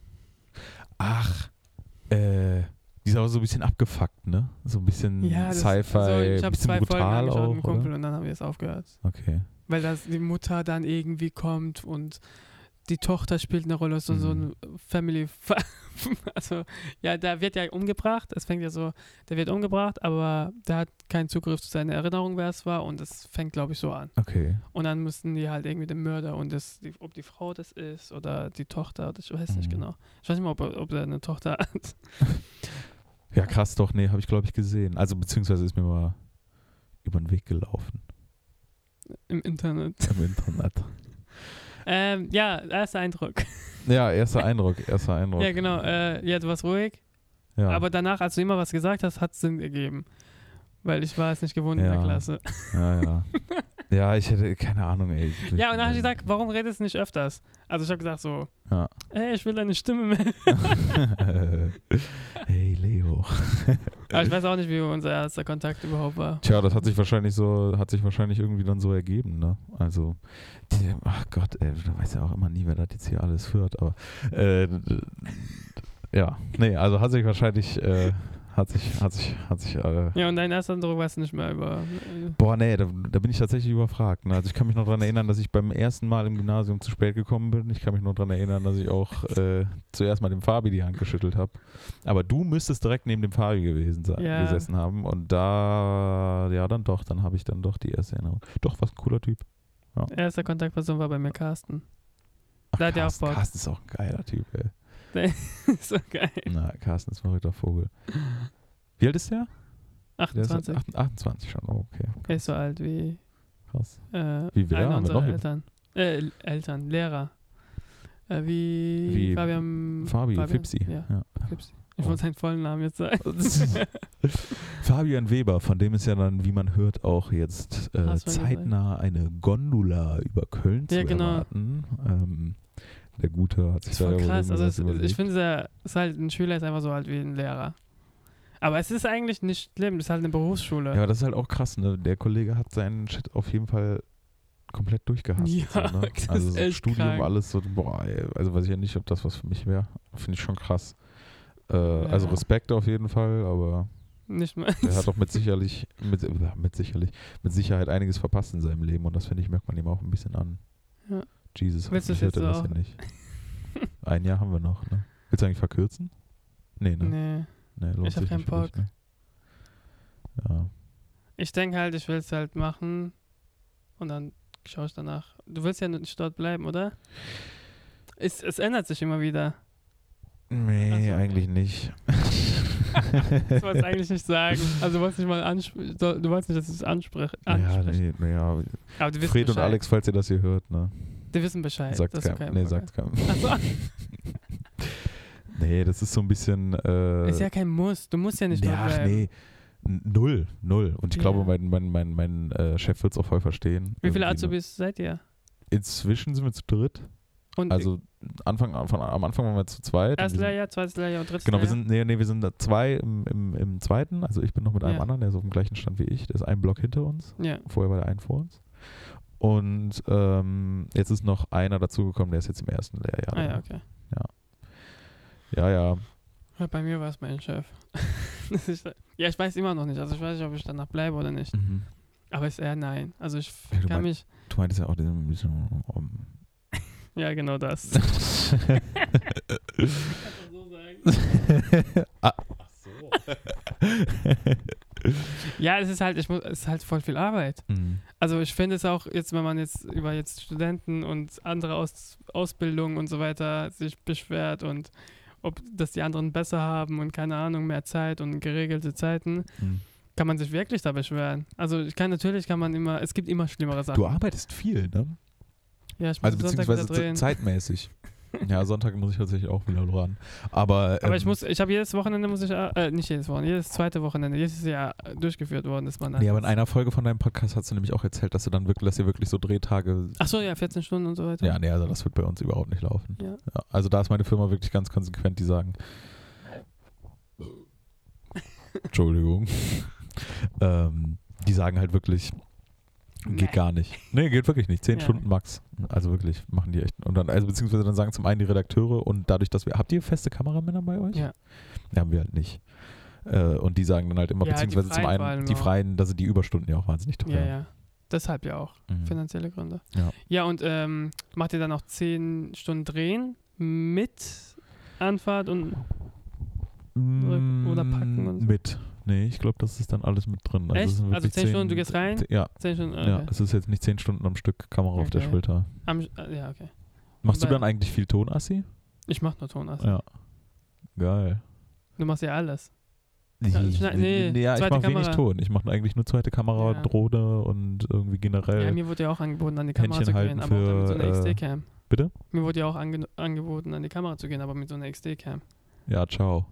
Speaker 1: Ach, äh, die ist aber so ein bisschen abgefuckt, ne? So ein bisschen
Speaker 2: Ja, das,
Speaker 1: Sci-Fi,
Speaker 2: also ich
Speaker 1: ein
Speaker 2: habe
Speaker 1: bisschen
Speaker 2: zwei Folgen
Speaker 1: brutal
Speaker 2: angeschaut mit
Speaker 1: auch,
Speaker 2: einem Kumpel
Speaker 1: oder?
Speaker 2: und dann haben wir es aufgehört.
Speaker 1: Okay.
Speaker 2: Weil das die Mutter dann irgendwie kommt und die Tochter spielt eine Rolle, so, so ein
Speaker 1: Mhm.
Speaker 2: Family. Also, ja, da wird ja umgebracht. Es fängt ja so, der wird umgebracht, aber der hat keinen Zugriff zu seiner Erinnerung, wer es war. Und das fängt, glaube ich, so an.
Speaker 1: Okay.
Speaker 2: Und dann müssen die halt irgendwie den Mörder und das, die, ob die Frau das ist oder die Tochter, ich weiß nicht
Speaker 1: Mhm.
Speaker 2: genau. Ich weiß nicht mal, ob, er- ob er eine Tochter hat.
Speaker 1: Ja, krass doch, nee, habe ich glaube ich gesehen. Also beziehungsweise ist mir mal über den Weg gelaufen
Speaker 2: Im Internet.
Speaker 1: im Internet.
Speaker 2: Ähm, ja, erster Eindruck.
Speaker 1: ja, erster Eindruck, erster Eindruck.
Speaker 2: Ja, genau. Äh, ja, du warst ruhig.
Speaker 1: Ja.
Speaker 2: Aber danach, als du immer was gesagt hast, hat es Sinn ergeben. Weil ich war es nicht gewohnt in der
Speaker 1: Ja.
Speaker 2: Klasse.
Speaker 1: ja, ja. ja, ich hätte keine Ahnung, ey.
Speaker 2: Ja, und dann habe ich gesagt, warum redest du nicht öfters? Also ich habe gesagt so,
Speaker 1: Ja.
Speaker 2: ey, ich will deine Stimme mehr.
Speaker 1: hey, Leo.
Speaker 2: Aber ich weiß auch nicht, wie unser erster Kontakt überhaupt war.
Speaker 1: Tja, das hat sich wahrscheinlich so, hat sich wahrscheinlich irgendwie dann so ergeben, ne? Also, die, ach Gott, ey, da weiß ja auch immer nie, wer das jetzt hier alles führt, aber äh, d- ja, nee, also hat sich wahrscheinlich, äh, hat sich, hat sich, hat sich, äh,
Speaker 2: Ja, und dein erster Eindruck weißt du nicht mehr über. äh,
Speaker 1: boah, nee, da, da bin ich tatsächlich überfragt, ne? Also ich kann mich noch daran erinnern, dass ich beim ersten Mal im Gymnasium zu spät gekommen bin, ich kann mich noch daran erinnern, dass ich auch äh, zuerst mal dem Fabi die Hand geschüttelt habe, aber du müsstest direkt neben dem Fabi gewesen sein,
Speaker 2: Ja.
Speaker 1: gesessen haben und da, ja, dann doch, dann habe ich dann doch die erste Erinnerung. Doch, was ein cooler Typ.
Speaker 2: Erster äh, Kontaktperson war bei mir Carsten.
Speaker 1: Ach,
Speaker 2: Da hat er auch
Speaker 1: Carsten-
Speaker 2: Bock.
Speaker 1: Carsten ist auch ein geiler Typ, ey.
Speaker 2: so geil.
Speaker 1: Na, Carsten ist verrückter Vogel. Wie alt ist der? Der ist halt
Speaker 2: 28.
Speaker 1: 28, 28 schon. Oh, okay.
Speaker 2: Er ist so alt wie,
Speaker 1: Krass.
Speaker 2: äh,
Speaker 1: Wie wer? Haben
Speaker 2: einer
Speaker 1: wir
Speaker 2: unserer
Speaker 1: noch
Speaker 2: Eltern. Äh, L- Eltern, Lehrer. Äh, wie,
Speaker 1: Wie
Speaker 2: Fabian.
Speaker 1: Fabi,
Speaker 2: Fabian?
Speaker 1: Fipsi. Oh.
Speaker 2: Ja,
Speaker 1: Ja.
Speaker 2: Fipsi. Ich wollte seinen vollen Namen jetzt sagen.
Speaker 1: Fabian Weber, von dem ist ja dann, wie man hört, auch jetzt äh,
Speaker 2: Hast du mal gesagt.
Speaker 1: zeitnah eine Gondola über Köln zu
Speaker 2: Ja, genau.
Speaker 1: erwarten. Ähm, der Gute hat sich
Speaker 2: Das ist
Speaker 1: da
Speaker 2: voll
Speaker 1: ja wohl
Speaker 2: krass. Also
Speaker 1: irgendwas
Speaker 2: es, ich
Speaker 1: überlegt.
Speaker 2: finde, der ist halt, ein Schüler ist einfach so alt wie ein Lehrer. Aber es ist eigentlich nicht schlimm, das ist halt eine Berufsschule.
Speaker 1: Ja, aber das ist halt auch krass, ne? Der Kollege hat seinen Shit auf jeden Fall komplett durchgehasst.
Speaker 2: Ja,
Speaker 1: so, ne?
Speaker 2: das ist
Speaker 1: Also so
Speaker 2: echt
Speaker 1: Studium,
Speaker 2: krank.
Speaker 1: alles so, boah, ey, also weiß ich ja nicht, ob das was für mich wäre. Finde ich schon krass. Äh, Also
Speaker 2: Ja.
Speaker 1: Respekt auf jeden Fall, aber
Speaker 2: Nicht mal.
Speaker 1: der hat doch mit sicherlich, mit, mit sicherlich, mit Sicherheit einiges verpasst in seinem Leben und das finde ich, merkt man ihm auch ein bisschen an.
Speaker 2: Ja.
Speaker 1: Jesus,
Speaker 2: Willst du
Speaker 1: hoffentlich
Speaker 2: das
Speaker 1: hört er
Speaker 2: jetzt
Speaker 1: das ja nicht. Ein Jahr haben wir noch, ne? Willst du eigentlich verkürzen? Nee, ne?
Speaker 2: Nee.
Speaker 1: Nee, lohnt
Speaker 2: Ich hab
Speaker 1: sich
Speaker 2: keinen
Speaker 1: nicht für dich,
Speaker 2: Bock.
Speaker 1: ne? Ja.
Speaker 2: Ich denke halt, ich will es halt machen und dann schaue ich danach. Du willst ja nicht dort bleiben, oder? Es, es ändert sich immer wieder. Ach
Speaker 1: Nee,
Speaker 2: so,
Speaker 1: eigentlich nicht.
Speaker 2: Das wolltest du eigentlich nicht sagen. Also du wolltest nicht mal ansprechen. Du wolltest nicht, dass ich es anspreche.
Speaker 1: Ja,
Speaker 2: anspreche.
Speaker 1: nee, nee, ja.
Speaker 2: Aber du Ah, wissen
Speaker 1: Fred und
Speaker 2: Bescheid.
Speaker 1: Alex, falls ihr das hier hört, ne?
Speaker 2: Die wissen Bescheid.
Speaker 1: Sagt
Speaker 2: dass du
Speaker 1: keinem.
Speaker 2: keinen
Speaker 1: Nee,
Speaker 2: Bock Also.
Speaker 1: sagt keinem.
Speaker 2: hast. Ach so.
Speaker 1: Nee, das ist so ein bisschen. Äh,
Speaker 2: Ist ja kein Muss. Du musst ja nicht
Speaker 1: ja,
Speaker 2: dort
Speaker 1: ach,
Speaker 2: bleiben.
Speaker 1: nee. N- Null, null. Und ich
Speaker 2: Ja.
Speaker 1: glaube, mein, mein, mein, mein äh, Chef wird es auch voll verstehen.
Speaker 2: Wie viele
Speaker 1: Irgendwie, ne?
Speaker 2: Azubis seid ihr?
Speaker 1: Inzwischen sind wir zu dritt.
Speaker 2: Und
Speaker 1: Also Anfang, Anfang, am Anfang waren wir zu zweit. und
Speaker 2: erstes
Speaker 1: wir sind-
Speaker 2: Lehrjahr, zweites Lehrjahr und drittes
Speaker 1: Genau, wir
Speaker 2: Lehrjahr?
Speaker 1: sind, nee, nee, wir sind da zwei im, im, im zweiten. Also ich bin noch mit einem
Speaker 2: Ja.
Speaker 1: anderen, der ist auf dem gleichen Stand wie ich. Der ist ein Block hinter uns.
Speaker 2: Ja.
Speaker 1: Vorher war der ein vor uns. Und ähm, jetzt ist noch einer dazugekommen, der ist jetzt im ersten Lehrjahr.
Speaker 2: Ah ja, okay.
Speaker 1: ja, ja.
Speaker 2: Ja, Bei mir war es mein Chef. Das ist- ja, ich weiß immer noch nicht. Also ich weiß nicht, ob ich danach bleibe oder nicht. Aber ist eher nein. Also ich
Speaker 1: Ja, du
Speaker 2: kann mich.
Speaker 1: Mhm. Du meintest ja auch diesen bisschen. Um.
Speaker 2: Ja, genau das.
Speaker 1: Ah.
Speaker 2: ja, es ist halt, ich muss, es ist halt voll viel Arbeit.
Speaker 1: Mhm.
Speaker 2: Also ich finde es auch jetzt, wenn man jetzt über jetzt Studenten und andere Aus Ausbildungen und so weiter sich beschwert und ob dass die anderen besser haben und keine Ahnung, mehr Zeit und geregelte Zeiten,
Speaker 1: Mhm.
Speaker 2: kann man sich wirklich da beschweren. Also ich kann natürlich kann man immer, es gibt immer schlimmere Sachen.
Speaker 1: Du arbeitest viel, ne?
Speaker 2: ja, ich muss
Speaker 1: Also
Speaker 2: am Sonntag wieder
Speaker 1: beziehungsweise ze-
Speaker 2: drehen.
Speaker 1: zeitmäßig. Ja, Sonntag muss ich tatsächlich auch wieder ran. Aber,
Speaker 2: Aber
Speaker 1: ähm,
Speaker 2: ich muss, ich habe jedes Wochenende muss ich, äh, nicht jedes Wochenende, jedes zweite Wochenende, jedes Jahr äh, durchgeführt worden, dass man
Speaker 1: Nee, aber in einer Folge von deinem Podcast hast du nämlich auch erzählt, dass du dann wirklich, dass ihr wirklich so Drehtage.
Speaker 2: Achso, ja, 14 Stunden und so weiter.
Speaker 1: Ja, nee, also das wird bei uns überhaupt nicht laufen.
Speaker 2: Ja.
Speaker 1: also da ist meine Firma wirklich ganz konsequent, die sagen. Entschuldigung. ähm, die sagen halt wirklich, geht
Speaker 2: Nee.
Speaker 1: gar nicht. Nee, geht wirklich nicht. Zehn
Speaker 2: Ja.
Speaker 1: Stunden max. Also wirklich, machen die echt. Und dann, also beziehungsweise dann sagen zum einen die Redakteure und dadurch, dass wir. Habt ihr feste Kameramänner bei euch?
Speaker 2: Ja.
Speaker 1: Ja, haben wir halt nicht. Äh, und die sagen dann halt immer,
Speaker 2: Ja, die
Speaker 1: beziehungsweise zum
Speaker 2: Freien vor
Speaker 1: einen
Speaker 2: allem
Speaker 1: die
Speaker 2: auch.
Speaker 1: Freien, dass sie die Überstunden ja auch wahnsinnig teuer.
Speaker 2: Ja, ja. Deshalb ja auch.
Speaker 1: Mhm.
Speaker 2: Finanzielle Gründe.
Speaker 1: Ja.
Speaker 2: und ähm, macht ihr dann auch 10 Stunden drehen mit Anfahrt und.
Speaker 1: Oh, Mm,
Speaker 2: oder packen und so?
Speaker 1: Mit. Nee, ich glaube, das ist dann alles mit drin. Also,
Speaker 2: Echt?
Speaker 1: es sind
Speaker 2: Also
Speaker 1: wirklich
Speaker 2: 10 Stunden, du gehst rein?
Speaker 1: ze- Ja,
Speaker 2: 10 Stunden.
Speaker 1: ja,
Speaker 2: Okay.
Speaker 1: es ist jetzt nicht 10 Stunden am Stück Kamera auf der
Speaker 2: Okay.
Speaker 1: Schulter.
Speaker 2: Am, äh, ja, okay.
Speaker 1: Machst du
Speaker 2: Wobei-
Speaker 1: dann eigentlich viel Ton, Assi?
Speaker 2: Ich mach nur Ton. Also.
Speaker 1: Ja. Geil.
Speaker 2: Du machst ja alles. Ja,
Speaker 1: Ich,
Speaker 2: schneid- nee,
Speaker 1: ja, ich
Speaker 2: zweite
Speaker 1: mache wenig
Speaker 2: Kamera.
Speaker 1: Ton. Ich mache eigentlich nur zweite Kamera,
Speaker 2: Ja.
Speaker 1: Drohne und irgendwie generell.
Speaker 2: ja, mir wurde ja auch angeboten, an die Kamera
Speaker 1: Äh, Händchen
Speaker 2: zu
Speaker 1: halten
Speaker 2: gehen, aber auch dann mit so einer
Speaker 1: für, äh,
Speaker 2: XD-Cam.
Speaker 1: bitte?
Speaker 2: Mir wurde ja auch ange angeboten, an die Kamera zu gehen, aber mit so einer XD-Cam.
Speaker 1: ja, ciao.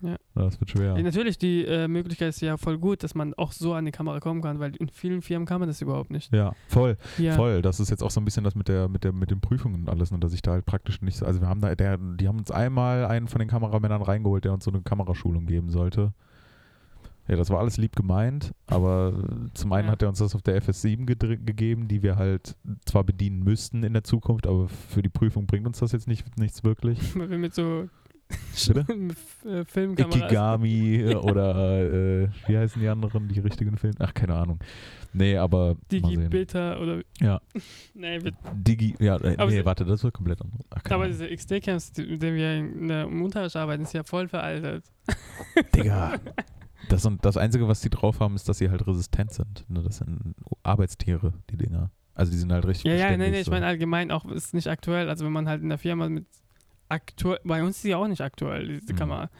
Speaker 2: Ja.
Speaker 1: Das wird schwer.
Speaker 2: Ja, natürlich, die äh, Möglichkeit ist ja voll gut, dass man auch so an die Kamera kommen kann, weil in vielen Firmen kann man das überhaupt nicht.
Speaker 1: Ja, voll.
Speaker 2: Ja.
Speaker 1: Voll, das ist jetzt auch so ein bisschen das mit der mit der mit den Prüfungen und alles, ne, dass ich da halt praktisch nicht so, also wir haben da der die haben uns einmal einen von den Kameramännern reingeholt, der uns so eine Kameraschulung geben sollte. Ja, das war alles lieb gemeint, aber zum einen
Speaker 2: Ja.
Speaker 1: hat er uns das auf der FS7 gedr- gegeben, die wir halt zwar bedienen müssten in der Zukunft, aber für die Prüfung bringt uns das jetzt nicht, nichts wirklich.
Speaker 2: Wenn wir mit so
Speaker 1: Bitte?
Speaker 2: mit F- äh, Filmkameras.
Speaker 1: Ikigami äh, oder äh, wie heißen die anderen, die richtigen Filme? Ach, keine Ahnung. Nee, aber mal sehen.
Speaker 2: Digi-Beta oder.
Speaker 1: Ja.
Speaker 2: Nee, wir,
Speaker 1: Digi, ja, äh,
Speaker 2: Aber
Speaker 1: nee,
Speaker 2: sie-
Speaker 1: warte, das wird komplett anders. Ach, keine
Speaker 2: aber
Speaker 1: Ahnung.
Speaker 2: diese XD-Camps, die- mit denen wir in der im Unterricht arbeiten, ist ja voll veraltet.
Speaker 1: Digga. Das, und das Einzige, was die drauf haben, ist, dass sie halt resistent sind. Ne? Das sind Arbeitstiere, die Dinger. Also die sind halt richtig
Speaker 2: Ja, ja, nee,
Speaker 1: beständig,
Speaker 2: nee, ich
Speaker 1: so.
Speaker 2: meine allgemein auch, ist nicht aktuell. Also, wenn man halt in der Firma mit aktuell, bei uns ist sie ja auch nicht aktuell, diese
Speaker 1: Mhm.
Speaker 2: Kamera.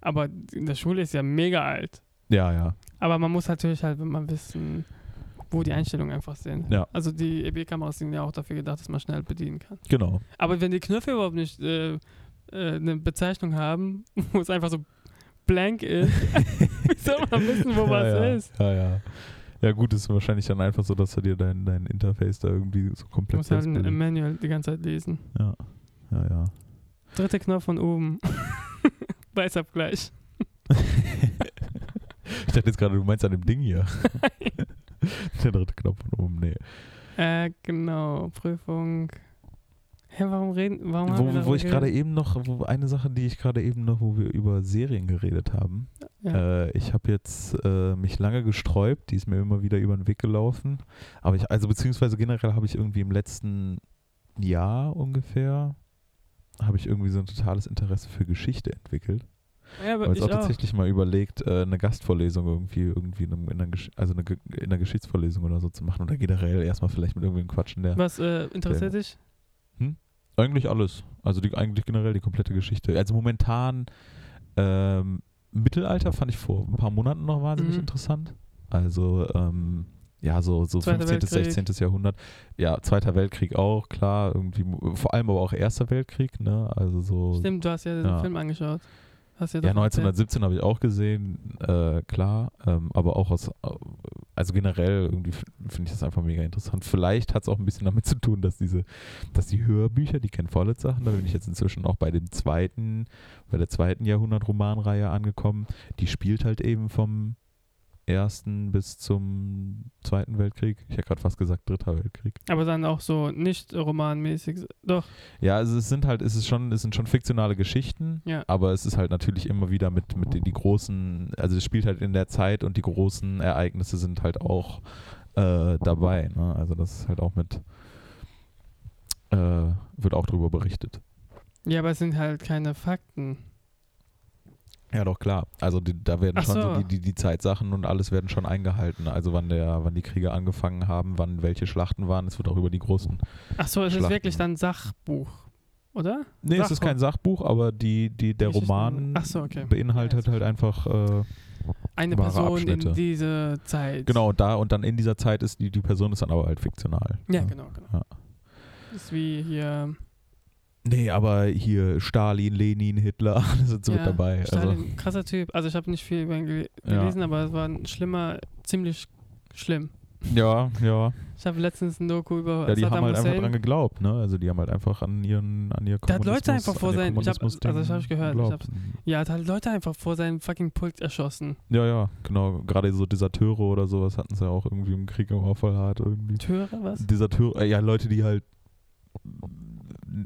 Speaker 2: Aber in der Schule ist sie ja mega alt.
Speaker 1: Ja, ja.
Speaker 2: Aber man muss natürlich halt, wenn man wissen, wo die Einstellungen einfach sind.
Speaker 1: Ja.
Speaker 2: Also die EB-Kameras sind ja auch dafür gedacht, dass man schnell bedienen kann.
Speaker 1: Genau.
Speaker 2: Aber wenn die Knöpfe überhaupt nicht äh, äh, eine Bezeichnung haben, wo es einfach so blank ist, wie soll man wissen, wo
Speaker 1: ja,
Speaker 2: was
Speaker 1: ja.
Speaker 2: ist?
Speaker 1: Ja, ja. Ja, gut, ist wahrscheinlich dann einfach so, dass du dir dein, dein Interface da irgendwie so
Speaker 2: Du
Speaker 1: komplett
Speaker 2: musst halt
Speaker 1: selbst
Speaker 2: im
Speaker 1: bilden.
Speaker 2: Manual die ganze Zeit lesen.
Speaker 1: Ja, ja, ja.
Speaker 2: Dritter Knopf von oben. Weißabgleich.
Speaker 1: Ich dachte jetzt gerade, du meinst an dem Ding hier. Der dritte Knopf von oben, nee.
Speaker 2: Äh, genau. Prüfung. Hä, warum reden? Warum haben wir
Speaker 1: Wo, wo
Speaker 2: darüber
Speaker 1: ich gerade
Speaker 2: geredet?
Speaker 1: eben noch, wo, eine Sache, die ich gerade eben noch, wo wir über Serien geredet haben.
Speaker 2: Ja.
Speaker 1: Äh, ich habe jetzt äh, mich lange gesträubt, die ist mir immer wieder über den Weg gelaufen. Aber ich, also beziehungsweise generell habe ich irgendwie im letzten Jahr ungefähr, habe ich irgendwie so ein totales Interesse für Geschichte entwickelt.
Speaker 2: ja, aber
Speaker 1: Aber jetzt
Speaker 2: ich
Speaker 1: auch
Speaker 2: auch.
Speaker 1: tatsächlich mal überlegt, äh, eine Gastvorlesung irgendwie, irgendwie in, einem, in, einer Gesch also eine, Ge- in einer Geschichtsvorlesung oder so zu machen oder generell erstmal vielleicht mit irgendwem quatschen, der
Speaker 2: Was äh, interessiert dich?
Speaker 1: eigentlich alles. Also die, eigentlich generell die komplette Geschichte. Also momentan ähm, Mittelalter fand ich vor ein paar Monaten noch wahnsinnig
Speaker 2: Mhm.
Speaker 1: interessant. Also ähm, ja, so, so
Speaker 2: Zweiter
Speaker 1: 15.,
Speaker 2: Weltkrieg.
Speaker 1: 16. Jahrhundert. Ja, Zweiter Weltkrieg auch, klar, irgendwie, vor allem aber auch Erster Weltkrieg, ne? Also so
Speaker 2: Stimmt, du hast ja den
Speaker 1: Ja.
Speaker 2: Film angeschaut. Hast ja,
Speaker 1: Ja,
Speaker 2: davon erzählt.
Speaker 1: 1917 habe ich auch gesehen, äh, klar, ähm, aber auch aus, äh, also generell irgendwie f- finde ich das einfach mega interessant. Vielleicht hat es auch ein bisschen damit zu tun, dass diese, dass die Hörbücher, die Ken Follett Sachen, da bin ich jetzt inzwischen auch bei dem zweiten, bei der zweiten Jahrhundert-Romanreihe angekommen, die spielt halt eben vom ersten bis zum zweiten Weltkrieg. Ich hätte gerade fast gesagt dritter Weltkrieg.
Speaker 2: Aber dann auch so nicht romanmäßig. Doch,
Speaker 1: Ja, also es sind halt, es ist schon, es sind schon fiktionale Geschichten,
Speaker 2: ja.
Speaker 1: aber es ist halt natürlich immer wieder mit, mit die, die großen, also es spielt halt in der Zeit und die großen Ereignisse sind halt auch äh, dabei. Ne? Also das ist halt auch mit, äh, wird auch drüber berichtet.
Speaker 2: Ja, aber es sind halt keine Fakten.
Speaker 1: Ja, doch klar. Also die, da werden
Speaker 2: Ach
Speaker 1: schon so
Speaker 2: so.
Speaker 1: die, die, die Zeitsachen und alles werden schon eingehalten. Also wann der, wann die Kriege angefangen haben, wann welche Schlachten waren, es wird auch über die großen.
Speaker 2: Ach so, es ist
Speaker 1: Schlachten.
Speaker 2: wirklich dann Sachbuch, oder?
Speaker 1: Nee, es ist
Speaker 2: Sachbuch.
Speaker 1: kein Sachbuch, aber die, die, der
Speaker 2: Geschichten-
Speaker 1: Roman
Speaker 2: Ach so, okay.
Speaker 1: beinhaltet halt einfach äh,
Speaker 2: Eine
Speaker 1: Wahre
Speaker 2: Person
Speaker 1: Abschnitte.
Speaker 2: in diese Zeit.
Speaker 1: Genau, da und dann in dieser Zeit ist die, die Person ist dann aber halt fiktional.
Speaker 2: Ja, genau, genau.
Speaker 1: Ja.
Speaker 2: Ist wie hier
Speaker 1: Nee, aber hier Stalin, Lenin, Hitler, alles sind so
Speaker 2: ja,
Speaker 1: mit dabei.
Speaker 2: Stalin,
Speaker 1: Also,
Speaker 2: krasser Typ. Also ich habe nicht viel über ihn gel
Speaker 1: Ja.
Speaker 2: gelesen, aber es war ein schlimmer, ziemlich schlimm.
Speaker 1: ja, ja.
Speaker 2: Ich habe letztens ein Doku über
Speaker 1: Ja, die
Speaker 2: Saddam
Speaker 1: haben halt einfach
Speaker 2: Hussein.
Speaker 1: dran geglaubt, ne? Also die haben halt einfach an ihren an ihr
Speaker 2: Der hat Leute
Speaker 1: Kommunismus-
Speaker 2: einfach vor
Speaker 1: an ihr
Speaker 2: sein- ich hab- also das
Speaker 1: Kommunismusding
Speaker 2: hab ich gehört, ich
Speaker 1: geglaubt.
Speaker 2: hab's- ja, hat halt Leute einfach vor seinem fucking Pult erschossen.
Speaker 1: Ja, ja, genau. Gerade so Deserteure oder sowas hatten sie ja auch irgendwie im Krieg im Vorfall hart irgendwie.
Speaker 2: Türe, was?
Speaker 1: Deserteure, äh, ja, Leute, die halt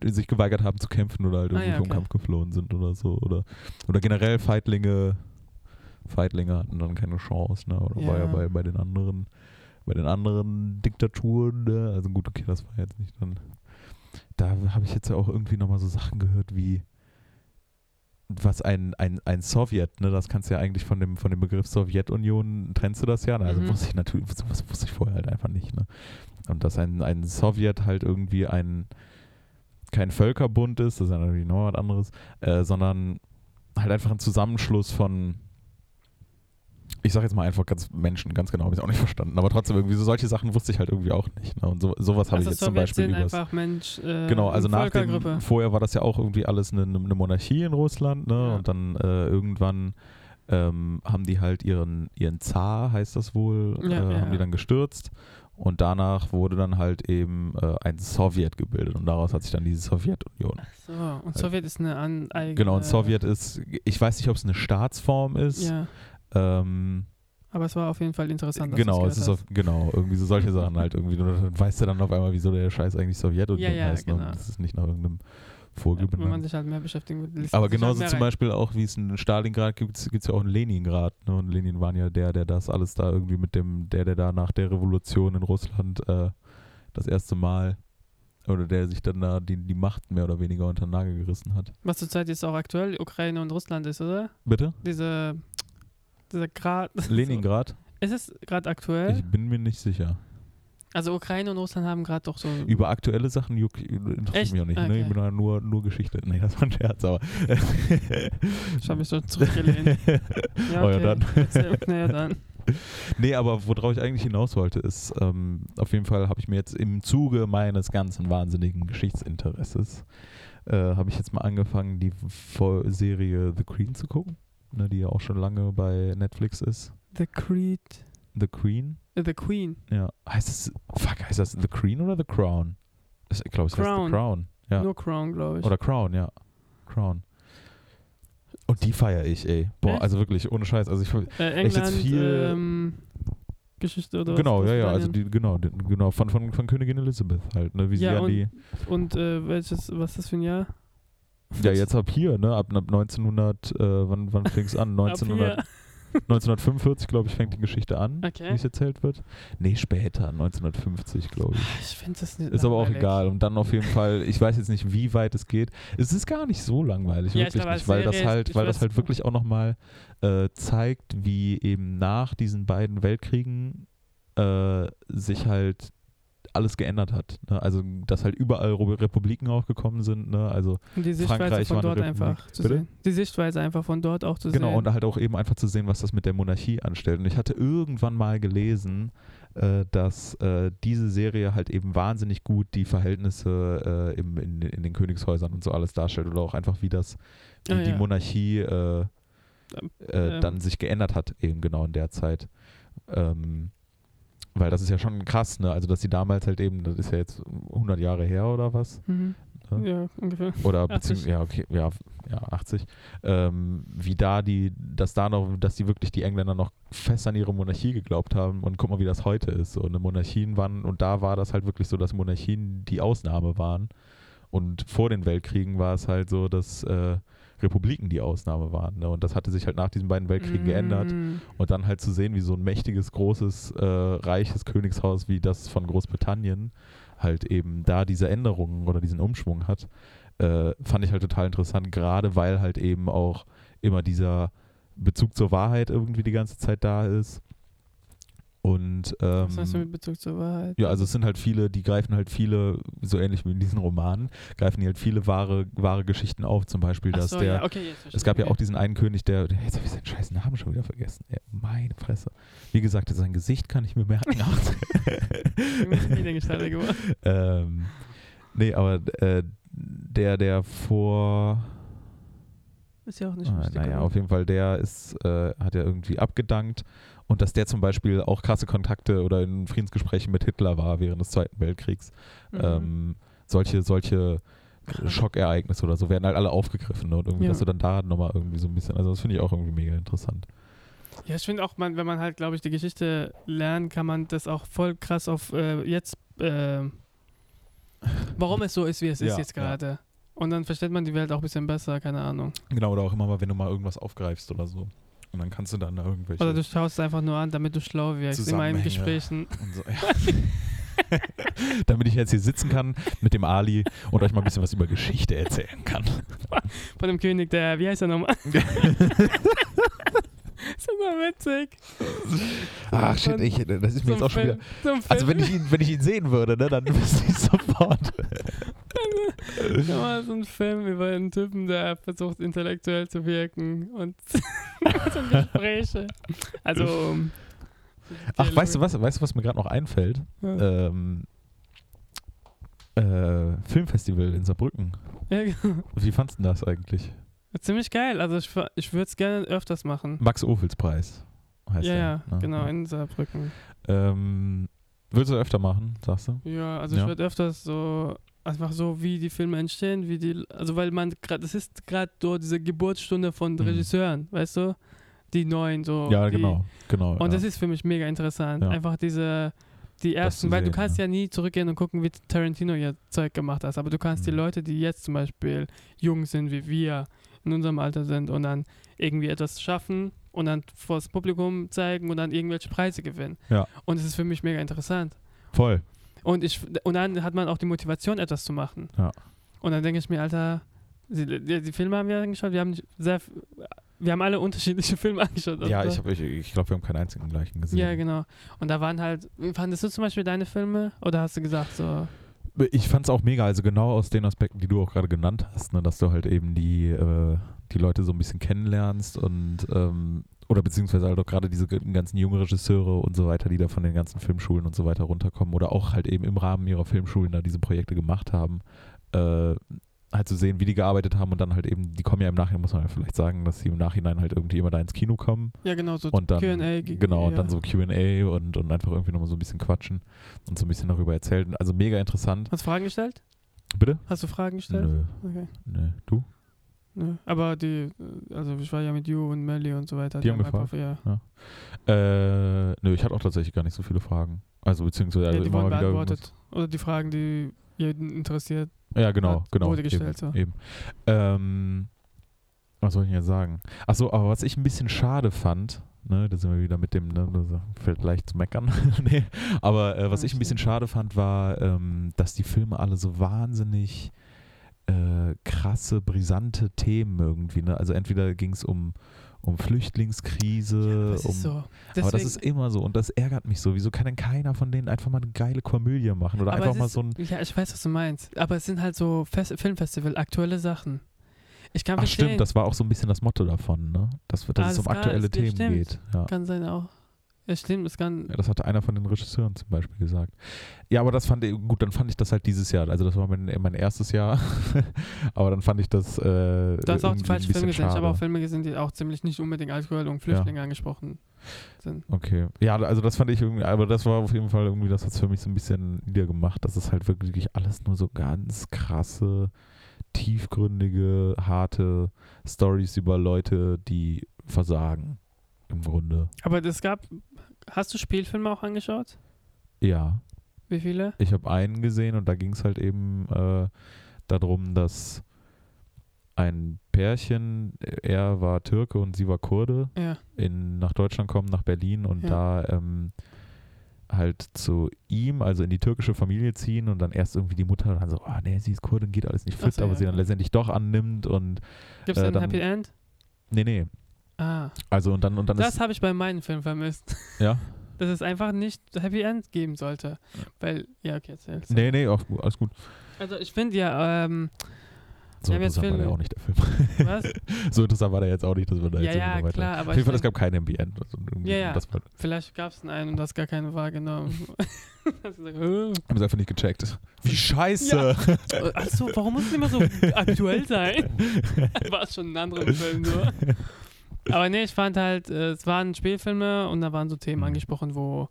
Speaker 1: sich geweigert haben zu kämpfen oder halt
Speaker 2: Ah,
Speaker 1: irgendwie
Speaker 2: ja,
Speaker 1: vom
Speaker 2: okay.
Speaker 1: Kampf geflohen sind oder so. Oder, oder generell Feiglinge, Feiglinge hatten dann keine Chance, ne? Oder war ja
Speaker 2: Ja.
Speaker 1: bei, bei den anderen, bei den anderen Diktaturen, ne? Also gut, okay, das war jetzt nicht dann. Da habe ich jetzt ja auch irgendwie nochmal so Sachen gehört wie was ein, ein, ein Sowjet, ne, das kannst du ja eigentlich von dem, von dem Begriff Sowjetunion trennst du das ja. Ne? Also
Speaker 2: Mhm.
Speaker 1: wusste ich natürlich, sowas wusste ich vorher halt einfach nicht, ne? Und dass ein, ein Sowjet halt irgendwie ein kein Völkerbund ist, das ist ja natürlich noch was anderes, äh, sondern halt einfach ein Zusammenschluss von, ich sag jetzt mal einfach ganz Menschen, ganz genau habe ich auch nicht verstanden, aber trotzdem irgendwie so solche Sachen wusste ich halt irgendwie auch nicht. Ne? Und so, sowas habe
Speaker 2: also
Speaker 1: ich jetzt zum Beispiel
Speaker 2: sind
Speaker 1: übers-
Speaker 2: einfach Mensch, äh,
Speaker 1: Genau, also nach
Speaker 2: Völkergruppe.
Speaker 1: dem, vorher war das ja auch irgendwie alles eine, eine Monarchie in Russland, ne?
Speaker 2: Ja.
Speaker 1: Und dann äh, irgendwann ähm, haben die halt ihren, ihren Zar, heißt das wohl,
Speaker 2: Ja,
Speaker 1: äh,
Speaker 2: ja,
Speaker 1: haben die
Speaker 2: ja.
Speaker 1: dann gestürzt. Und danach wurde dann halt eben äh, ein Sowjet gebildet und daraus hat sich dann diese Sowjetunion.
Speaker 2: So, und Sowjet ist eine an eigene,
Speaker 1: Halt. Genau, und Sowjet ist, ich weiß nicht, ob es eine Staatsform ist.
Speaker 2: Ja,
Speaker 1: Ähm,
Speaker 2: aber es war auf jeden Fall interessant. dass
Speaker 1: genau,
Speaker 2: du's
Speaker 1: es ist
Speaker 2: gehört
Speaker 1: auf, genau, irgendwie so solche Sachen halt irgendwie. Und dann weißt du dann auf einmal, wieso der Scheiß eigentlich Sowjetunion
Speaker 2: Ja, ja,
Speaker 1: heißt. Ne?
Speaker 2: genau.
Speaker 1: Das ist nicht nach irgendeinem
Speaker 2: hast. ja, wenn man
Speaker 1: vorgegebenen
Speaker 2: sich halt mehr beschäftigen würde. liest
Speaker 1: Aber
Speaker 2: man sich
Speaker 1: genauso
Speaker 2: halt
Speaker 1: zum
Speaker 2: mehr
Speaker 1: Beispiel auch, wie es einen Stalingrad gibt, gibt es ja auch einen Leningrad. Ne? Und Lenin waren ja der, der das alles da irgendwie mit dem, der, der da nach der Revolution in Russland äh, das erste Mal oder der sich dann da die, die Macht mehr oder weniger unter den Nagel gerissen hat.
Speaker 2: rein. Was zurzeit jetzt auch aktuell Ukraine und Russland ist, oder?
Speaker 1: Bitte?
Speaker 2: Diese, dieser Grad.
Speaker 1: Leningrad?
Speaker 2: Ist es gerade aktuell?
Speaker 1: Ich bin mir nicht sicher.
Speaker 2: Also Ukraine und Russland haben gerade doch so.
Speaker 1: Über aktuelle Sachen juck- interessiert
Speaker 2: Echt?
Speaker 1: mich auch nicht.
Speaker 2: Okay.
Speaker 1: Ne? Ich bin da nur, nur Geschichte. Nee, das war ein Scherz, aber.
Speaker 2: Ich habe mich so zurückgelehnt. Ja,
Speaker 1: Oh ja,
Speaker 2: okay.
Speaker 1: dann.
Speaker 2: Erzähl- Na ja, dann.
Speaker 1: Nee, aber worauf ich eigentlich hinaus wollte, ist, ähm, auf jeden Fall habe ich mir jetzt im Zuge meines ganzen wahnsinnigen Geschichtsinteresses, äh, habe ich jetzt mal angefangen, die Vo- Serie The Queen zu gucken, ne, die ja auch schon lange bei Netflix ist.
Speaker 2: The Creed.
Speaker 1: The Queen,
Speaker 2: äh, The Queen.
Speaker 1: ja. Heißt es, fuck, heißt das The Queen oder The Crown? Ich glaube, es heißt
Speaker 2: Crown.
Speaker 1: The Crown. Ja.
Speaker 2: Nur Crown, glaube ich.
Speaker 1: Oder Crown, ja. Crown. Und die feiere ich, ey. Boah,
Speaker 2: Echt?
Speaker 1: also wirklich, ohne Scheiß. Also ich,
Speaker 2: äh, England,
Speaker 1: echt jetzt viel-
Speaker 2: ähm, Geschichte oder was?
Speaker 1: genau, ja, ja. Also
Speaker 2: Großbritannien.
Speaker 1: die, genau, die, genau von, von, von Königin Elizabeth halt, ne? Wie sie
Speaker 2: Ja,
Speaker 1: an die.
Speaker 2: Und äh, welches, was ist das für ein Jahr?
Speaker 1: Ja, jetzt ab hier, ne? Ab, ab 1900, äh, wann, wann fing es an?
Speaker 2: Ab hier.
Speaker 1: 1900, 1945, glaube ich, fängt die Geschichte an,
Speaker 2: Okay.
Speaker 1: wie es erzählt wird. Nee, später, 1950, glaube ich.
Speaker 2: Ah, Ich finde das nicht.
Speaker 1: Ist aber auch
Speaker 2: langweilig.
Speaker 1: egal. Und dann auf jeden Fall, ich weiß jetzt nicht, wie weit es geht. Es ist gar nicht so langweilig,
Speaker 2: Ja, ich
Speaker 1: wirklich
Speaker 2: glaube, als
Speaker 1: nicht, weil das
Speaker 2: Serie ist-
Speaker 1: halt,
Speaker 2: ich
Speaker 1: weil
Speaker 2: weiß-
Speaker 1: das halt wirklich auch nochmal äh, zeigt, wie eben nach diesen beiden Weltkriegen äh, sich halt alles geändert hat. Ne? Also, dass halt überall Ru- Republiken aufgekommen sind. Ne? Also,
Speaker 2: Und die Sichtweise
Speaker 1: Frankreich
Speaker 2: von
Speaker 1: war eine
Speaker 2: dort einfach
Speaker 1: Republik.
Speaker 2: zu
Speaker 1: Bitte?
Speaker 2: sehen. Die Sichtweise einfach von dort auch zu
Speaker 1: genau,
Speaker 2: sehen.
Speaker 1: und halt auch eben einfach zu sehen, was das mit der Monarchie anstellt. Und ich hatte irgendwann mal gelesen, äh, dass äh, diese Serie halt eben wahnsinnig gut die Verhältnisse äh, im, in, in den Königshäusern und so alles darstellt. Oder auch einfach, wie das, wie
Speaker 2: Ah,
Speaker 1: die
Speaker 2: ja.
Speaker 1: Monarchie äh, äh,
Speaker 2: ähm.
Speaker 1: dann sich geändert hat, eben genau in der Zeit. Ähm, weil das ist ja schon krass, ne? Also, dass sie damals halt eben, das ist ja jetzt 100 Jahre her oder was,
Speaker 2: Mhm.
Speaker 1: Ja.
Speaker 2: Ja, ungefähr.
Speaker 1: oder
Speaker 2: 80.
Speaker 1: beziehungsweise, ja, okay, ja, ja, 80. Ähm, wie da die, dass da noch, dass die wirklich die Engländer noch fest an ihre Monarchie geglaubt haben und guck mal, wie das heute ist. So, eine Monarchien waren, und da war das halt wirklich so, dass Monarchien die Ausnahme waren. Und vor den Weltkriegen war es halt so, dass äh, Republiken die Ausnahme waren. Ne? Und das hatte sich halt nach diesen beiden Weltkriegen geändert.
Speaker 2: Mhm.
Speaker 1: Und dann halt zu sehen, wie so ein mächtiges, großes, äh, reiches Königshaus wie das von Großbritannien halt eben da diese Änderungen oder diesen Umschwung hat, äh, fand ich halt total interessant, gerade weil halt eben auch immer dieser Bezug zur Wahrheit irgendwie die ganze Zeit da ist. Und ähm,
Speaker 2: Was meinst du mit Bezug zur Wahrheit?
Speaker 1: ja, also es sind halt viele, die greifen halt viele, so ähnlich wie in diesen Romanen, greifen die halt viele wahre, wahre Geschichten auf. Zum Beispiel,
Speaker 2: Ach
Speaker 1: dass
Speaker 2: so,
Speaker 1: der,
Speaker 2: ja, okay, jetzt verstehe
Speaker 1: es gab
Speaker 2: ich.
Speaker 1: ja auch diesen einen König, der, der jetzt habe ich seinen scheiß Namen schon wieder vergessen. Ja, meine Fresse. Wie gesagt, sein Gesicht kann ich mir merken.
Speaker 2: Ich bin nie der Gestalter geworden.
Speaker 1: ähm, nee, aber äh, der, der vor
Speaker 2: Ist ja auch nicht
Speaker 1: Ah,
Speaker 2: wichtig.
Speaker 1: naja,
Speaker 2: oder?
Speaker 1: auf jeden Fall, der ist, äh, hat ja irgendwie abgedankt und dass der zum Beispiel auch krasse Kontakte oder in Friedensgesprächen mit Hitler war während des Zweiten Weltkriegs.
Speaker 2: Mhm.
Speaker 1: Ähm, solche, solche
Speaker 2: Krass.
Speaker 1: Schockereignisse oder so werden halt alle aufgegriffen ne? und irgendwie,
Speaker 2: Ja.
Speaker 1: dass du dann da nochmal irgendwie so ein bisschen, also das finde ich auch irgendwie mega interessant.
Speaker 2: Ja, ich finde auch, man, wenn man halt, glaube ich, die Geschichte lernt, kann man das auch voll krass auf äh, jetzt, äh, warum es so ist, wie es ist
Speaker 1: Ja,
Speaker 2: jetzt
Speaker 1: ja.
Speaker 2: gerade. Und dann versteht man die Welt auch ein bisschen besser, keine Ahnung.
Speaker 1: Genau, oder auch immer mal, wenn du mal irgendwas aufgreifst oder so. Und dann kannst du dann da irgendwelche.
Speaker 2: Oder du schaust es einfach nur an, damit du schlau wirkst. Immer in
Speaker 1: Zusammenhänge.
Speaker 2: Gesprächen.
Speaker 1: und so, ja. Damit ich jetzt hier sitzen kann mit dem Ali und euch mal ein bisschen was über Geschichte erzählen kann.
Speaker 2: Von dem König, der, wie heißt er nochmal? ist immer witzig.
Speaker 1: Ach shit, ich, das ist mir jetzt auch schon wieder.
Speaker 2: So ein Film.
Speaker 1: Also wenn ich ihn, wenn ich ihn sehen würde, ne, dann wüsste ich sofort.
Speaker 2: Ja, mal so ein Film über einen Typen, der versucht, intellektuell zu wirken und so Gespräche. Also. um,
Speaker 1: Ach, weißt du was, weißt du, was mir gerade noch einfällt?
Speaker 2: Ja.
Speaker 1: Ähm, äh, Filmfestival in Saarbrücken.
Speaker 2: Ja, genau.
Speaker 1: Wie fandst du das eigentlich?
Speaker 2: Ziemlich geil. Also, ich, fa- ich würde es gerne öfters machen.
Speaker 1: Max Ophels Preis heißt
Speaker 2: Ja,
Speaker 1: der,
Speaker 2: ja,
Speaker 1: ne?
Speaker 2: genau, in Saarbrücken.
Speaker 1: Ähm, willst du öfter machen, sagst du?
Speaker 2: Ja, also ich
Speaker 1: Ja.
Speaker 2: würde öfters so. Einfach so, wie die Filme entstehen, wie die. Also, weil man gerade. Das ist gerade so diese Geburtsstunde von
Speaker 1: Mhm.
Speaker 2: Regisseuren, weißt du? Die neuen, so.
Speaker 1: ja,
Speaker 2: Oh, die,
Speaker 1: genau, genau.
Speaker 2: Und
Speaker 1: ja.
Speaker 2: das ist für mich mega interessant.
Speaker 1: Ja.
Speaker 2: Einfach diese, die ersten,
Speaker 1: zu
Speaker 2: weil du
Speaker 1: sehen,
Speaker 2: kannst ja. nie zurückgehen und gucken, wie Tarantino ihr Zeug gemacht hat. Aber du kannst die
Speaker 1: Mhm.
Speaker 2: Leute, die jetzt zum Beispiel jung sind, wie wir, in unserem Alter sind und dann irgendwie etwas schaffen und dann vor das Publikum zeigen und dann irgendwelche Preise gewinnen.
Speaker 1: Ja.
Speaker 2: Und es ist für mich mega interessant.
Speaker 1: voll.
Speaker 2: Und, ich, und dann hat man auch die Motivation, etwas zu machen.
Speaker 1: Ja.
Speaker 2: Und dann denke ich mir, Alter, die, die, die Filme haben wir angeschaut, wir haben nicht sehr, wir haben alle unterschiedliche Filme angeschaut.
Speaker 1: Ja,
Speaker 2: oder?
Speaker 1: ich, hab- ich, ich glaube, wir haben keinen einzigen gleichen gesehen.
Speaker 2: Ja, genau. Und da waren halt, fandest du zum Beispiel deine Filme? Oder hast du gesagt so,
Speaker 1: Ich fand es auch mega, also genau aus den Aspekten, die du auch gerade genannt hast, ne, dass du halt eben die, äh, die Leute so ein bisschen kennenlernst und ähm, oder beziehungsweise halt auch gerade diese g- ganzen jungen Regisseure und so weiter, die da von den ganzen Filmschulen und so weiter runterkommen oder auch halt eben im Rahmen ihrer Filmschulen da diese Projekte gemacht haben, äh, halt zu sehen, wie die gearbeitet haben und dann halt eben, die kommen ja im Nachhinein, muss man ja vielleicht sagen, dass sie im Nachhinein halt irgendwie immer da ins Kino kommen
Speaker 2: ja genau, so
Speaker 1: und dann
Speaker 2: Q&A. ge-
Speaker 1: genau und
Speaker 2: ja.
Speaker 1: dann so Q&A und, und einfach irgendwie nochmal so ein bisschen quatschen und so ein bisschen darüber erzählen. Also mega interessant.
Speaker 2: Hast du Fragen gestellt?
Speaker 1: Bitte?
Speaker 2: Hast du Fragen gestellt?
Speaker 1: Nö,
Speaker 2: Okay.
Speaker 1: nö. Du?
Speaker 2: Nö. Aber die, äh, also ich war ja mit You und Melly und so weiter.
Speaker 1: Die haben
Speaker 2: einfach- Ja.
Speaker 1: Äh, nö, ich hatte auch tatsächlich gar nicht so viele Fragen. Also beziehungsweise
Speaker 2: ja,
Speaker 1: also
Speaker 2: die
Speaker 1: immer
Speaker 2: wurden
Speaker 1: mal wieder irgendwas-
Speaker 2: beantwortet. Oder die Fragen, die jeden interessiert.
Speaker 1: Ja, genau,
Speaker 2: hat-
Speaker 1: genau.
Speaker 2: wurde gestellt,
Speaker 1: eben,
Speaker 2: so.
Speaker 1: eben. Ähm, was soll ich denn jetzt sagen? Achso, aber was ich ein bisschen schade fand, ne, da sind wir wieder mit dem, ne, das fällt leicht zu meckern. nee, aber äh, was ich ein bisschen schade fand, war, ähm, dass die Filme alle so wahnsinnig äh, krasse, brisante Themen irgendwie, ne? Also entweder ging es um, um Flüchtlingskrise,
Speaker 2: das
Speaker 1: um
Speaker 2: ist so.
Speaker 1: aber das ist immer so und das ärgert mich so. Wieso kann denn keiner von denen einfach mal eine geile Komödie machen oder
Speaker 2: Aber
Speaker 1: einfach
Speaker 2: es
Speaker 1: mal
Speaker 2: ist-
Speaker 1: so ein.
Speaker 2: Ja, ich weiß, was du meinst. Aber es sind halt so Fest Filmfestival, aktuelle Sachen. Ich kann
Speaker 1: Ach
Speaker 2: verstehen.
Speaker 1: stimmt, das war auch so ein bisschen das Motto davon, ne? Dass, dass
Speaker 2: Alles
Speaker 1: es um
Speaker 2: klar,
Speaker 1: aktuelle
Speaker 2: es geht,
Speaker 1: Themen
Speaker 2: stimmt.
Speaker 1: geht. Ja.
Speaker 2: kann sein auch. Ja, stimmt, es kann.
Speaker 1: ja, das hatte einer von den Regisseuren zum Beispiel gesagt. Ja, aber das fand ich, gut, dann fand ich das halt dieses Jahr. Also das war mein, mein erstes Jahr. aber dann fand ich das. Äh,
Speaker 2: Du hast auch
Speaker 1: irgendwie
Speaker 2: falsche
Speaker 1: ein bisschen
Speaker 2: Filme gesehen. Ich
Speaker 1: schade.
Speaker 2: habe auch Filme gesehen, die auch ziemlich nicht unbedingt aktuell und Flüchtlinge angesprochen sind.
Speaker 1: Okay. Ja, also das fand ich irgendwie, aber das war auf jeden Fall irgendwie, das hat es für mich so ein bisschen niedergemacht, dass es halt wirklich alles nur so ganz krasse, tiefgründige, harte Stories über Leute, die versagen. Im Grunde.
Speaker 2: Aber es gab. Hast du Spielfilme auch angeschaut?
Speaker 1: Ja.
Speaker 2: Wie viele?
Speaker 1: Ich habe einen gesehen und da ging es halt eben äh, darum, dass ein Pärchen, er war Türke und sie war Kurde,
Speaker 2: Ja.
Speaker 1: in, nach Deutschland kommen, nach Berlin und
Speaker 2: Ja.
Speaker 1: da ähm, halt zu ihm, also in die türkische Familie ziehen und dann erst irgendwie die Mutter dann so, ah nee, sie ist Kurdin, geht alles nicht
Speaker 2: Ach
Speaker 1: fit,
Speaker 2: so,
Speaker 1: aber
Speaker 2: ja,
Speaker 1: sie dann
Speaker 2: ja.
Speaker 1: letztendlich doch annimmt und
Speaker 2: Gibt
Speaker 1: Äh,
Speaker 2: es ein
Speaker 1: dann-
Speaker 2: Happy End?
Speaker 1: nee, nee.
Speaker 2: Ah.
Speaker 1: Also und dann und dann
Speaker 2: Das
Speaker 1: ist
Speaker 2: habe ich bei meinen Filmen vermisst.
Speaker 1: ja.
Speaker 2: Dass es einfach nicht Happy End geben sollte.
Speaker 1: Ja.
Speaker 2: Weil, ja, okay, erzähl's.
Speaker 1: Nee, nee, auch, alles gut.
Speaker 2: Also ich finde ja, ähm,
Speaker 1: So
Speaker 2: Wir haben
Speaker 1: interessant
Speaker 2: jetzt
Speaker 1: war
Speaker 2: Filme.
Speaker 1: der auch nicht, der Film.
Speaker 2: was?
Speaker 1: so interessant war der jetzt auch nicht, dass wir da
Speaker 2: ja,
Speaker 1: jetzt
Speaker 2: ja,
Speaker 1: immer weiter.
Speaker 2: klar, aber
Speaker 1: Auf
Speaker 2: ich
Speaker 1: jeden Fall, es
Speaker 2: mein,
Speaker 1: gab kein Happy End. Also irgendwie,
Speaker 2: Ja, ja.
Speaker 1: Das war,
Speaker 2: vielleicht gab es einen und das gar keine wahrgenommen. Hast du gesagt, "Hö?"
Speaker 1: haben sie einfach nicht gecheckt. Wie scheiße!
Speaker 2: Achso, warum muss es immer so aktuell sein? War es schon ein anderer Film nur. Aber nee, ich fand halt, äh, es waren Spielfilme und da waren so Themen
Speaker 1: Mhm.
Speaker 2: angesprochen, wo,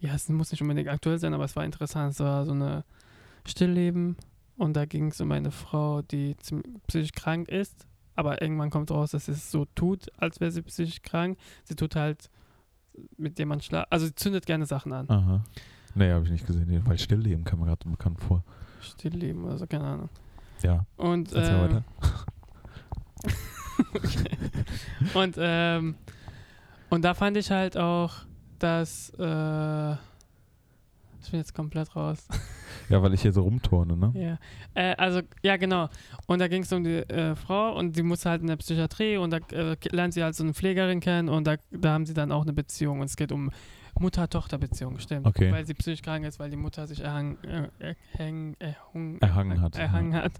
Speaker 2: ja, es muss nicht unbedingt aktuell sein, aber es war interessant. Es war so eine Stillleben und da ging es um eine Frau, die ziem- psychisch krank ist, aber irgendwann kommt raus, dass sie es so tut, als wäre sie psychisch krank. Sie tut halt mit jemand schla, also sie zündet gerne Sachen an.
Speaker 1: Aha. Nee, habe ich nicht gesehen. Nee, Weil Stillleben kam mir gerade so bekannt vor.
Speaker 2: Stillleben oder so, keine Ahnung.
Speaker 1: Ah. Ja,
Speaker 2: Und,
Speaker 1: erzähl
Speaker 2: ähm,
Speaker 1: weiter.
Speaker 2: Und, ähm, und da fand ich halt auch, dass. Äh, ich bin jetzt komplett raus.
Speaker 1: Ja, weil ich hier so rumturne, ne?
Speaker 2: ja. Äh, also, ja, genau. Und da ging es um die äh, Frau und die musste halt in der Psychiatrie und da äh, lernt sie halt so eine Pflegerin kennen und da, da haben sie dann auch eine Beziehung. Und es geht um Mutter-Tochter-Beziehung, stimmt.
Speaker 1: Okay.
Speaker 2: Weil sie psychisch krank ist, weil die Mutter sich erhang, äh, erhäng, erhung,
Speaker 1: Erhangen ne? hat,
Speaker 2: Erhangen hat.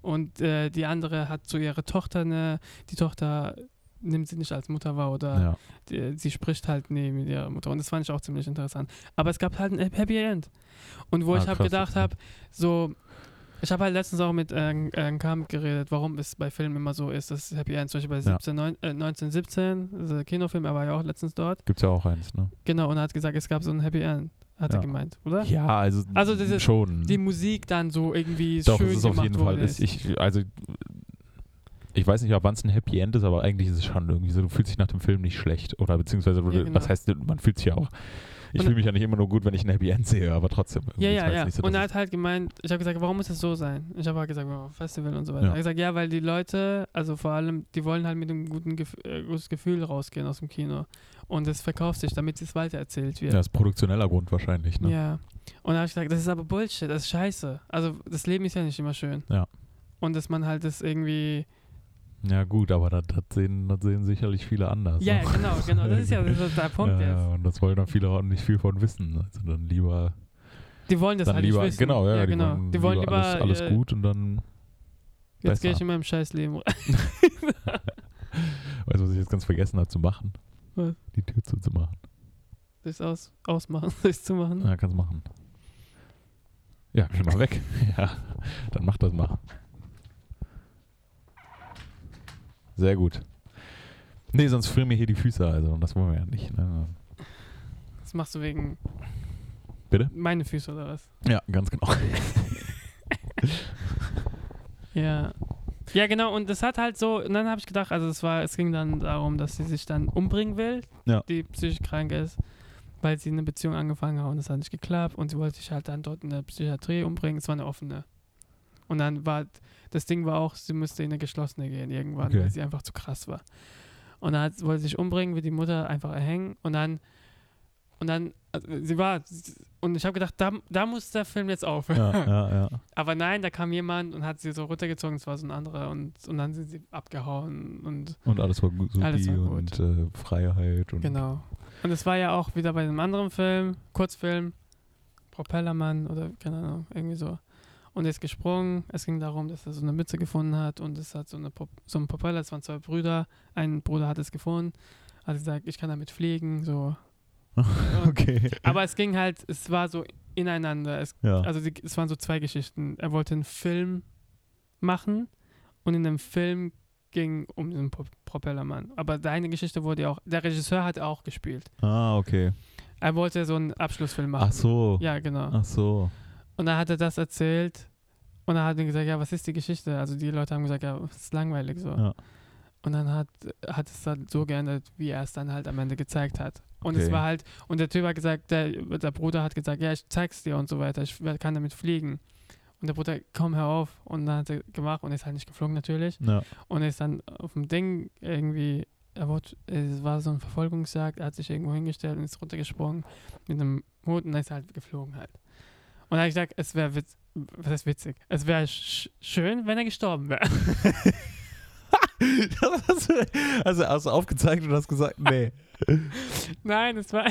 Speaker 2: Und äh, die andere hat zu ihrer Tochter eine. Die Tochter nimmt sie nicht als Mutter wahr oder
Speaker 1: Ja.
Speaker 2: die, sie spricht halt nie mit ihrer Mutter und das fand ich auch ziemlich interessant. Aber es gab halt ein Happy End. Und wo
Speaker 1: Ah,
Speaker 2: ich habe
Speaker 1: krass,
Speaker 2: gedacht
Speaker 1: okay.
Speaker 2: habe, so, ich habe halt letztens auch mit äh, äh, Kam geredet, warum es bei Filmen immer so ist, dass Happy End, zum Beispiel bei
Speaker 1: Ja.
Speaker 2: 17, neun, äh, 1917, also Kinofilm, er war ja auch letztens dort,
Speaker 1: Gibt's ja auch eins, ne?
Speaker 2: genau, und er hat gesagt, es gab so ein Happy End, hat er
Speaker 1: Ja.
Speaker 2: gemeint, oder?
Speaker 1: Ja, also,
Speaker 2: Also das ist-
Speaker 1: schon.
Speaker 2: Die Musik dann so irgendwie
Speaker 1: Doch,
Speaker 2: schön
Speaker 1: es ist auf
Speaker 2: gemacht
Speaker 1: jeden Fall.
Speaker 2: worden
Speaker 1: Ist, ich, also, ich weiß nicht, ab wann es ein Happy End ist, aber eigentlich ist es schon irgendwie so, du fühlst dich nach dem Film nicht schlecht. Oder beziehungsweise,
Speaker 2: Ja, genau.
Speaker 1: was heißt, man fühlt sich ja auch. Ich
Speaker 2: Und-
Speaker 1: fühle mich ja nicht immer nur gut, wenn ich ein Happy End sehe, aber trotzdem. irgendwie,
Speaker 2: Ja,
Speaker 1: ich
Speaker 2: ja,
Speaker 1: weiß
Speaker 2: ja.
Speaker 1: nicht so,
Speaker 2: und
Speaker 1: dass
Speaker 2: er
Speaker 1: es-
Speaker 2: hat halt gemeint, ich habe gesagt, warum muss das so sein? Ich habe halt gesagt, warum Festival und so weiter.
Speaker 1: Ja.
Speaker 2: Er hat gesagt, ja, weil die Leute, also vor allem, die wollen halt mit einem guten Gef äh, gutes Gefühl rausgehen aus dem Kino. Und es verkauft sich, damit es weitererzählt wird.
Speaker 1: ja, ist produktioneller Grund wahrscheinlich, ne?
Speaker 2: Ja. Und da habe ich gesagt, das ist aber Bullshit, das ist scheiße. Also das Leben ist ja nicht immer schön.
Speaker 1: Ja.
Speaker 2: Und dass man halt das irgendwie
Speaker 1: Ja, gut, aber das, das, sehen, das sehen sicherlich viele anders.
Speaker 2: Ja,
Speaker 1: ne?
Speaker 2: ja, genau, genau. Das ist ja das ist der
Speaker 1: ja,
Speaker 2: Punkt
Speaker 1: ja,
Speaker 2: jetzt.
Speaker 1: und das wollen dann viele auch nicht viel von wissen. Also dann lieber,
Speaker 2: Die wollen das
Speaker 1: dann
Speaker 2: halt
Speaker 1: lieber,
Speaker 2: nicht wissen.
Speaker 1: genau, ja, die
Speaker 2: genau.
Speaker 1: wollen,
Speaker 2: Die wollen lieber,
Speaker 1: alles, alles
Speaker 2: äh,
Speaker 1: gut und dann,
Speaker 2: Jetzt gehe
Speaker 1: besser.
Speaker 2: ich in meinem Scheißleben rein.
Speaker 1: weißt du, was ich jetzt ganz vergessen habe zu machen?
Speaker 2: Was?
Speaker 1: Die Tür zuzumachen.
Speaker 2: Das aus, ausmachen, das zu machen.
Speaker 1: Ja, kannst machen. Ja, geh mal weg. ja, dann mach das mal. Sehr gut. Nee, sonst frieren mir hier die Füße, also und das wollen wir ja nicht. Ne?
Speaker 2: Das machst du wegen.
Speaker 1: Bitte?
Speaker 2: Meine Füße oder was?
Speaker 1: Ja, ganz genau.
Speaker 2: Ja. Ja, genau, und das hat halt so, und dann habe ich gedacht, also es war, es ging dann darum, dass sie sich dann umbringen will,
Speaker 1: Ja.
Speaker 2: die psychisch krank ist, weil sie eine Beziehung angefangen hat und das hat nicht geklappt und sie wollte sich halt dann dort in der Psychiatrie umbringen, es war eine offene. Und dann war, das Ding war auch, sie müsste in eine geschlossene gehen irgendwann,
Speaker 1: Okay.
Speaker 2: weil sie einfach zu krass war. Und dann hat, wollte sie sich umbringen, will die Mutter einfach erhängen und dann, und dann, also sie war, und ich habe gedacht, da, da muss der Film jetzt aufhören.
Speaker 1: ja, ja, ja.
Speaker 2: Aber nein, da kam jemand und hat sie so runtergezogen, es war so ein anderer und, und dann sind sie abgehauen und
Speaker 1: Und alles war gu- supi
Speaker 2: Alles war
Speaker 1: und äh, Freiheit und
Speaker 2: genau. Und es war ja auch wieder bei einem anderen Film, Kurzfilm, Propellermann oder keine Ahnung, irgendwie so. Und er ist gesprungen, es ging darum, dass er so eine Mütze gefunden hat und es hat so, eine Pro so einen Propeller, es waren zwei Brüder, ein Bruder hat es gefunden, hat gesagt, ich kann damit fliegen, so. Und-
Speaker 1: okay.
Speaker 2: Aber es ging halt, es war so ineinander, es
Speaker 1: Ja.
Speaker 2: Also die, es waren so zwei Geschichten. Er wollte einen Film machen und in dem Film ging um den Pro Propellermann. Aber deine Geschichte wurde ja auch, der Regisseur hat auch gespielt.
Speaker 1: ah, okay.
Speaker 2: Er wollte so einen Abschlussfilm machen.
Speaker 1: Ach so.
Speaker 2: Ja, genau.
Speaker 1: Ach so.
Speaker 2: Und dann hat er das erzählt und dann hat er gesagt, ja, was ist die Geschichte? Also die Leute haben gesagt, ja, es ist langweilig so.
Speaker 1: Ja.
Speaker 2: Und dann hat, hat es dann so geändert, wie er es dann halt am Ende gezeigt hat. Und es
Speaker 1: Okay.
Speaker 2: war halt, und der Typ hat gesagt, der, der Bruder hat gesagt, ja, ich zeig's dir und so weiter, ich wer- kann damit fliegen. Und der Bruder, komm, hör auf. Und dann hat er gemacht und ist halt nicht geflogen natürlich.
Speaker 1: Ja.
Speaker 2: Und er ist dann auf dem Ding irgendwie, er wurde, es war so ein Verfolgungsjagd, er hat sich irgendwo hingestellt und ist runtergesprungen mit einem Hut und dann ist er halt geflogen halt. Und dann habe ich gesagt, es wäre witz, was heißt witzig? Es wäre sch schön, wenn er gestorben wäre.
Speaker 1: Das hast du, also hast du aufgezeigt und hast gesagt, nee.
Speaker 2: Nein, es war,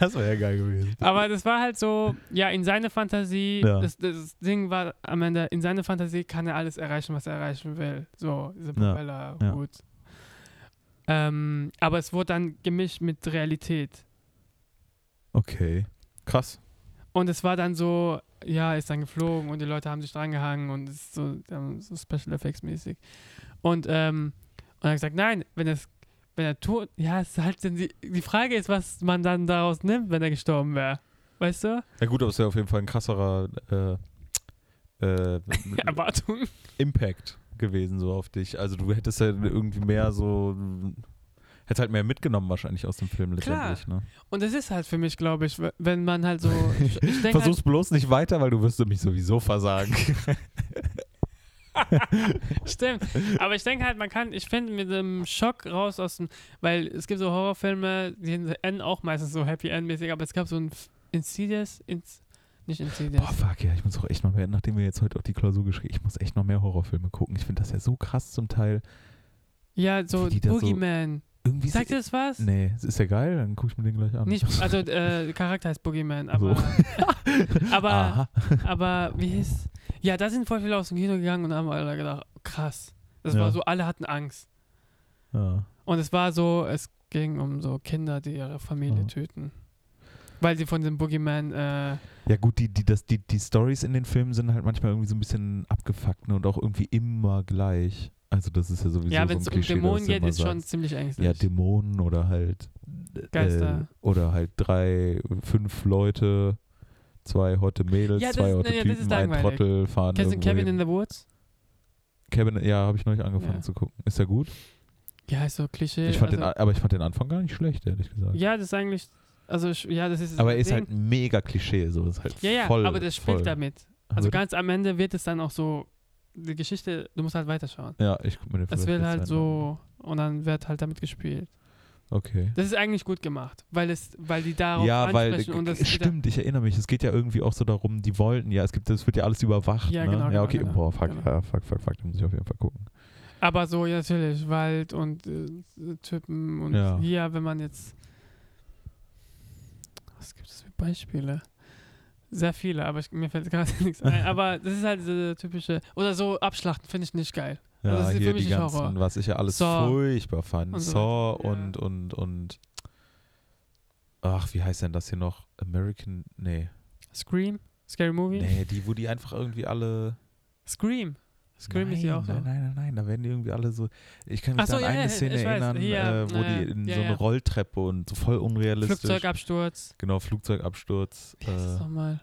Speaker 1: Das wäre ja geil gewesen.
Speaker 2: aber das war halt so, ja, in seine Fantasie,
Speaker 1: Ja.
Speaker 2: das, das Ding war am Ende, in seine Fantasie kann er alles erreichen, was er erreichen will. So, diese Propeller,
Speaker 1: ja.
Speaker 2: Hut. Ähm, aber es wurde dann gemischt mit Realität.
Speaker 1: Okay. Krass.
Speaker 2: Und es war dann so, ja, ist dann geflogen und die Leute haben sich drangehangen und es ist so, ähm, so Special Effects mäßig. Und, ähm, und er hat gesagt, nein, wenn es, wenn er tot, ja, es ist halt denn die, die Frage ist, was man dann daraus nimmt, wenn er gestorben wäre. Weißt du?
Speaker 1: Ja gut, aber es ist ja auf jeden Fall ein krasserer äh, äh,
Speaker 2: Erwartung.
Speaker 1: Impact gewesen so auf dich. Also du hättest ja irgendwie mehr so, hättest halt mehr mitgenommen wahrscheinlich aus dem Film
Speaker 2: Klar.
Speaker 1: letztendlich. Ne?
Speaker 2: Und das ist halt für mich, glaube ich, we- wenn man halt so, ich, ich denke
Speaker 1: Versuch's
Speaker 2: halt,
Speaker 1: bloß nicht weiter, weil du wirst nämlich sowieso versagen.
Speaker 2: stimmt. Aber ich denke halt, man kann, ich finde mit dem Schock raus aus dem, weil es gibt so Horrorfilme, die enden auch meistens so Happy End-mäßig, aber es gab so ein F- Insidious, ins, nicht Insidious.
Speaker 1: Boah, fuck, ja, ich muss auch echt noch mehr, nachdem wir jetzt heute auch die Klausur geschrieben ich muss echt noch mehr Horrorfilme gucken. Ich finde das ja so krass zum Teil.
Speaker 2: Ja, so
Speaker 1: Wie die da so-
Speaker 2: Boogeyman.
Speaker 1: Irgendwie
Speaker 2: Sagt
Speaker 1: ist,
Speaker 2: ihr das was?
Speaker 1: Nee, es ist ja geil, dann gucke ich mir den gleich an.
Speaker 2: Nicht, also äh, der Charakter heißt Boogeyman, aber, aber,
Speaker 1: Aha.
Speaker 2: aber wie hieß? Ja, da sind voll viele aus dem Kino gegangen und haben alle gedacht, krass. Das
Speaker 1: Ja.
Speaker 2: war so, alle hatten Angst.
Speaker 1: Ja.
Speaker 2: Und es war so, es ging um so Kinder, die ihre Familie
Speaker 1: Ja.
Speaker 2: töten. Weil sie von dem Boogeyman, äh,
Speaker 1: ja, gut, die, die, das, die, die Stories in den Filmen sind halt manchmal irgendwie so ein bisschen abgefuckt ne, und auch irgendwie immer gleich. Also, das ist ja sowieso
Speaker 2: ja,
Speaker 1: so
Speaker 2: wenn
Speaker 1: ein
Speaker 2: es um
Speaker 1: Klischee,
Speaker 2: Dämonen
Speaker 1: das du
Speaker 2: geht,
Speaker 1: immer
Speaker 2: ist schon
Speaker 1: sagst.
Speaker 2: ziemlich ängstlich.
Speaker 1: Ja, Dämonen oder halt. Äh,
Speaker 2: Geister.
Speaker 1: oder halt drei, fünf Leute, zwei hotte Mädels,
Speaker 2: Ja, das
Speaker 1: zwei
Speaker 2: ist-
Speaker 1: hotte
Speaker 2: ja, das ist
Speaker 1: Typen, ein
Speaker 2: langweilig.
Speaker 1: Trottel fahren.
Speaker 2: Kennst du
Speaker 1: irgendwo
Speaker 2: Kevin
Speaker 1: hin.
Speaker 2: in the Woods?
Speaker 1: Kevin, ja, habe ich neulich angefangen
Speaker 2: Ja.
Speaker 1: zu gucken. Ist ja gut.
Speaker 2: Ja, ist so Klischee.
Speaker 1: Ich fand den,
Speaker 2: also,
Speaker 1: An- aber ich fand den Anfang gar nicht schlecht, ehrlich gesagt.
Speaker 2: ja, das ist eigentlich, also ich, ja, das ist
Speaker 1: aber er ist
Speaker 2: Ding.
Speaker 1: halt mega Klischee, so ist halt
Speaker 2: Ja, ja,
Speaker 1: voll.
Speaker 2: aber das spielt
Speaker 1: voll.
Speaker 2: damit. Also
Speaker 1: Aber-
Speaker 2: ganz am Ende wird es dann auch so, die Geschichte, du musst halt weiterschauen.
Speaker 1: Ja, ich guck mir den
Speaker 2: Es
Speaker 1: vielleicht
Speaker 2: wird
Speaker 1: jetzt
Speaker 2: halt
Speaker 1: an.
Speaker 2: so, und dann wird halt damit gespielt.
Speaker 1: Okay.
Speaker 2: Das ist eigentlich gut gemacht, weil es, weil die darauf
Speaker 1: Ja, weil äh,
Speaker 2: ansprechen und das wieder-
Speaker 1: stimmt, ich erinnere mich. Es geht ja irgendwie auch so darum, die wollten ja, es gibt, es wird ja alles überwacht.
Speaker 2: Ja,
Speaker 1: ne?
Speaker 2: genau,
Speaker 1: ja
Speaker 2: genau,
Speaker 1: okay.
Speaker 2: genau,
Speaker 1: Boah, fuck,
Speaker 2: genau.
Speaker 1: ja, fuck, fuck, fuck, den muss ich auf jeden Fall gucken.
Speaker 2: Aber so, ja, natürlich, Wald und äh, Typen und
Speaker 1: Ja.
Speaker 2: hier, wenn man jetzt. Was gibt es für Beispiele? Sehr viele, aber ich, mir fällt gerade nichts ein. Aber das ist halt diese typische. Oder so Abschlachten finde ich nicht geil.
Speaker 1: Ja,
Speaker 2: Also das ist für
Speaker 1: hier
Speaker 2: mich
Speaker 1: die
Speaker 2: nicht
Speaker 1: ganzen,
Speaker 2: Horror.
Speaker 1: was ich ja alles
Speaker 2: Saw.
Speaker 1: furchtbar fand.
Speaker 2: Und so
Speaker 1: Saw
Speaker 2: weiter, ja.
Speaker 1: und, und, und. Ach, wie heißt denn das hier noch? American. Nee.
Speaker 2: Scream? Scary Movie?
Speaker 1: Nee, die, wo die einfach irgendwie alle.
Speaker 2: Scream! Scream ist ja auch so.
Speaker 1: nein, nein, nein, nein, da werden die irgendwie alle so. Ich kann mich
Speaker 2: Ach so,
Speaker 1: da an
Speaker 2: ja,
Speaker 1: eine
Speaker 2: ja,
Speaker 1: Szene
Speaker 2: ich weiß,
Speaker 1: erinnern,
Speaker 2: hier,
Speaker 1: äh, wo
Speaker 2: ja,
Speaker 1: die in
Speaker 2: ja,
Speaker 1: so eine
Speaker 2: ja.
Speaker 1: Rolltreppe und so voll unrealistisch.
Speaker 2: Flugzeugabsturz.
Speaker 1: Genau, Flugzeugabsturz.
Speaker 2: Wie heißt das
Speaker 1: Äh,
Speaker 2: nochmal?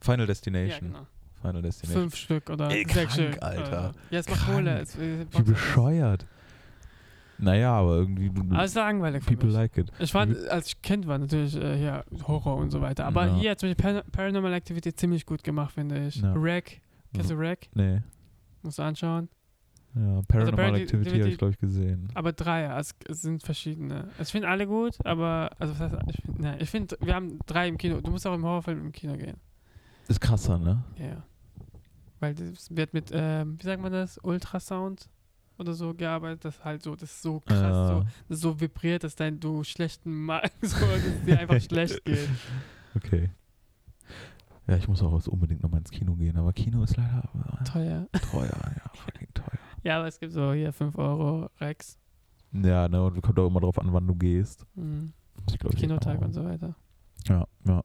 Speaker 1: Final
Speaker 2: Ja,
Speaker 1: Destination.
Speaker 2: genau.
Speaker 1: Final Destination.
Speaker 2: Fünf Stück oder
Speaker 1: Ey,
Speaker 2: sechs
Speaker 1: krank,
Speaker 2: Stück.
Speaker 1: Alter.
Speaker 2: Äh, Ja, es macht
Speaker 1: Krank.
Speaker 2: Kohle. es- äh, es-
Speaker 1: Wie bescheuert. Naja, aber irgendwie.
Speaker 2: Aber es ist langweilig. für
Speaker 1: people
Speaker 2: mich.
Speaker 1: like it.
Speaker 2: Ich war, als ich Kind war natürlich äh, ja, Horror und so weiter. Aber
Speaker 1: Mhm. Ja.
Speaker 2: hier hat zum Beispiel Par Paranormal Activity ziemlich gut gemacht, finde ich.
Speaker 1: Ja. Mhm.
Speaker 2: Wreck, kennst du Wreck?
Speaker 1: Nee.
Speaker 2: Musst du anschauen.
Speaker 1: Ja, Paranormal
Speaker 2: Paranormal
Speaker 1: Activity habe
Speaker 2: Also, Activity-
Speaker 1: ich, glaube ich, gesehen.
Speaker 2: Aber drei, also, es sind verschiedene. Also ich finde alle gut, aber also was heißt, ich finde, nein, ich finde, wir haben drei im Kino. Du musst auch im Horrorfilm im Kino gehen.
Speaker 1: Ist krasser, ne?
Speaker 2: Ja. Weil das wird mit, ähm, wie sagt man das, Ultrasound oder so gearbeitet, das halt so, das ist so krass, so,
Speaker 1: Ja.
Speaker 2: das ist so vibriert, dass dein du schlechten Magen, so, dass es dir einfach schlecht geht.
Speaker 1: Okay. Ja, ich muss auch jetzt unbedingt nochmal ins Kino gehen, aber Kino ist leider
Speaker 2: Teuer.
Speaker 1: äh, teuer, ja, fucking teuer.
Speaker 2: Ja, aber es gibt so hier 5 Euro Rex,
Speaker 1: Ja, ne, und kommt auch immer drauf an, wann du gehst.
Speaker 2: mhm.
Speaker 1: Muss ich, glaub ich,
Speaker 2: Kinotag
Speaker 1: auch-
Speaker 2: und so weiter.
Speaker 1: Ja, ja.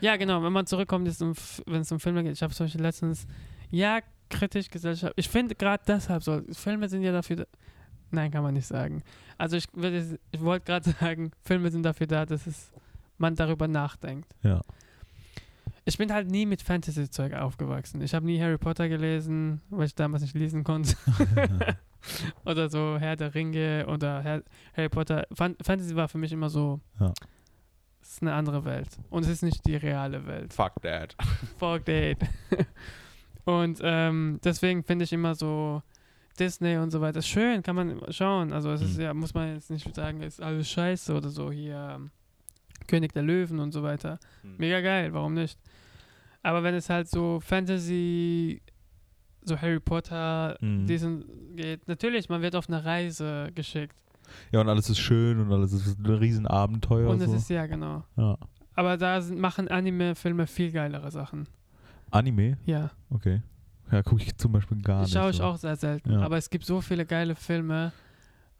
Speaker 2: Ja, genau, wenn man zurückkommt, ist um, F- wenn es um Filme geht. Ich habe zum Beispiel letztens, ja, kritisch Gesellschaft. Ich finde gerade deshalb so, Filme sind ja dafür, da, nein, kann man nicht sagen. Also ich, würd jetzt- ich wollte gerade sagen, Filme sind dafür da, dass es, man darüber nachdenkt.
Speaker 1: Ja.
Speaker 2: Ich bin halt nie mit Fantasy-Zeug aufgewachsen. Ich habe nie Harry Potter gelesen, weil ich damals nicht lesen konnte. oder so Herr der Ringe oder Herr, Harry Potter. Fan, Fantasy war für mich immer so,
Speaker 1: Ja.
Speaker 2: es ist eine andere Welt. Und es ist nicht die reale Welt.
Speaker 1: Fuck that.
Speaker 2: Fuck Date. und ähm, deswegen finde ich immer so Disney und so weiter schön, kann man schauen. Also es ist
Speaker 1: Mhm.
Speaker 2: ja, muss man jetzt nicht sagen, ist alles scheiße oder so hier ähm, König der Löwen und so weiter.
Speaker 1: Mhm.
Speaker 2: Mega geil, warum nicht? Aber wenn es halt so Fantasy, so Harry Potter,
Speaker 1: Mhm.
Speaker 2: diesen geht, natürlich, man wird auf eine Reise geschickt.
Speaker 1: Ja, und alles ist schön und alles ist ein Riesenabenteuer.
Speaker 2: und es
Speaker 1: so.
Speaker 2: ist ja genau.
Speaker 1: ja.
Speaker 2: Aber da sind, machen Anime-Filme viel geilere Sachen.
Speaker 1: Anime,
Speaker 2: Ja.
Speaker 1: okay. Ja, gucke ich zum Beispiel gar
Speaker 2: Die
Speaker 1: nicht.
Speaker 2: schaue ich
Speaker 1: so.
Speaker 2: auch sehr selten.
Speaker 1: Ja.
Speaker 2: Aber es gibt so viele geile Filme,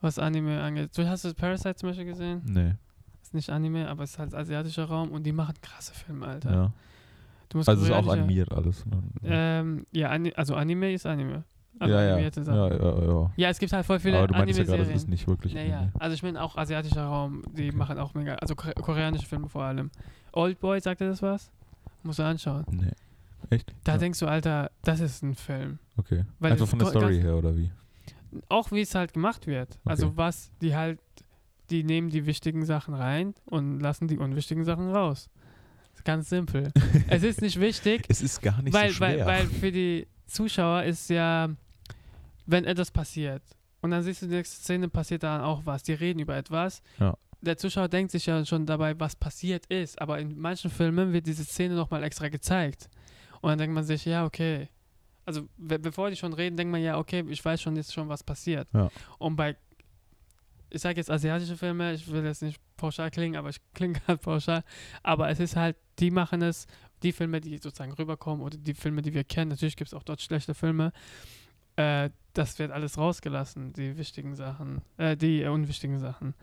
Speaker 2: was Anime angeht. Du hast du Parasite zum Beispiel gesehen?
Speaker 1: Nee,
Speaker 2: Ist nicht Anime, aber es ist halt asiatischer Raum und die machen krasse Filme, Alter.
Speaker 1: ja.
Speaker 2: Du musst
Speaker 1: Also es ist auch
Speaker 2: koreanische-
Speaker 1: animiert alles. Ne?
Speaker 2: Ähm, ja, Ani also Anime ist Anime. Also
Speaker 1: ja, ja.
Speaker 2: animierte Sachen.
Speaker 1: ja, ja, ja.
Speaker 2: Ja, es gibt halt voll viele
Speaker 1: Aber du meinst ja gerade, das ist
Speaker 2: Anime-Serien.
Speaker 1: nicht wirklich
Speaker 2: Naja,
Speaker 1: Anime.
Speaker 2: also ich meine auch asiatischer Raum, die
Speaker 1: Okay.
Speaker 2: machen auch mega, also kore koreanische Filme vor allem. Oldboy, sagt dir das was? Musst du anschauen.
Speaker 1: Nee. Echt?
Speaker 2: Da
Speaker 1: ja.
Speaker 2: denkst du, Alter, das ist ein Film.
Speaker 1: Okay.
Speaker 2: Weil
Speaker 1: Einfach
Speaker 2: es
Speaker 1: von der
Speaker 2: ko- ganz-
Speaker 1: Story her, oder wie?
Speaker 2: auch wie es halt gemacht wird. Also
Speaker 1: Okay.
Speaker 2: was die halt, die nehmen die wichtigen Sachen rein und lassen die unwichtigen Sachen raus. Ist Ganz simpel. es ist nicht wichtig,
Speaker 1: Es ist gar nicht
Speaker 2: weil,
Speaker 1: so schwer.
Speaker 2: weil, weil für die Zuschauer ist ja, wenn etwas passiert und dann siehst du die nächste Szene, passiert dann auch was. Die reden über etwas.
Speaker 1: Ja.
Speaker 2: Der Zuschauer denkt sich ja schon dabei, was passiert ist, aber in manchen Filmen wird diese Szene nochmal extra gezeigt. Und dann denkt man sich, ja, okay. Also be bevor die schon reden, denkt man ja, okay, ich weiß schon jetzt schon, was passiert.
Speaker 1: Ja.
Speaker 2: Und bei, ich sage jetzt asiatische Filme, ich will jetzt nicht pauschal klingen, aber ich klinge halt pauschal. Aber es ist halt, die machen es, die Filme, die sozusagen rüberkommen oder die Filme, die wir kennen, natürlich gibt es auch dort schlechte Filme, äh, das wird alles rausgelassen, die wichtigen Sachen, äh, die äh, unwichtigen Sachen.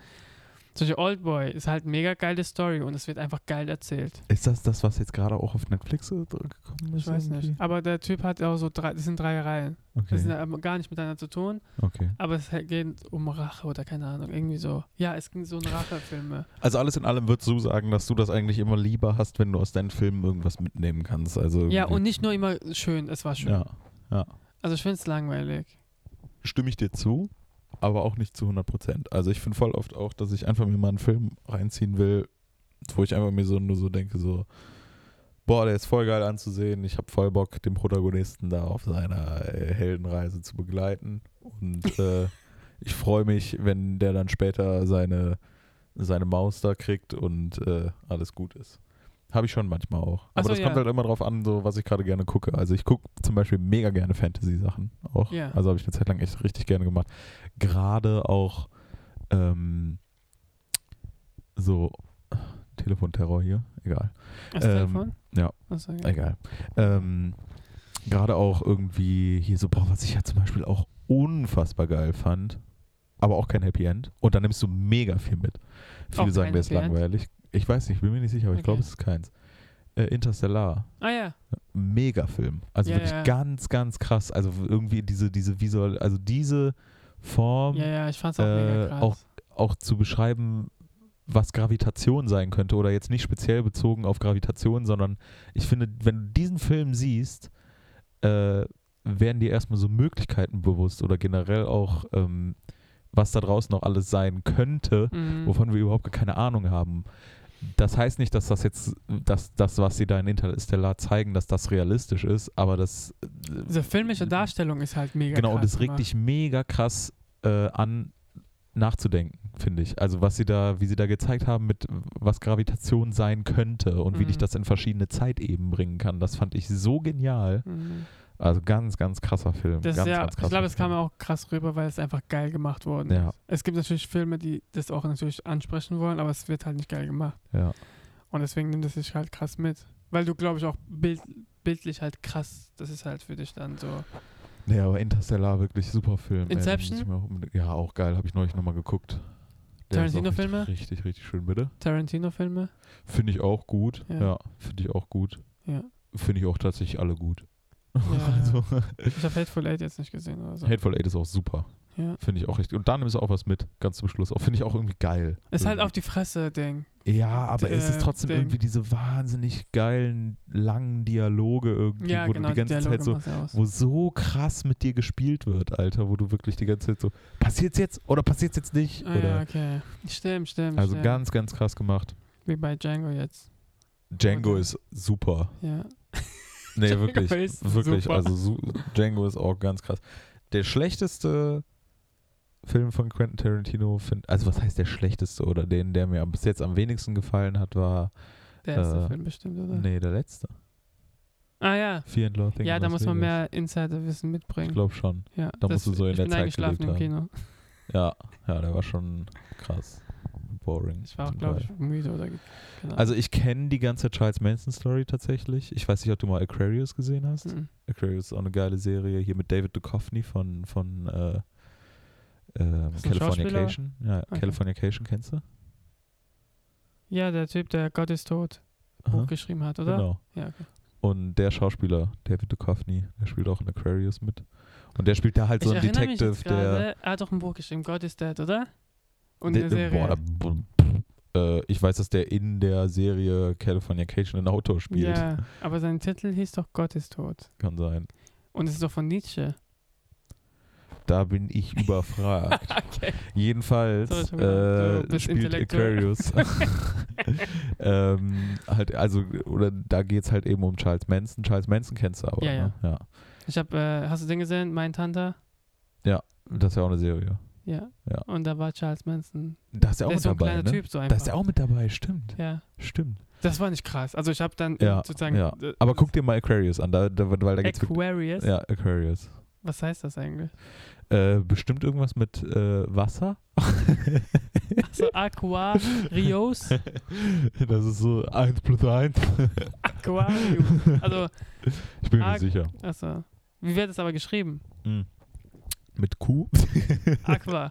Speaker 2: Zum Beispiel Oldboy ist halt mega geile Story und es wird einfach geil erzählt.
Speaker 1: ist das das, was jetzt gerade auch auf Netflix so gekommen ist?
Speaker 2: Ich weiß nicht.
Speaker 1: irgendwie?
Speaker 2: Aber der Typ hat auch so drei, das sind drei Reihen. Das sind halt
Speaker 1: Okay.
Speaker 2: aber gar nicht miteinander zu tun,
Speaker 1: okay.
Speaker 2: aber es geht um Rache oder keine Ahnung, irgendwie so. Ja, es ging so um Rachefilme.
Speaker 1: Also alles in allem würdest du sagen, dass du das eigentlich immer lieber hast, wenn du aus deinen Filmen irgendwas mitnehmen kannst. Also
Speaker 2: Ja,
Speaker 1: irgendwie-
Speaker 2: und nicht nur immer schön, es war schön.
Speaker 1: ja,
Speaker 2: Also ich finde es langweilig.
Speaker 1: stimme ich dir zu, aber auch nicht zu 100 Prozent. Also ich finde voll oft auch, dass ich einfach mir mal einen Film reinziehen will, wo ich einfach mir so nur so denke, so, boah, der ist voll geil anzusehen. Ich habe voll Bock, den Protagonisten da auf seiner äh, Heldenreise zu begleiten. Und äh, ich freue mich, wenn der dann später seine, seine Maus da kriegt und äh, alles gut ist. Habe ich schon manchmal auch. Aber
Speaker 2: Ach so,
Speaker 1: das
Speaker 2: ja.
Speaker 1: kommt halt immer drauf an, so was ich gerade gerne gucke. Also ich gucke zum Beispiel mega gerne Fantasy-Sachen auch.
Speaker 2: Ja.
Speaker 1: Also habe ich eine Zeit lang echt richtig gerne gemacht. Gerade auch ähm, so Telefonterror hier, egal.
Speaker 2: Hast du
Speaker 1: Ähm,
Speaker 2: Telefon?
Speaker 1: ja.
Speaker 2: Achso, ja.
Speaker 1: Egal. Ähm, Gerade auch irgendwie hier so, boah, was ich ja zum Beispiel auch unfassbar geil fand, aber auch kein Happy End. Und dann nimmst du mega viel mit. Viele
Speaker 2: Auch
Speaker 1: sagen,
Speaker 2: kein
Speaker 1: der ist
Speaker 2: Happy End?
Speaker 1: langweilig. Ich weiß nicht, bin mir nicht sicher, aber ich
Speaker 2: Okay.
Speaker 1: glaube, es ist keins. Äh, Interstellar,
Speaker 2: Ah ja.
Speaker 1: mega Film. Also
Speaker 2: Ja,
Speaker 1: wirklich
Speaker 2: ja.
Speaker 1: ganz, ganz krass. Also irgendwie diese, diese visual, also diese Form
Speaker 2: Ja, ja, ich fand's auch
Speaker 1: äh,
Speaker 2: mega krass.
Speaker 1: auch- auch zu beschreiben, was Gravitation sein könnte oder jetzt nicht speziell bezogen auf Gravitation, sondern ich finde, wenn du diesen Film siehst, äh, werden dir erstmal so Möglichkeiten bewusst oder generell auch, ähm, was da draußen noch alles sein könnte,
Speaker 2: Mhm.
Speaker 1: wovon wir überhaupt keine Ahnung haben. Das heißt nicht, dass das jetzt, dass das, was sie da in Interstellar zeigen, dass das realistisch ist, aber das
Speaker 2: Diese filmische Darstellung ist halt mega
Speaker 1: Genau,
Speaker 2: krass.
Speaker 1: und es regt
Speaker 2: gemacht.
Speaker 1: dich mega krass äh, an, nachzudenken, finde ich. Also was sie da, wie sie da gezeigt haben, mit was Gravitation sein könnte und wie
Speaker 2: Mhm.
Speaker 1: dich das in verschiedene Zeitebenen bringen kann. Das fand ich so genial.
Speaker 2: Mhm.
Speaker 1: Also ganz, ganz krasser Film.
Speaker 2: Das
Speaker 1: ganz,
Speaker 2: ist ja,
Speaker 1: ganz krasser
Speaker 2: ich glaube, es kam
Speaker 1: Film.
Speaker 2: auch krass rüber, weil es einfach geil gemacht worden
Speaker 1: Ja.
Speaker 2: ist. Es gibt natürlich Filme, die das auch natürlich ansprechen wollen, aber es wird halt nicht geil gemacht.
Speaker 1: Ja.
Speaker 2: Und deswegen nimmt es sich halt krass mit. Weil du, glaube ich, auch bild, bildlich halt krass, das ist halt für dich dann so.
Speaker 1: Nee, aber Interstellar wirklich super Film. ey. Den muss
Speaker 2: Inception?
Speaker 1: ich mir auch unbedingt- ja, auch geil, habe ich neulich nochmal geguckt. Der ist auch
Speaker 2: Tarantino-Filme?
Speaker 1: Richtig, richtig, richtig schön, bitte.
Speaker 2: Tarantino-Filme?
Speaker 1: Finde ich auch gut.
Speaker 2: Ja.
Speaker 1: Ja, finde ich auch gut.
Speaker 2: Ja.
Speaker 1: Finde ich auch tatsächlich alle gut.
Speaker 2: ja.
Speaker 1: also,
Speaker 2: Ich habe Hateful Eight jetzt nicht gesehen oder so.
Speaker 1: Hateful Eight ist auch super.
Speaker 2: Ja.
Speaker 1: Finde ich auch richtig. Und da nimmst du auch was mit, ganz zum Schluss. Auch Finde ich auch irgendwie geil.
Speaker 2: Ist halt
Speaker 1: Irgendwie.
Speaker 2: auf die Fresse-Ding.
Speaker 1: Ja, aber es
Speaker 2: äh,
Speaker 1: ist trotzdem
Speaker 2: Ding.
Speaker 1: irgendwie diese wahnsinnig geilen, langen Dialoge irgendwie,
Speaker 2: Ja,
Speaker 1: wo
Speaker 2: genau,
Speaker 1: du die ganze Zeit so,
Speaker 2: machen sie aus.
Speaker 1: wo so krass mit dir gespielt wird, Alter, wo du wirklich die ganze Zeit so, passiert's jetzt oder passiert's jetzt nicht?
Speaker 2: Ah, ja,
Speaker 1: oder,
Speaker 2: okay. Stimmt, stimmt.
Speaker 1: also
Speaker 2: stimmt.
Speaker 1: ganz, ganz krass gemacht.
Speaker 2: Wie bei Django jetzt.
Speaker 1: Django
Speaker 2: Oder-
Speaker 1: ist super.
Speaker 2: Ja.
Speaker 1: Nee,
Speaker 2: Django
Speaker 1: wirklich.
Speaker 2: ist
Speaker 1: Wirklich,
Speaker 2: super.
Speaker 1: also su Django ist auch ganz krass. Der schlechteste Film von Quentin Tarantino, find, also was heißt der schlechteste oder den, der mir am- bis jetzt am wenigsten gefallen hat, war,
Speaker 2: Der erste
Speaker 1: Äh,
Speaker 2: Film bestimmt, oder?
Speaker 1: nee, der letzte.
Speaker 2: Ah ja.
Speaker 1: Fear and Loathing.
Speaker 2: Ja,
Speaker 1: in
Speaker 2: da
Speaker 1: Las
Speaker 2: muss man
Speaker 1: Vegas.
Speaker 2: mehr Insiderwissen mitbringen.
Speaker 1: Ich glaube schon.
Speaker 2: ja,
Speaker 1: da musst du so in
Speaker 2: ich
Speaker 1: der
Speaker 2: bin
Speaker 1: Zeit
Speaker 2: eingeschlafen im
Speaker 1: gelebt
Speaker 2: Kino.
Speaker 1: Ja, ja, der war schon krass. Boring.
Speaker 2: Ich war auch, glaube ich,
Speaker 1: Geil.
Speaker 2: müde oder ge- genau. keine Ahnung.
Speaker 1: Also ich kenne die ganze Charles Manson Story tatsächlich. Ich weiß nicht, ob du mal Aquarius gesehen hast.
Speaker 2: Mhm.
Speaker 1: Aquarius ist auch eine geile Serie hier mit David Duchovny von von äh, ähm,
Speaker 2: Ist das ein
Speaker 1: Californication. Ja,
Speaker 2: Okay.
Speaker 1: Californication kennst du?
Speaker 2: Ja, der Typ, der Gott ist tot Buch
Speaker 1: Aha,
Speaker 2: geschrieben hat, oder?
Speaker 1: Genau.
Speaker 2: Ja, okay.
Speaker 1: Und der Schauspieler David Duchovny, der spielt auch in Aquarius mit. Und der spielt da halt so
Speaker 2: ich
Speaker 1: einen
Speaker 2: erinnere mich
Speaker 1: Detective,
Speaker 2: jetzt
Speaker 1: der
Speaker 2: gerade, er hat doch ein Buch geschrieben, God is Dead, oder? Und
Speaker 1: Der-
Speaker 2: eine
Speaker 1: Boah,
Speaker 2: Serie.
Speaker 1: da, b- äh, ich weiß, dass der in der Serie Californication ein Autor spielt.
Speaker 2: Ja, aber sein Titel hieß doch Gott ist tot.
Speaker 1: Kann sein.
Speaker 2: Und es ist doch von Nietzsche.
Speaker 1: Da bin ich überfragt.
Speaker 2: Okay.
Speaker 1: Jedenfalls
Speaker 2: So, schon wieder. Du
Speaker 1: äh,
Speaker 2: bist
Speaker 1: spielt
Speaker 2: intellektuell.
Speaker 1: Aquarius. ähm, halt, also, oder da geht es halt eben um Charles Manson. Charles Manson kennst du aber.
Speaker 2: Ja, ja.
Speaker 1: Ne? ja.
Speaker 2: Ich habe, äh, hast du den gesehen? Mein Tante?
Speaker 1: Das ist ja auch eine Serie.
Speaker 2: Ja.
Speaker 1: Ja.
Speaker 2: Und da war Charles Manson.
Speaker 1: Da ist ja auch mit
Speaker 2: der ist so ein
Speaker 1: dabei.
Speaker 2: kleiner
Speaker 1: Ne?
Speaker 2: Typ, so einfach.
Speaker 1: Da ist ja auch mit dabei, stimmt.
Speaker 2: ja.
Speaker 1: Stimmt.
Speaker 2: Das war nicht krass. Also ich habe dann
Speaker 1: Ja,
Speaker 2: sozusagen
Speaker 1: ja.
Speaker 2: äh,
Speaker 1: Aber guck dir mal Aquarius an, da, da, weil da geht's wirklich-
Speaker 2: Aquarius.
Speaker 1: Ja, Aquarius.
Speaker 2: Was heißt das eigentlich?
Speaker 1: Äh, bestimmt irgendwas mit äh, Wasser.
Speaker 2: So Aquarius.
Speaker 1: Das ist so 1 plus 1.
Speaker 2: Aquarius. Also,
Speaker 1: Ich bin mir
Speaker 2: Ag-
Speaker 1: nicht sicher. Hm.
Speaker 2: also. Wie wird es aber geschrieben?
Speaker 1: Mit Q?
Speaker 2: Aqua.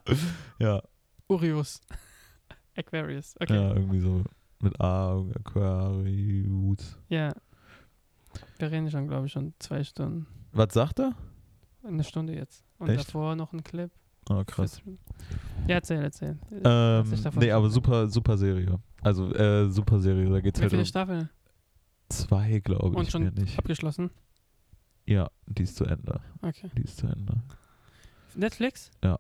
Speaker 1: ja,
Speaker 2: Urius. Aquarius. Okay.
Speaker 1: ja, irgendwie so. Mit A, Aquarius.
Speaker 2: Ja. Wir reden schon, glaube ich, schon zwei Stunden.
Speaker 1: Was sagt er?
Speaker 2: Eine Stunde jetzt. Und
Speaker 1: Echt?
Speaker 2: davor noch ein Clip.
Speaker 1: Oh, krass.
Speaker 2: Ja, erzähl, erzähl.
Speaker 1: Ähm,
Speaker 2: ich davon
Speaker 1: nee, aber
Speaker 2: schon-
Speaker 1: super, super Serie. Also, äh, super Serie. Da geht's
Speaker 2: Wie
Speaker 1: halt
Speaker 2: viele
Speaker 1: um
Speaker 2: Staffeln?
Speaker 1: zwei, glaube
Speaker 2: Und
Speaker 1: ich.
Speaker 2: schon
Speaker 1: mir nicht.
Speaker 2: abgeschlossen?
Speaker 1: Ja, die ist zu Ende.
Speaker 2: Okay.
Speaker 1: Die ist zu Ende.
Speaker 2: Netflix?
Speaker 1: Ja.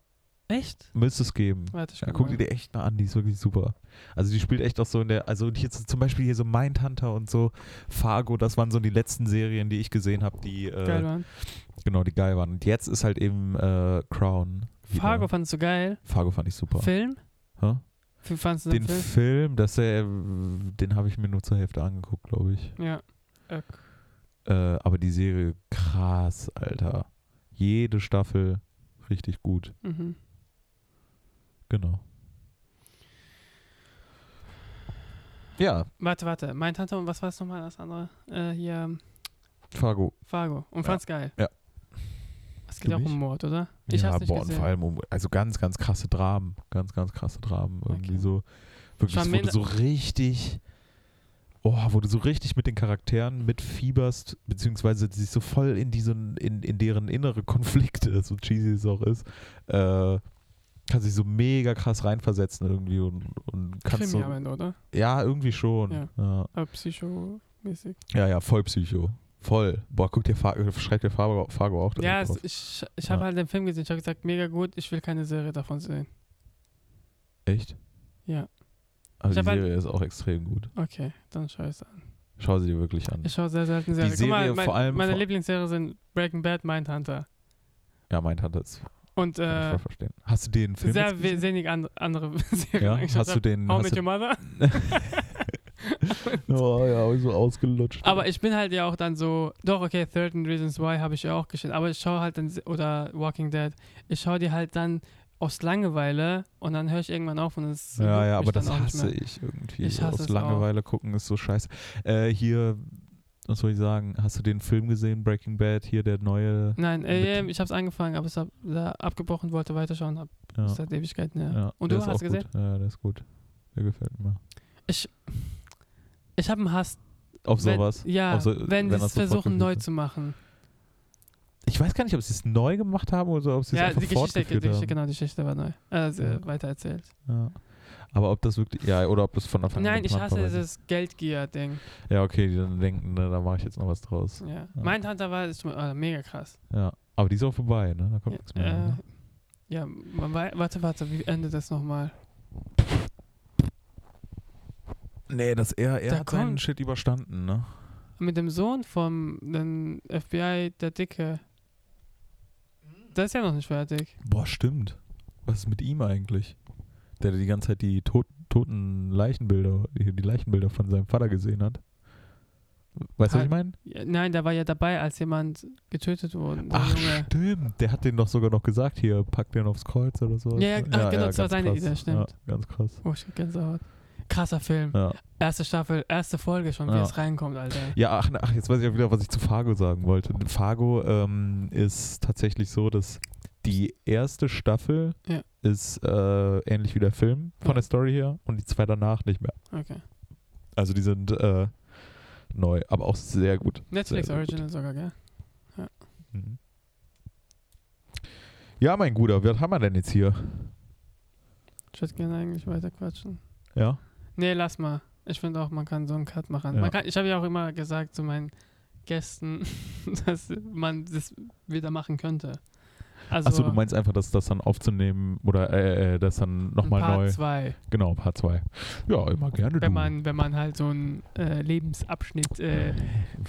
Speaker 2: Echt?
Speaker 1: Müsste es geben.
Speaker 2: Warte, ich
Speaker 1: Ja,
Speaker 2: guck
Speaker 1: guck
Speaker 2: mal.
Speaker 1: die dir echt mal an, die ist wirklich super. Also die spielt echt auch so in der, also hier z- zum Beispiel hier so Mindhunter und so Fargo, das waren so die letzten Serien, die ich gesehen habe, die
Speaker 2: Geil,
Speaker 1: äh,
Speaker 2: Mann.
Speaker 1: genau die geil waren. Und jetzt ist halt eben äh, Crown. wieder.
Speaker 2: Fargo fandest du geil?
Speaker 1: Fargo fand ich super.
Speaker 2: Film?
Speaker 1: Hä?
Speaker 2: Wie fandst du den,
Speaker 1: Den Film, dass er, äh, den habe ich mir nur zur Hälfte angeguckt, glaube ich.
Speaker 2: Film? Ja. Äh,
Speaker 1: Äh, aber die Serie, krass, Alter. Jede Staffel richtig gut.
Speaker 2: mhm.
Speaker 1: Genau. Ja,
Speaker 2: Warte, warte. Mein Tante und was war es nochmal das andere? Äh, hier, ähm,
Speaker 1: Fargo.
Speaker 2: Fargo. Und
Speaker 1: Ja.
Speaker 2: fand's geil.
Speaker 1: Ja.
Speaker 2: Es geht
Speaker 1: Du
Speaker 2: auch
Speaker 1: nicht?
Speaker 2: um Mord, oder? Ich
Speaker 1: ja,
Speaker 2: hab's nicht
Speaker 1: boah, und
Speaker 2: gesehen.
Speaker 1: vor allem um, also ganz, ganz krasse Dramen. Ganz, ganz krasse Dramen. Irgendwie
Speaker 2: Okay.
Speaker 1: so. Wirklich, es
Speaker 2: Charmaine-
Speaker 1: wurde so richtig. Oh, wurde so richtig mit den Charakteren mitfieberst, beziehungsweise sich so voll in diesen, in, in deren innere Konflikte, so cheesy es auch ist, äh, kann sich so mega krass reinversetzen irgendwie und, und kannst
Speaker 2: Krimi am
Speaker 1: so.
Speaker 2: Ende, oder?
Speaker 1: Ja, irgendwie schon.
Speaker 2: Ja.
Speaker 1: Ja.
Speaker 2: Äh, Psycho-mäßig.
Speaker 1: Ja, ja, voll Psycho. Voll. Boah, guck dir Fargo, schreibt dir Fargo, Fargo auch direkt
Speaker 2: Ja, es,
Speaker 1: drauf.
Speaker 2: ich, ich habe
Speaker 1: Ja.
Speaker 2: halt den Film gesehen. Ich habe gesagt, mega gut, ich will keine Serie davon sehen.
Speaker 1: Echt?
Speaker 2: Ja.
Speaker 1: Also
Speaker 2: Ich hab
Speaker 1: die
Speaker 2: halt-
Speaker 1: Serie ist auch extrem gut.
Speaker 2: Okay, dann schau ich's an.
Speaker 1: Schau sie dir wirklich an.
Speaker 2: Ich schaue sehr selten Serien. Guck
Speaker 1: Mhm. Serie
Speaker 2: mal, mein,
Speaker 1: vor allem-
Speaker 2: meine
Speaker 1: vor-
Speaker 2: Lieblingsserien sind Breaking Bad, Mindhunter.
Speaker 1: Ja, mein Tante ist.
Speaker 2: Und
Speaker 1: Kann ich
Speaker 2: äh,
Speaker 1: voll verstehen. Hast du den Film?
Speaker 2: sehr
Speaker 1: jetzt gesehen?
Speaker 2: we- wenig an, andere Serien.
Speaker 1: ja?
Speaker 2: angeschaut.
Speaker 1: Hast du den.
Speaker 2: How
Speaker 1: Hast
Speaker 2: Met Your
Speaker 1: du,
Speaker 2: Mother?
Speaker 1: oh ja, hab ich so ausgelutscht.
Speaker 2: Aber ich bin halt ja auch dann so, doch, okay, 13 Reasons Why habe ich ja auch geschaut, aber ich schaue halt dann, oder Walking Dead, ich schaue die halt dann aus Langeweile und dann höre ich irgendwann auf und es
Speaker 1: ja,
Speaker 2: juckt
Speaker 1: ja,
Speaker 2: mich
Speaker 1: aber
Speaker 2: dann
Speaker 1: das
Speaker 2: auch nicht
Speaker 1: hasse
Speaker 2: mehr.
Speaker 1: ich irgendwie.
Speaker 2: Ich
Speaker 1: so
Speaker 2: hasse
Speaker 1: Aus
Speaker 2: es
Speaker 1: Langeweile gucken ist so scheiße. Äh, hier, was soll ich sagen? Hast du den Film gesehen, Breaking Bad? Hier der neue.
Speaker 2: Nein, äh,
Speaker 1: Mit-
Speaker 2: ich habe es angefangen, aber es hab, da abgebrochen, wollte weiterschauen, hab
Speaker 1: Ja,
Speaker 2: seit Ewigkeiten her.
Speaker 1: ja,
Speaker 2: und
Speaker 1: der
Speaker 2: du
Speaker 1: ist
Speaker 2: hast
Speaker 1: auch
Speaker 2: gesehen?
Speaker 1: Gut. Ja, der ist gut. Der gefällt mir.
Speaker 2: Ich habe einen Hass,
Speaker 1: Auf sowas.
Speaker 2: wenn, ja,
Speaker 1: Auf so- wenn
Speaker 2: wenn, sie es
Speaker 1: das sofort
Speaker 2: versuchen neu
Speaker 1: gefühlt
Speaker 2: zu machen.
Speaker 1: Ich weiß gar nicht, ob sie es neu gemacht haben oder ob sie es
Speaker 2: ja,
Speaker 1: einfach
Speaker 2: die Geschichte, die
Speaker 1: fortgeführt
Speaker 2: Geschichte,
Speaker 1: haben.
Speaker 2: genau, die Geschichte war neu, also
Speaker 1: Ja.
Speaker 2: weitererzählt.
Speaker 1: Ja. Aber ob das wirklich, ja, oder ob das von Anfang an
Speaker 2: Nein, ich
Speaker 1: geplant
Speaker 2: hasse
Speaker 1: war, weiß
Speaker 2: dieses Geldgier-Ding.
Speaker 1: ich- Ja, okay, die dann denken, ne, da mache ich jetzt noch was draus.
Speaker 2: Ja. Mein Tante war ist, äh, mega krass.
Speaker 1: Ja, aber die ist auch vorbei, ne? Da kommt nichts mehr.
Speaker 2: Ja, äh,
Speaker 1: ne?
Speaker 2: ja, man wei- warte, warte, wie endet das nochmal?
Speaker 1: Nee, das er, er
Speaker 2: Da
Speaker 1: hat seinen
Speaker 2: kommt-
Speaker 1: Shit überstanden, ne?
Speaker 2: Mit dem Sohn vom den FBI, der Dicke. Der ist ja noch nicht fertig.
Speaker 1: Boah, stimmt. Was ist mit ihm eigentlich? Der die ganze Zeit die tot, toten Leichenbilder, die die Leichenbilder von seinem Vater gesehen hat. Weißt du, was
Speaker 2: Hat-
Speaker 1: ich meine?
Speaker 2: Ja, nein, der war ja dabei, als jemand getötet wurde. der
Speaker 1: Ach,
Speaker 2: Junge.
Speaker 1: stimmt. Der hat den doch sogar noch gesagt, hier, pack den aufs Kreuz oder so.
Speaker 2: Ja, ja, ah, genau, das war
Speaker 1: ganz
Speaker 2: seine
Speaker 1: krass.
Speaker 2: Idee, stimmt.
Speaker 1: Ja, ganz krass.
Speaker 2: Oh, ich krieg Gänsehaut. Krasser Film.
Speaker 1: Ja.
Speaker 2: Erste Staffel, erste Folge schon, wie
Speaker 1: Ja.
Speaker 2: es reinkommt, Alter.
Speaker 1: Ah. Ja, ach, ach, jetzt weiß ich auch wieder, was ich zu Fargo sagen wollte. Fargo ähm, ist tatsächlich so, dass die erste Staffel
Speaker 2: Ja.
Speaker 1: ist äh, ähnlich wie der Film von
Speaker 2: Ja.
Speaker 1: der Story her und die zwei danach nicht mehr.
Speaker 2: Okay.
Speaker 1: Also die sind äh, neu, aber auch sehr gut.
Speaker 2: Netflix
Speaker 1: sehr gut.
Speaker 2: Original sogar, gell?
Speaker 1: Mhm. Ja, mein Guter, was haben wir denn jetzt hier?
Speaker 2: Ich würde gerne eigentlich weiter quatschen.
Speaker 1: Ja,
Speaker 2: Nee, lass mal. Ich finde auch, man kann so einen Cut machen. Man
Speaker 1: Ja.
Speaker 2: kann, ich habe ja auch immer gesagt zu meinen Gästen, dass man das wieder machen könnte. Also
Speaker 1: achso, du meinst einfach, dass das dann aufzunehmen oder äh, äh, das dann
Speaker 2: ein
Speaker 1: nochmal
Speaker 2: Part
Speaker 1: neu.
Speaker 2: zwei,
Speaker 1: Genau, Part 2. Ja, immer gerne.
Speaker 2: wenn
Speaker 1: du.
Speaker 2: man, wenn man halt so einen äh, Lebensabschnitt äh, hinter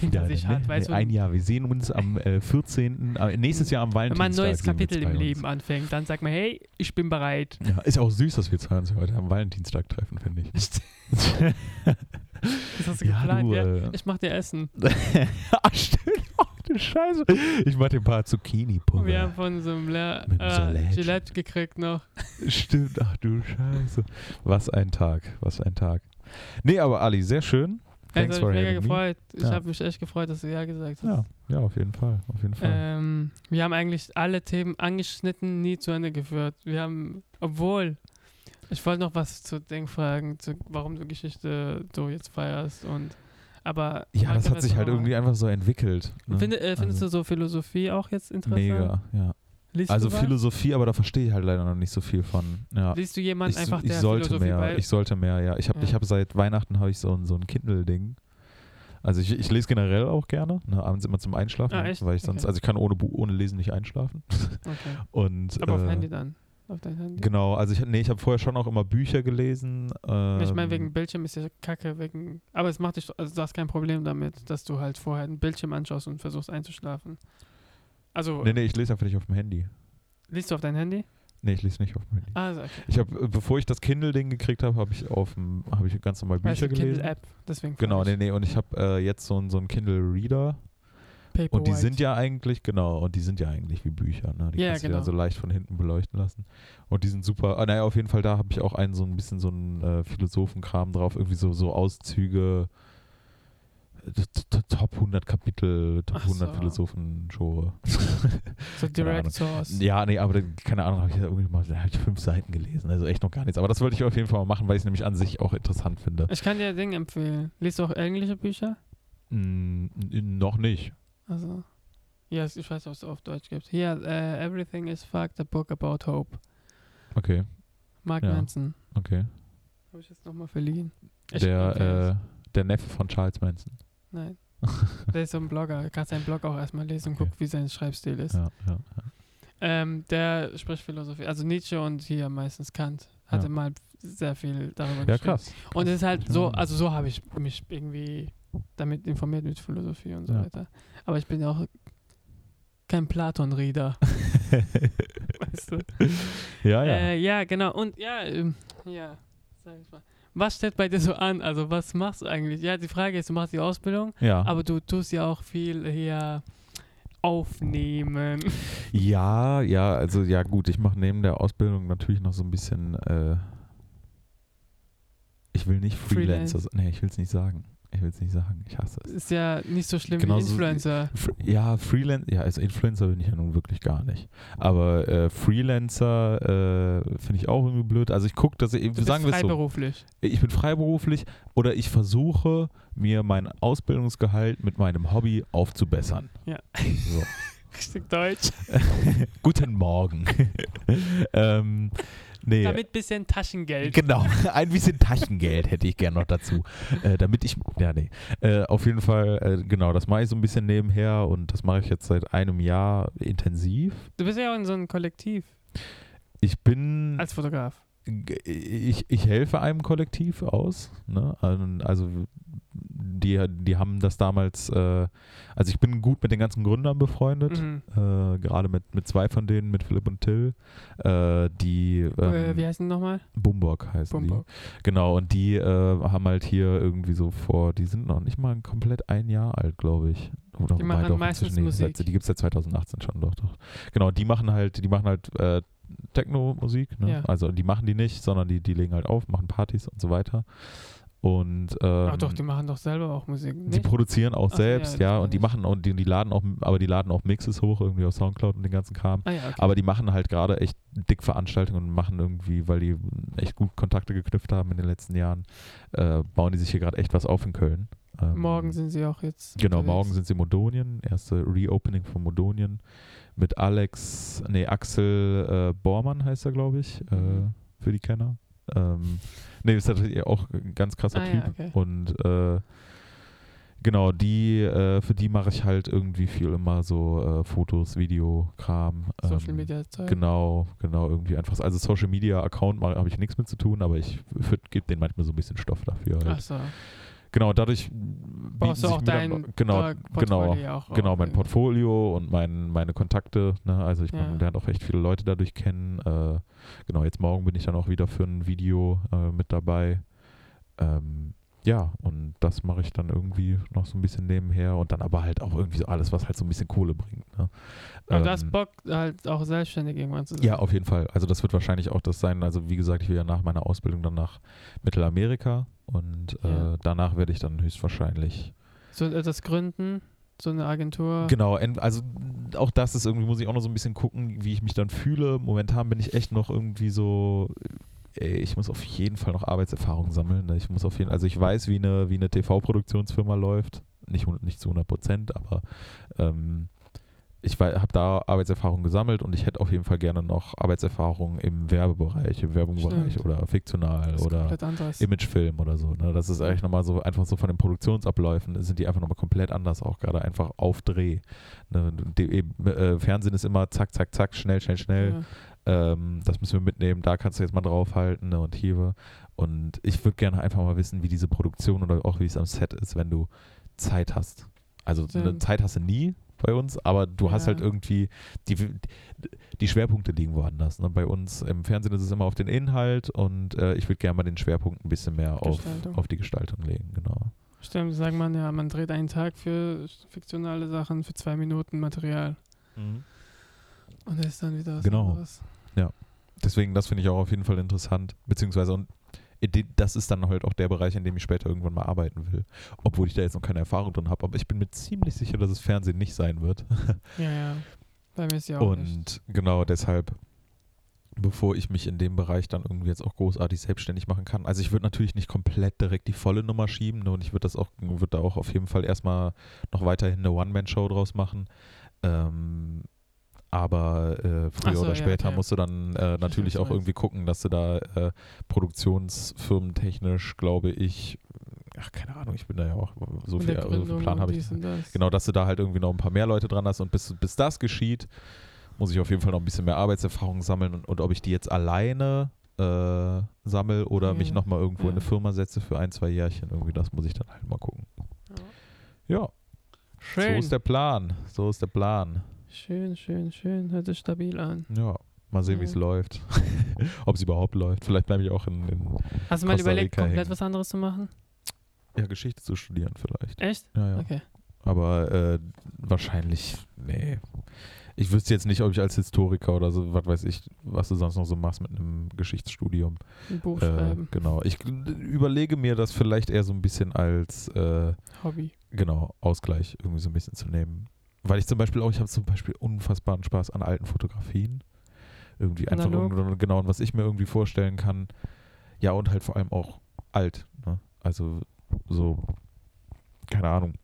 Speaker 1: Wieder,
Speaker 2: sich
Speaker 1: ne?
Speaker 2: hat, weißt du?
Speaker 1: Ein Jahr. Wir sehen uns am äh, 14. am- nächstes Jahr am
Speaker 2: Wenn
Speaker 1: Valentinstag.
Speaker 2: man ein neues
Speaker 1: sehen wir uns
Speaker 2: Kapitel
Speaker 1: bei
Speaker 2: im
Speaker 1: uns.
Speaker 2: Leben anfängt, dann sagt man, hey, ich bin bereit.
Speaker 1: Ja, ist auch süß, dass wir zwei uns heute am Valentinstag treffen, finde ich.
Speaker 2: Das hast du
Speaker 1: ja,
Speaker 2: geplant,
Speaker 1: du.
Speaker 2: ja?
Speaker 1: Äh,
Speaker 2: Ich mach dir Essen.
Speaker 1: ah, stimmt. Ach, du Scheiße. Ich mach dir ein paar zucchini pulver
Speaker 2: Wir haben von so einem Lehr
Speaker 1: äh, Mit dem
Speaker 2: äh,
Speaker 1: Salat.
Speaker 2: Gillette gekriegt noch.
Speaker 1: Stimmt. Ach, du Scheiße. Was ein Tag. Was ein Tag. Nee, aber Ali, sehr schön. Thanks
Speaker 2: Also
Speaker 1: for
Speaker 2: hab ich mega
Speaker 1: having me.
Speaker 2: gefreut. Ich
Speaker 1: Ja.
Speaker 2: habe mich echt gefreut, dass du ja gesagt hast.
Speaker 1: Ja, ja, auf jeden Fall. Auf jeden Fall.
Speaker 2: Ähm, wir haben eigentlich alle Themen angeschnitten, nie zu Ende geführt. Wir haben, obwohl, ich wollte noch was zu Ding fragen, zu, warum du Geschichte so jetzt feierst und aber
Speaker 1: ja,
Speaker 2: man
Speaker 1: das
Speaker 2: kann
Speaker 1: hat sich halt
Speaker 2: noch mal-
Speaker 1: irgendwie einfach so entwickelt. Ne?
Speaker 2: Finde, äh, findest du so Philosophie auch jetzt interessant?
Speaker 1: Mega, ja.
Speaker 2: Liest
Speaker 1: Also
Speaker 2: du was?
Speaker 1: Philosophie, aber da verstehe ich halt leider noch nicht so viel von. Ja.
Speaker 2: Liest du jemand
Speaker 1: ich,
Speaker 2: einfach
Speaker 1: ich
Speaker 2: der
Speaker 1: sollte
Speaker 2: Philosophie
Speaker 1: mehr,
Speaker 2: bei?
Speaker 1: ich sollte mehr, ja. Ich habe ich
Speaker 2: Ja.
Speaker 1: hab seit Weihnachten habe ich so ein, so ein Kindle-Ding. Also ich, ich lese generell auch gerne, ne, abends immer zum Einschlafen,
Speaker 2: Ah, echt?
Speaker 1: weil ich sonst,
Speaker 2: Okay.
Speaker 1: also ich kann ohne, Bu- ohne Lesen nicht einschlafen.
Speaker 2: okay.
Speaker 1: Und,
Speaker 2: Aber auf
Speaker 1: äh,
Speaker 2: Handy dann. Auf dein Handy.
Speaker 1: Genau, also ich, nee, ich habe vorher schon auch immer Bücher gelesen. Ähm,
Speaker 2: ich meine, wegen Bildschirm ist ja kacke, wegen. Aber es macht dich, also du hast kein Problem damit, dass du halt vorher einen Bildschirm anschaust und versuchst einzuschlafen. Also,
Speaker 1: Nee, nee, ich lese einfach nicht auf dem Handy.
Speaker 2: liest du auf dein Handy?
Speaker 1: Nee, ich lese nicht auf dem Handy.
Speaker 2: Also, okay.
Speaker 1: Ich habe, bevor ich das Kindle-Ding gekriegt habe, habe ich auf dem, habe ich ganz normal
Speaker 2: Weißt
Speaker 1: Bücher
Speaker 2: du,
Speaker 1: gelesen.
Speaker 2: Kindle-App, Also, deswegen.
Speaker 1: Genau,
Speaker 2: frag
Speaker 1: nee,
Speaker 2: ich.
Speaker 1: nee, und ich habe äh, jetzt so, einen- so einen Kindle-Reader.
Speaker 2: Paperwhite.
Speaker 1: Und die sind ja eigentlich, genau, und die sind ja eigentlich wie Bücher, ne? Die
Speaker 2: Ja,
Speaker 1: kannst du
Speaker 2: genau.
Speaker 1: ja so leicht von hinten beleuchten lassen. Und die sind super. Ah, naja, auf jeden Fall, da habe ich auch einen so ein bisschen so einen äh, Philosophenkram drauf, irgendwie so, so Auszüge, äh, t- t- Top 100 Kapitel, Top
Speaker 2: Ach
Speaker 1: 100
Speaker 2: so.
Speaker 1: philosophen show
Speaker 2: So Direct Source.
Speaker 1: Ja, nee, aber dann, keine Ahnung, habe ich da irgendwie mal da hab ich fünf Seiten gelesen, also echt noch gar nichts. Aber das wollte ich auf jeden Fall mal machen, weil ich es nämlich an sich auch interessant finde.
Speaker 2: Ich kann dir Ding empfehlen. Liest du auch englische Bücher? Hm,
Speaker 1: Mm, n- noch nicht.
Speaker 2: Also. Ja, ich weiß nicht, ob es auf Deutsch gibt. Hier, äh, Everything is Fucked, a Book About Hope.
Speaker 1: Okay,
Speaker 2: Mark
Speaker 1: Ja.
Speaker 2: Manson.
Speaker 1: okay.
Speaker 2: Habe ich jetzt nochmal verliehen. Ich empfehle
Speaker 1: Der, äh,
Speaker 2: es.
Speaker 1: der Neffe von Charles Manson.
Speaker 2: Nein. Der ist so ein Blogger. Du kannst seinen Blog auch erstmal lesen und
Speaker 1: Okay.
Speaker 2: guck, wie sein Schreibstil ist.
Speaker 1: Ja, ja.
Speaker 2: Ähm, der spricht Philosophie. Also Nietzsche und hier meistens Kant. Hatte
Speaker 1: Ja.
Speaker 2: mal sehr viel darüber
Speaker 1: ja
Speaker 2: geschrieben.
Speaker 1: krass. Mhm.
Speaker 2: Und es ist halt
Speaker 1: Kann
Speaker 2: so,
Speaker 1: man-
Speaker 2: also so habe ich mich irgendwie damit informiert mit Philosophie und so
Speaker 1: Ja.
Speaker 2: weiter. Aber ich bin ja auch kein Platon-Reader, weißt du?
Speaker 1: Ah, ja, ja.
Speaker 2: Äh, ja, genau. Und ja, ähm, ja, sag ich mal. Was steht bei dir so an? Also was machst du eigentlich? Ja, die Frage ist, du machst die Ausbildung,
Speaker 1: ja.
Speaker 2: aber du tust ja auch viel hier aufnehmen.
Speaker 1: ja, ja, also ja gut, ich mache neben der Ausbildung natürlich noch so ein bisschen, äh, ich will nicht Freelancer,
Speaker 2: Freelance.
Speaker 1: sein. nee, ich will es nicht sagen. Ich will es nicht sagen, ich hasse es.
Speaker 2: Ist ja nicht so schlimm
Speaker 1: Genau
Speaker 2: wie
Speaker 1: so-
Speaker 2: Influencer.
Speaker 1: Fr- Ja, Freelancer, ja, also Influencer bin ich ja nun wirklich gar nicht. Aber äh, Freelancer äh, finde ich auch irgendwie blöd. Also ich gucke, dass ich,
Speaker 2: Du bist
Speaker 1: sagen wir es so,
Speaker 2: freiberuflich.
Speaker 1: ich bin freiberuflich oder ich versuche, mir mein Ausbildungsgehalt mit meinem Hobby aufzubessern.
Speaker 2: Ja.
Speaker 1: So.
Speaker 2: Richtig deutsch.
Speaker 1: Guten Morgen. ähm, nee.
Speaker 2: Damit bisschen Taschengeld.
Speaker 1: Genau, ein bisschen Taschengeld hätte ich gern noch dazu, äh, damit ich, ja nee, äh, auf jeden Fall, äh, genau, das mache ich so ein bisschen nebenher und das mache ich jetzt seit einem Jahr intensiv.
Speaker 2: Du bist ja auch in so einem Kollektiv
Speaker 1: Ich bin,
Speaker 2: als Fotograf.
Speaker 1: g- ich, ich helfe einem Kollektiv aus, ne? An- also die, die haben das damals, äh, also ich bin gut mit den ganzen Gründern befreundet,
Speaker 2: Mhm.
Speaker 1: äh, gerade mit, mit zwei von denen, mit Philipp und Till, äh, die
Speaker 2: äh, wie
Speaker 1: ähm,
Speaker 2: heißt die nochmal?
Speaker 1: Bumburg heißen die.
Speaker 2: Bumbo.
Speaker 1: Genau, und die äh, haben halt hier irgendwie so vor, die sind noch nicht mal komplett ein Jahr alt, glaube ich. Oder
Speaker 2: Die
Speaker 1: wobei
Speaker 2: machen
Speaker 1: doch
Speaker 2: meistens
Speaker 1: inzwischen, nee, das ist
Speaker 2: Musik.
Speaker 1: Seit, die gibt es seit 2018 schon, doch, doch. Genau, die machen halt, die machen halt äh, Techno-Musik, ne?
Speaker 2: Ja.
Speaker 1: Also die machen die nicht, sondern die, die legen halt auf, machen Partys und so weiter. Und ähm,
Speaker 2: Ach doch, die machen doch selber auch Musik.
Speaker 1: die
Speaker 2: Nicht?
Speaker 1: produzieren auch
Speaker 2: Ach so, ja,
Speaker 1: selbst,
Speaker 2: das
Speaker 1: ja,
Speaker 2: meine
Speaker 1: und die
Speaker 2: ich.
Speaker 1: machen und die, die laden auch, aber die laden auch Mixes hoch, irgendwie auf Soundcloud und den ganzen Kram.
Speaker 2: Ah ja, okay.
Speaker 1: Aber die machen halt gerade echt dick Veranstaltungen und machen irgendwie, weil die echt gut Kontakte geknüpft haben in den letzten Jahren, äh, bauen die sich hier gerade echt was auf in Köln. Ähm,
Speaker 2: morgen sind sie auch jetzt.
Speaker 1: Genau,
Speaker 2: unterwegs.
Speaker 1: morgen sind sie in Modonien. Erste Reopening von Modonien mit Alex, nee, Axel äh, Bormann heißt er, glaube ich, äh,
Speaker 2: Mhm.
Speaker 1: für die Kenner. Ähm, nee, ist natürlich auch ein ganz krasser
Speaker 2: Ah ja,
Speaker 1: Typ.
Speaker 2: okay.
Speaker 1: Und äh, genau, die, äh, für die mache ich halt irgendwie viel immer so äh, Fotos, Video, Kram.
Speaker 2: Social
Speaker 1: ähm,
Speaker 2: Media Zeug.
Speaker 1: Genau, genau, irgendwie einfach. Also Social Media Account habe ich nichts mit zu tun, aber ich gebe denen manchmal so ein bisschen Stoff dafür. Halt.
Speaker 2: Ach so.
Speaker 1: Genau, dadurch bieten
Speaker 2: Brauchst du
Speaker 1: sich
Speaker 2: auch
Speaker 1: mir dann-
Speaker 2: dein
Speaker 1: genau,
Speaker 2: Blog-
Speaker 1: genau,
Speaker 2: Portfolio auch
Speaker 1: genau,
Speaker 2: auf
Speaker 1: mein
Speaker 2: irgendwie.
Speaker 1: Portfolio und mein, meine Kontakte. Ne? Also ich
Speaker 2: Ja.
Speaker 1: man lerne auch echt viele Leute dadurch kennen. Äh, genau, jetzt morgen bin ich dann auch wieder für ein Video äh, mit dabei. Ähm, ja, und das mache ich dann irgendwie noch so ein bisschen nebenher und dann aber halt auch irgendwie so alles, was halt so ein bisschen Kohle bringt. Ne?
Speaker 2: Aber du hast
Speaker 1: Ähm,
Speaker 2: Bock, halt auch selbstständig irgendwann zu sein.
Speaker 1: ja, auf jeden Fall. Also das wird wahrscheinlich auch das sein. Also wie gesagt, ich will ja nach meiner Ausbildung dann nach Mittelamerika und
Speaker 2: Ja.
Speaker 1: äh, danach werde ich dann höchstwahrscheinlich
Speaker 2: So etwas gründen, so eine Agentur.
Speaker 1: Genau, en- also auch das ist irgendwie, muss ich auch noch so ein bisschen gucken, wie ich mich dann fühle. Momentan bin ich echt noch irgendwie so, ey, ich muss auf jeden Fall noch Arbeitserfahrung sammeln. Ne? Ich muss auf jeden also ich weiß, wie eine, wie eine TV-Produktionsfirma läuft. Nicht, hun- nicht zu 100 Prozent, aber ähm, ich habe da Arbeitserfahrung gesammelt und ich hätte auf jeden Fall gerne noch Arbeitserfahrung im Werbebereich, im Werbungsbereich
Speaker 2: Stimmt.
Speaker 1: oder fiktional
Speaker 2: das ist
Speaker 1: Genau, oder
Speaker 2: komplett anderes.
Speaker 1: Imagefilm oder so. Ne? Das ist eigentlich nochmal so, einfach so von den Produktionsabläufen sind die einfach nochmal komplett anders, auch gerade einfach auf Dreh. Ne? Die, eben, äh, Fernsehen ist immer zack, zack, zack, schnell, schnell, schnell.
Speaker 2: Ja.
Speaker 1: Ähm, das müssen wir mitnehmen, da kannst du jetzt mal draufhalten ne? und hier. Und ich würde gerne einfach mal wissen, wie diese Produktion oder auch wie es am Set ist, wenn du Zeit hast. Also
Speaker 2: Stimmt.
Speaker 1: ne, Zeit hast du nie, bei uns, aber du hast
Speaker 2: Ja.
Speaker 1: halt irgendwie, die, die Schwerpunkte liegen woanders. Ne? Bei uns im Fernsehen ist es immer auf den Inhalt und äh, ich würde gerne mal den Schwerpunkt ein bisschen mehr auf,
Speaker 2: Gestaltung.
Speaker 1: auf die Gestaltung legen, genau.
Speaker 2: Stimmt, sagt man ja, man dreht einen Tag für fiktionale Sachen, für zwei Minuten Material. Und da ist dann wieder was
Speaker 1: Genau.
Speaker 2: anderes.
Speaker 1: Deswegen, das finde ich auch auf jeden Fall interessant, beziehungsweise und die- das ist dann halt auch der Bereich, in dem ich später irgendwann mal arbeiten will. Obwohl ich da jetzt noch keine Erfahrung drin habe, aber ich bin mir ziemlich sicher, dass es Fernsehen nicht sein wird.
Speaker 2: Ja, ja. Bei mir ist ja auch nicht.
Speaker 1: Und genau deshalb, bevor ich mich in dem Bereich dann irgendwie jetzt auch großartig selbstständig machen kann. Also ich würde natürlich nicht komplett direkt die volle Nummer schieben ne, und ich würde das auch, würde da auch auf jeden Fall erstmal noch weiterhin eine One-Man-Show draus machen. Ähm, aber äh, früher
Speaker 2: Ach so,
Speaker 1: oder
Speaker 2: ja,
Speaker 1: später
Speaker 2: okay.
Speaker 1: musst du dann äh, natürlich
Speaker 2: was du
Speaker 1: auch
Speaker 2: meinst.
Speaker 1: irgendwie gucken, dass du da äh, produktionsfirmentechnisch, glaube ich, ach, keine Ahnung, ich bin da ja auch so
Speaker 2: Und
Speaker 1: viel,
Speaker 2: der
Speaker 1: also so viel
Speaker 2: Gründung
Speaker 1: Plan
Speaker 2: und
Speaker 1: habe ich
Speaker 2: dies und das.
Speaker 1: Genau, dass du da halt irgendwie noch ein paar mehr Leute dran hast und bis, bis das geschieht, muss ich auf jeden Fall noch ein bisschen mehr Arbeitserfahrung sammeln und, und ob ich die jetzt alleine äh, sammel oder
Speaker 2: Ja.
Speaker 1: mich nochmal irgendwo in eine
Speaker 2: Ja.
Speaker 1: Firma setze für ein, zwei Jährchen. Irgendwie das muss ich dann halt mal gucken. Ja, so
Speaker 2: Schön.
Speaker 1: ist der Plan. So ist der Plan.
Speaker 2: schön, schön, schön. Hört sich stabil an.
Speaker 1: Ja, mal sehen, wie es
Speaker 2: Ja.
Speaker 1: läuft. ob es überhaupt läuft. Vielleicht bleibe ich auch in, in
Speaker 2: Hast du mal
Speaker 1: Costa
Speaker 2: überlegt,
Speaker 1: Rica
Speaker 2: komplett
Speaker 1: hängen.
Speaker 2: was anderes zu machen?
Speaker 1: ja, Geschichte zu studieren vielleicht.
Speaker 2: Echt?
Speaker 1: Ja, ja.
Speaker 2: Okay.
Speaker 1: Aber äh, wahrscheinlich, nee. Ich wüsste jetzt nicht, ob ich als Historiker oder so, was weiß ich, was du sonst noch so machst mit einem Geschichtsstudium.
Speaker 2: Ein Buch
Speaker 1: Äh,
Speaker 2: schreiben.
Speaker 1: genau. Ich gl- überlege mir das vielleicht eher so ein bisschen als, äh,
Speaker 2: Hobby.
Speaker 1: genau, Ausgleich irgendwie so ein bisschen zu nehmen. Weil ich zum Beispiel auch, ich habe zum Beispiel unfassbaren Spaß an alten Fotografien. Irgendwie einfach
Speaker 2: Analog.
Speaker 1: irgend- genau, und was ich mir irgendwie vorstellen kann. Ja, und halt vor allem auch alt. Ne? Also so, keine Ahnung,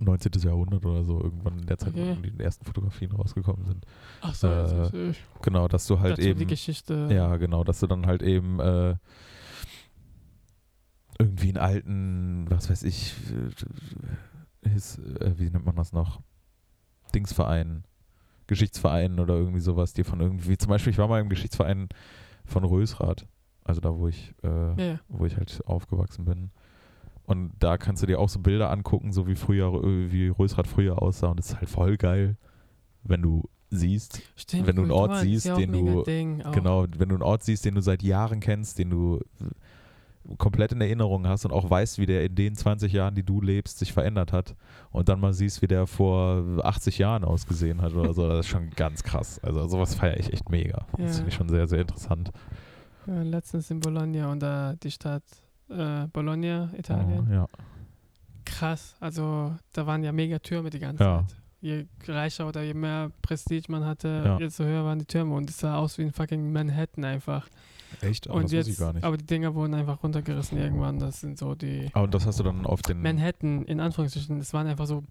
Speaker 1: 19. Jahrhundert oder so, irgendwann in der Zeit,
Speaker 2: Okay.
Speaker 1: wo die ersten Fotografien rausgekommen sind.
Speaker 2: Ach
Speaker 1: so, jetzt Äh,
Speaker 2: ich
Speaker 1: Genau, dass du halt
Speaker 2: dachte, die
Speaker 1: eben.
Speaker 2: Geschichte.
Speaker 1: Ja, genau, dass du dann halt eben äh, irgendwie einen alten, was weiß ich, äh, his, äh, wie nennt man das noch? Dingsverein, Geschichtsverein oder irgendwie sowas, dir von irgendwie, zum Beispiel, ich war mal im Geschichtsverein von Rösrath, also da, wo ich äh,
Speaker 2: Ja, ja.
Speaker 1: wo ich halt aufgewachsen bin. Und da kannst du dir auch so Bilder angucken, so wie früher, äh, wie Rösrath früher aussah. Und es ist halt voll geil, wenn du siehst,
Speaker 2: Stimmt,
Speaker 1: wenn du einen Ort
Speaker 2: Kulturen, ist
Speaker 1: siehst,
Speaker 2: ja auch
Speaker 1: den
Speaker 2: mega
Speaker 1: du-
Speaker 2: Ding, auch.
Speaker 1: Genau, wenn du einen Ort siehst, den du seit Jahren kennst, den du komplett in Erinnerung hast und auch weißt, wie der in den 20 Jahren, die du lebst, sich verändert hat und dann mal siehst, wie der vor 80 Jahren ausgesehen hat oder so, das ist schon ganz krass. Also sowas feiere ich echt mega.
Speaker 2: Ja.
Speaker 1: Das finde ich schon sehr, sehr interessant.
Speaker 2: Wir waren letztens in Bologna und da die Stadt äh, Bologna, Italien.
Speaker 1: Mhm. Ja.
Speaker 2: Krass, also da waren ja mega Türme die ganze
Speaker 1: Ja.
Speaker 2: Zeit. Je reicher oder je mehr Prestige man hatte,
Speaker 1: Ja.
Speaker 2: desto höher waren die Türme und es sah aus wie ein fucking Manhattan einfach.
Speaker 1: Echt?
Speaker 2: und jetzt, aber die Dinger wurden einfach runtergerissen irgendwann. Das sind so die
Speaker 1: Ah, und das hast du dann auf den...
Speaker 2: Manhattan in Anführungsstrichen. Das waren einfach so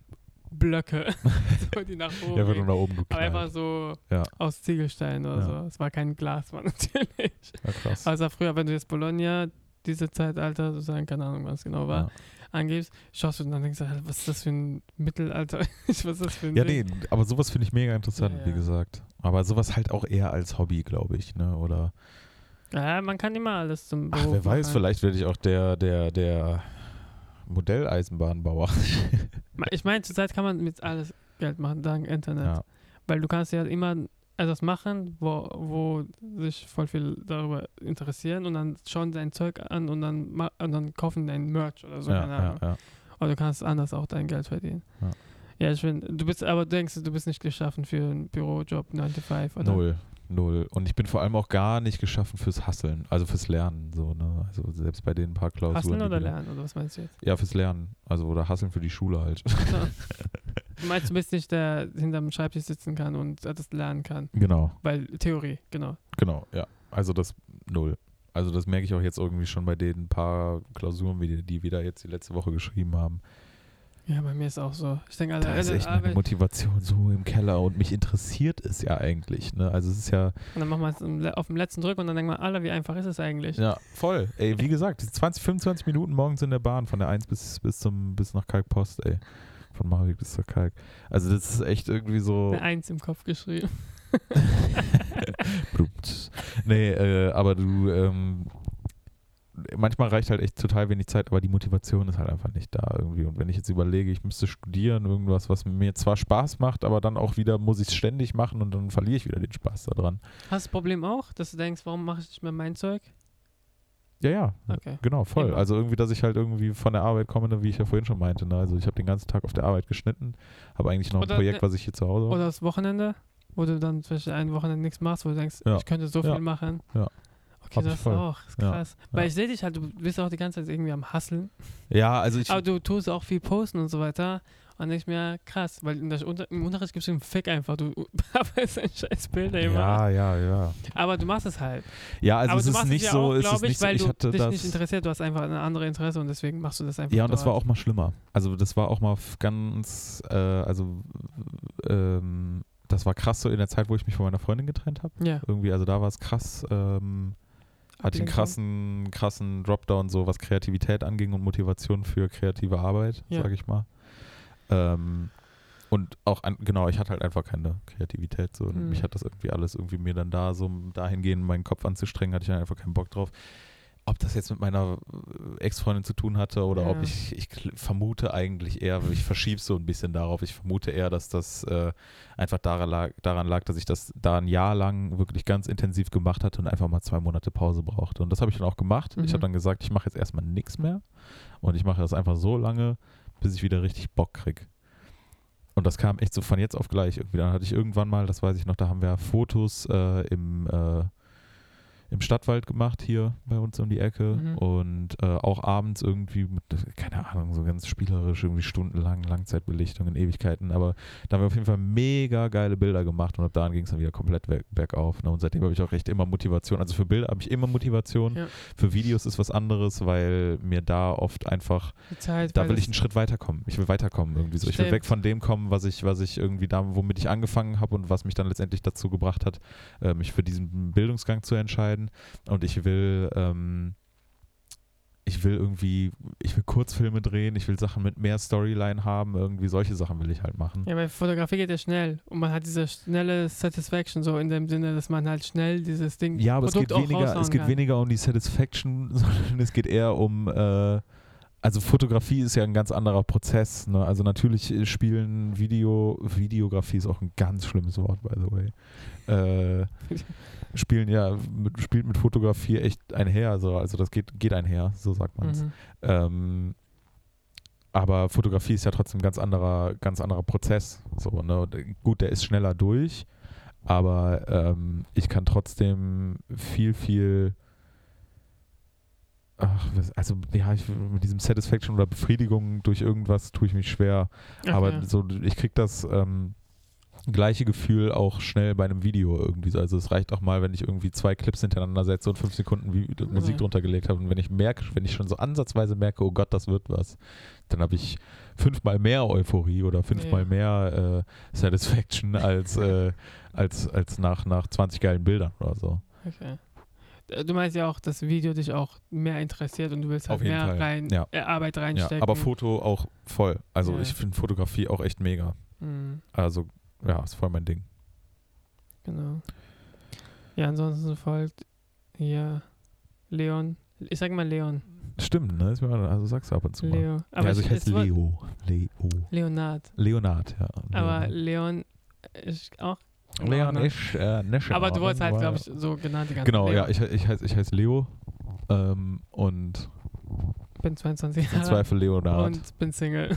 Speaker 2: Blöcke, so, die nach oben.
Speaker 1: Ja, wird
Speaker 2: gingen.
Speaker 1: dann da oben
Speaker 2: aber
Speaker 1: geknallt.
Speaker 2: einfach so
Speaker 1: Ja.
Speaker 2: aus Ziegelsteinen oder
Speaker 1: Ja.
Speaker 2: so. Es war kein Glas, war natürlich.
Speaker 1: ja, krass.
Speaker 2: Also früher, wenn du jetzt Bologna, diese Zeitalter, sozusagen, keine Ahnung, was genau war,
Speaker 1: Ja.
Speaker 2: angibst, schaust du und dann denkst du, halt, was ist das für ein Mittelalter? was ist das für ein
Speaker 1: Ja,
Speaker 2: Ding?
Speaker 1: nee, aber sowas finde ich mega interessant,
Speaker 2: Ja, ja.
Speaker 1: wie gesagt. Aber sowas halt auch eher als Hobby, glaube ich, ne? Oder
Speaker 2: Ja, man kann immer alles zum
Speaker 1: Ach,
Speaker 2: Beruf
Speaker 1: wer weiß,
Speaker 2: machen.
Speaker 1: vielleicht werde ich auch der, der, der Modelleisenbahnbauer.
Speaker 2: Ma- Ich meine, zurzeit kann man mit alles Geld machen, dank Internet.
Speaker 1: Ja.
Speaker 2: Weil du kannst ja immer etwas machen, wo, wo sich voll viel darüber interessieren und dann schauen dein Zeug an und dann, ma- und dann kaufen dein Merch oder so,
Speaker 1: ja,
Speaker 2: keine Ahnung.
Speaker 1: ja, ja.
Speaker 2: Aber du kannst anders auch dein Geld verdienen.
Speaker 1: Ja.
Speaker 2: Ja, ich finde, du bist, aber denkst du, du bist nicht geschaffen für einen Bürojob 9 to 5 oder?
Speaker 1: Null. Null. Und ich bin vor allem auch gar nicht geschaffen fürs Hasseln, also fürs Lernen. So, ne? Also selbst bei den paar Klausuren.
Speaker 2: Hasseln
Speaker 1: die
Speaker 2: oder
Speaker 1: wir-
Speaker 2: lernen oder was meinst du jetzt?
Speaker 1: Ja, fürs Lernen. Also oder Hasseln für die Schule halt.
Speaker 2: Du meinst, du bist nicht der, der hinterm Schreibtisch sitzen kann und das lernen kann,
Speaker 1: genau,
Speaker 2: weil Theorie, genau.
Speaker 1: genau, ja. Also das null. Also das merke ich auch jetzt irgendwie schon bei den paar Klausuren, wie die, die wir da jetzt die letzte Woche geschrieben haben.
Speaker 2: Ja, bei mir ist auch so. Ich denke, also,
Speaker 1: Da ist
Speaker 2: Ende
Speaker 1: echt meine
Speaker 2: Arbeit, und
Speaker 1: Motivation so im Keller und mich interessiert es ja eigentlich. Ne? Also es ist ja,
Speaker 2: dann machen wir es im Le- auf dem letzten Drück und dann denkt man, Alter, wie einfach ist es eigentlich?
Speaker 1: Ja, voll. Ey, wie gesagt, 20, 25 Minuten morgens in der Bahn von der 1 bis, bis, zum, bis nach Kalkpost, ey. Von Marwijk bis zur Kalk. Also das ist echt irgendwie so.
Speaker 2: Eine Eins im Kopf geschrieben.
Speaker 1: Blumt. nee, äh, aber du, ähm, manchmal reicht halt echt total wenig Zeit, aber die Motivation ist halt einfach nicht da irgendwie. Und wenn ich jetzt überlege, ich müsste studieren, irgendwas, was mir zwar Spaß macht, aber dann auch wieder muss ich es ständig machen und dann verliere ich wieder den Spaß daran.
Speaker 2: Hast du das Problem auch, dass du denkst, warum mache ich nicht mehr mein Zeug?
Speaker 1: Ja, ja,
Speaker 2: Okay.
Speaker 1: genau, voll.
Speaker 2: Eben.
Speaker 1: Also irgendwie, dass ich halt irgendwie von der Arbeit komme, ne, wie ich ja vorhin schon meinte. Ne? Also ich habe den ganzen Tag auf der Arbeit geschnitten, habe eigentlich noch ein
Speaker 2: Oder
Speaker 1: Projekt,
Speaker 2: ne-
Speaker 1: was ich hier zu Hause habe.
Speaker 2: Oder das Wochenende, wo du dann zwischen ein Wochenende nichts machst, wo du denkst,
Speaker 1: Ja.
Speaker 2: ich könnte so viel
Speaker 1: Ja.
Speaker 2: machen.
Speaker 1: Ja.
Speaker 2: Okay,
Speaker 1: Hab ich
Speaker 2: das
Speaker 1: voll.
Speaker 2: auch. Ist
Speaker 1: Ja.
Speaker 2: krass. Weil ich sehe dich halt, du bist auch die ganze Zeit irgendwie am Hasseln.
Speaker 1: Ja, also ich,
Speaker 2: Aber du tust auch viel posten und so weiter. Und nicht mehr krass, weil in der, Unter- im Unterricht gibst du einen Fick einfach. Du arbeitest ein scheiß Bild immer.
Speaker 1: ja, ja, ja.
Speaker 2: Aber du machst es halt.
Speaker 1: Ja, also
Speaker 2: Aber
Speaker 1: es
Speaker 2: du
Speaker 1: ist
Speaker 2: machst
Speaker 1: nicht
Speaker 2: es ja
Speaker 1: so,
Speaker 2: auch,
Speaker 1: es ist
Speaker 2: glaube ich,
Speaker 1: nicht so,
Speaker 2: weil
Speaker 1: ich
Speaker 2: du
Speaker 1: hatte
Speaker 2: dich
Speaker 1: das.
Speaker 2: nicht interessiert. Du hast einfach ein anderes Interesse und deswegen machst du das einfach
Speaker 1: Ja, und das war
Speaker 2: dort.
Speaker 1: auch mal schlimmer. Also das war auch mal f- ganz, äh, also ähm, das war krass so in der Zeit, wo ich mich von meiner Freundin getrennt habe.
Speaker 2: Ja.
Speaker 1: Irgendwie, also da war es krass, ähm, hatte einen
Speaker 2: Ablenkung.
Speaker 1: krassen, krassen Dropdown, so was Kreativität anging und Motivation für kreative Arbeit,
Speaker 2: Ja.
Speaker 1: sage ich mal. Ähm, und auch, an, genau, ich hatte halt einfach keine Kreativität. So. Und
Speaker 2: Mhm.
Speaker 1: Mich hat das irgendwie alles irgendwie mir dann da so dahingehend meinen Kopf anzustrengen, hatte ich dann einfach keinen Bock drauf. Ob das jetzt mit meiner äh, Ex-Freundin zu tun hatte oder ob
Speaker 2: Ja.
Speaker 1: ich, ich kl- vermute eigentlich eher, ich verschiebe so ein bisschen darauf, ich vermute eher, dass das äh, einfach daran lag, daran lag, dass ich das da ein Jahr lang wirklich ganz intensiv gemacht hatte und einfach mal zwei Monate Pause brauchte. Und das habe ich dann auch gemacht. Ich
Speaker 2: Mhm.
Speaker 1: habe dann gesagt, ich mache jetzt erstmal nichts mehr und ich mache das einfach so lange, bis ich wieder richtig Bock krieg. Und das kam echt so von jetzt auf gleich irgendwie. Dann hatte ich irgendwann mal, das weiß ich noch, da haben wir Fotos äh, im, äh, im Stadtwald gemacht, hier bei uns um die Ecke.
Speaker 2: Mhm.
Speaker 1: Und äh, auch abends irgendwie, mit, keine Ahnung, so ganz spielerisch, irgendwie stundenlang, Langzeitbelichtung in Ewigkeiten. Aber da haben wir auf jeden Fall mega geile Bilder gemacht und ab da ging es dann wieder komplett weg, bergauf. Ne? Und seitdem habe ich auch echt immer Motivation. Also für Bilder habe ich immer Motivation.
Speaker 2: Ja.
Speaker 1: Für Videos ist was anderes, weil mir da oft einfach
Speaker 2: die Zeit.
Speaker 1: da
Speaker 2: weil
Speaker 1: will
Speaker 2: das-
Speaker 1: ich einen Schritt weiterkommen. Ich will weiterkommen irgendwie so. Ich will
Speaker 2: Stimmt.
Speaker 1: weg von dem kommen, was ich, was ich irgendwie da, womit ich angefangen habe und was mich dann letztendlich dazu gebracht hat, äh, mich für diesen Bildungsgang zu entscheiden. Und ich will, ähm, ich will irgendwie, ich will Kurzfilme drehen, ich will Sachen mit mehr Storyline haben, irgendwie solche Sachen will ich halt machen.
Speaker 2: Ja, weil Fotografie geht ja schnell und man hat diese schnelle Satisfaction so in dem Sinne, dass man halt schnell dieses Ding
Speaker 1: Ja, aber es geht,
Speaker 2: Produkt auch
Speaker 1: weniger, es
Speaker 2: raushauen
Speaker 1: geht
Speaker 2: kann.
Speaker 1: weniger um die Satisfaction, sondern es geht eher um. Äh, also Fotografie ist ja ein ganz anderer Prozess. Ne? Also natürlich äh, spielen Video, Videografie ist auch ein ganz schlimmes Wort, by the way. Äh, spielen ja, mit, spielt mit Fotografie echt einher. So. Also das geht, geht einher, so sagt man es.
Speaker 2: Mhm.
Speaker 1: Ähm, aber Fotografie ist ja trotzdem ein ganz anderer, ganz anderer Prozess. So, ne? Und, äh, Gut, der ist schneller durch, aber ähm, ich kann trotzdem viel, viel. Ach, was- also ja, ich, mit diesem Satisfaction oder Befriedigung durch irgendwas tue ich mich schwer.
Speaker 2: Ach
Speaker 1: aber
Speaker 2: ja.
Speaker 1: so, ich krieg das ähm, gleiche Gefühl auch schnell bei einem Video irgendwie. so. Also es reicht auch mal, wenn ich irgendwie zwei Clips hintereinander setze und fünf Sekunden Vi Musik
Speaker 2: Ja.
Speaker 1: drunter gelegt habe. Und wenn ich merke, wenn ich schon so ansatzweise merke, oh Gott, das wird was, dann habe ich fünfmal mehr Euphorie oder fünfmal
Speaker 2: Ja.
Speaker 1: mehr äh, Satisfaction als, äh, als, als nach, nach 20 geilen Bildern oder so.
Speaker 2: okay. D- Du meinst ja auch, dass Video dich auch mehr interessiert und du willst halt
Speaker 1: Auf jeden
Speaker 2: mehr
Speaker 1: Fall,
Speaker 2: rein
Speaker 1: ja.
Speaker 2: äh, Arbeit
Speaker 1: Ja,
Speaker 2: reinstecken.
Speaker 1: aber Foto auch voll. Also
Speaker 2: Ja.
Speaker 1: ich finde Fotografie auch echt mega.
Speaker 2: Mhm,
Speaker 1: Also ja, ist voll mein Ding.
Speaker 2: genau. Ja, ansonsten folgt ja Leon. Ich sag mal Leon.
Speaker 1: Stimmt, ne? Ist mir, also sagst du ab und zu mal.
Speaker 2: Leo.
Speaker 1: ja, also ich heiße
Speaker 2: jetzt wollt-
Speaker 1: Leo. Leo.
Speaker 2: Leonard.
Speaker 1: Leonard, ja.
Speaker 2: Aber Leon ist auch.
Speaker 1: Leon
Speaker 2: ne?
Speaker 1: ist äh, nicht in
Speaker 2: Aber du
Speaker 1: Ordnung,
Speaker 2: wurdest halt,
Speaker 1: weil-
Speaker 2: glaube ich, so genannt die ganze
Speaker 1: Genau,
Speaker 2: Leon.
Speaker 1: ja, ich, ich heiße ich heiß Leo ähm, und
Speaker 2: bin 22
Speaker 1: im
Speaker 2: Jahre alt
Speaker 1: Zweifel Leonard.
Speaker 2: und bin Single.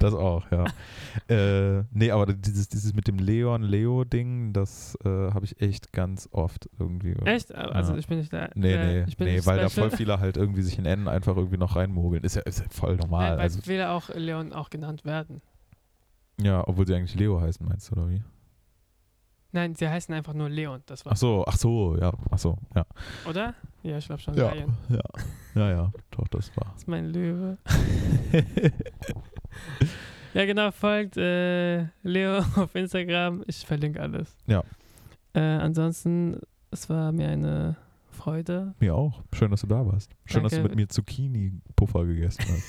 Speaker 1: das auch, ja. äh, nee, aber dieses, dieses mit dem Leon-Leo-Ding, das äh, habe ich echt ganz oft irgendwie.
Speaker 2: Echt? Also
Speaker 1: Ja.
Speaker 2: ich bin nicht der.
Speaker 1: Nee,
Speaker 2: der,
Speaker 1: nee,
Speaker 2: ich bin
Speaker 1: nee,
Speaker 2: nicht
Speaker 1: weil da
Speaker 2: special.
Speaker 1: voll viele halt irgendwie sich in N einfach irgendwie noch reinmogeln. Ist ja, ist ja voll normal.
Speaker 2: Nein, weil
Speaker 1: also,
Speaker 2: viele auch Leon auch genannt werden.
Speaker 1: ja, obwohl sie eigentlich Leo heißen, meinst du, oder wie?
Speaker 2: Nein, sie heißen einfach nur Leon, das
Speaker 1: Ach
Speaker 2: war's.
Speaker 1: so, ach so, ja, ach so, ja.
Speaker 2: Oder? Ja, ich glaube schon.
Speaker 1: Ja,
Speaker 2: Leon.
Speaker 1: ja, ja, ja, doch, das war.
Speaker 2: Das ist mein Löwe. ja, genau, folgt äh, Leo auf Instagram. Ich verlinke alles.
Speaker 1: Ja.
Speaker 2: Äh, ansonsten, es war mir eine Freude.
Speaker 1: Mir auch. Schön, dass du da warst. Schön, dass du
Speaker 2: Danke.
Speaker 1: mit mir Zucchini-Puffer gegessen hast.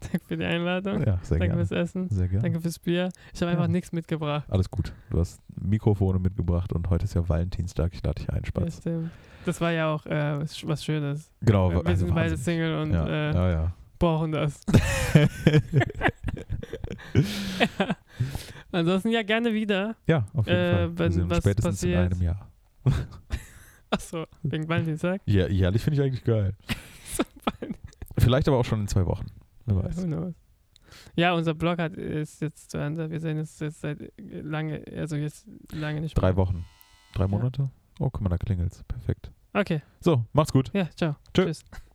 Speaker 2: Danke für die Einladung.
Speaker 1: Ja, sehr
Speaker 2: Danke
Speaker 1: gerne.
Speaker 2: fürs Essen.
Speaker 1: Sehr gerne.
Speaker 2: Danke fürs Bier. Ich habe einfach
Speaker 1: Ja.
Speaker 2: nichts mitgebracht.
Speaker 1: Alles gut. Du hast Mikrofone mitgebracht und heute ist ja Valentinstag. Ich lade dich ein,
Speaker 2: Ja,
Speaker 1: Spaß.
Speaker 2: stimmt. Das war ja auch äh, was Sch- was Schönes.
Speaker 1: Genau.
Speaker 2: Wir
Speaker 1: also
Speaker 2: sind beide
Speaker 1: wahnsinnig.
Speaker 2: Single und
Speaker 1: ja,
Speaker 2: äh,
Speaker 1: ja, ja.
Speaker 2: brauchen das. Ansonsten ja gerne wieder.
Speaker 1: ja, auf jeden
Speaker 2: äh,
Speaker 1: Fall. Wir
Speaker 2: wenn
Speaker 1: sehen uns
Speaker 2: was
Speaker 1: spätestens in
Speaker 2: passiert-
Speaker 1: einem Jahr.
Speaker 2: Achso, wegen Valentinstag.
Speaker 1: Ja, jährlich finde ich eigentlich geil. Vielleicht aber auch schon in zwei Wochen. Wer weiß.
Speaker 2: Who knows? Ja, unser Blog hat, ist jetzt zu Ende. Wir sehen uns jetzt seit äh, lange, also jetzt lange nicht
Speaker 1: Drei
Speaker 2: mehr.
Speaker 1: Wochen. Drei Monate? Oh, guck mal, da klingelt's. Perfekt.
Speaker 2: Okay,
Speaker 1: So, macht's gut.
Speaker 2: ja, ciao.
Speaker 1: Tschö.
Speaker 2: Tschüss.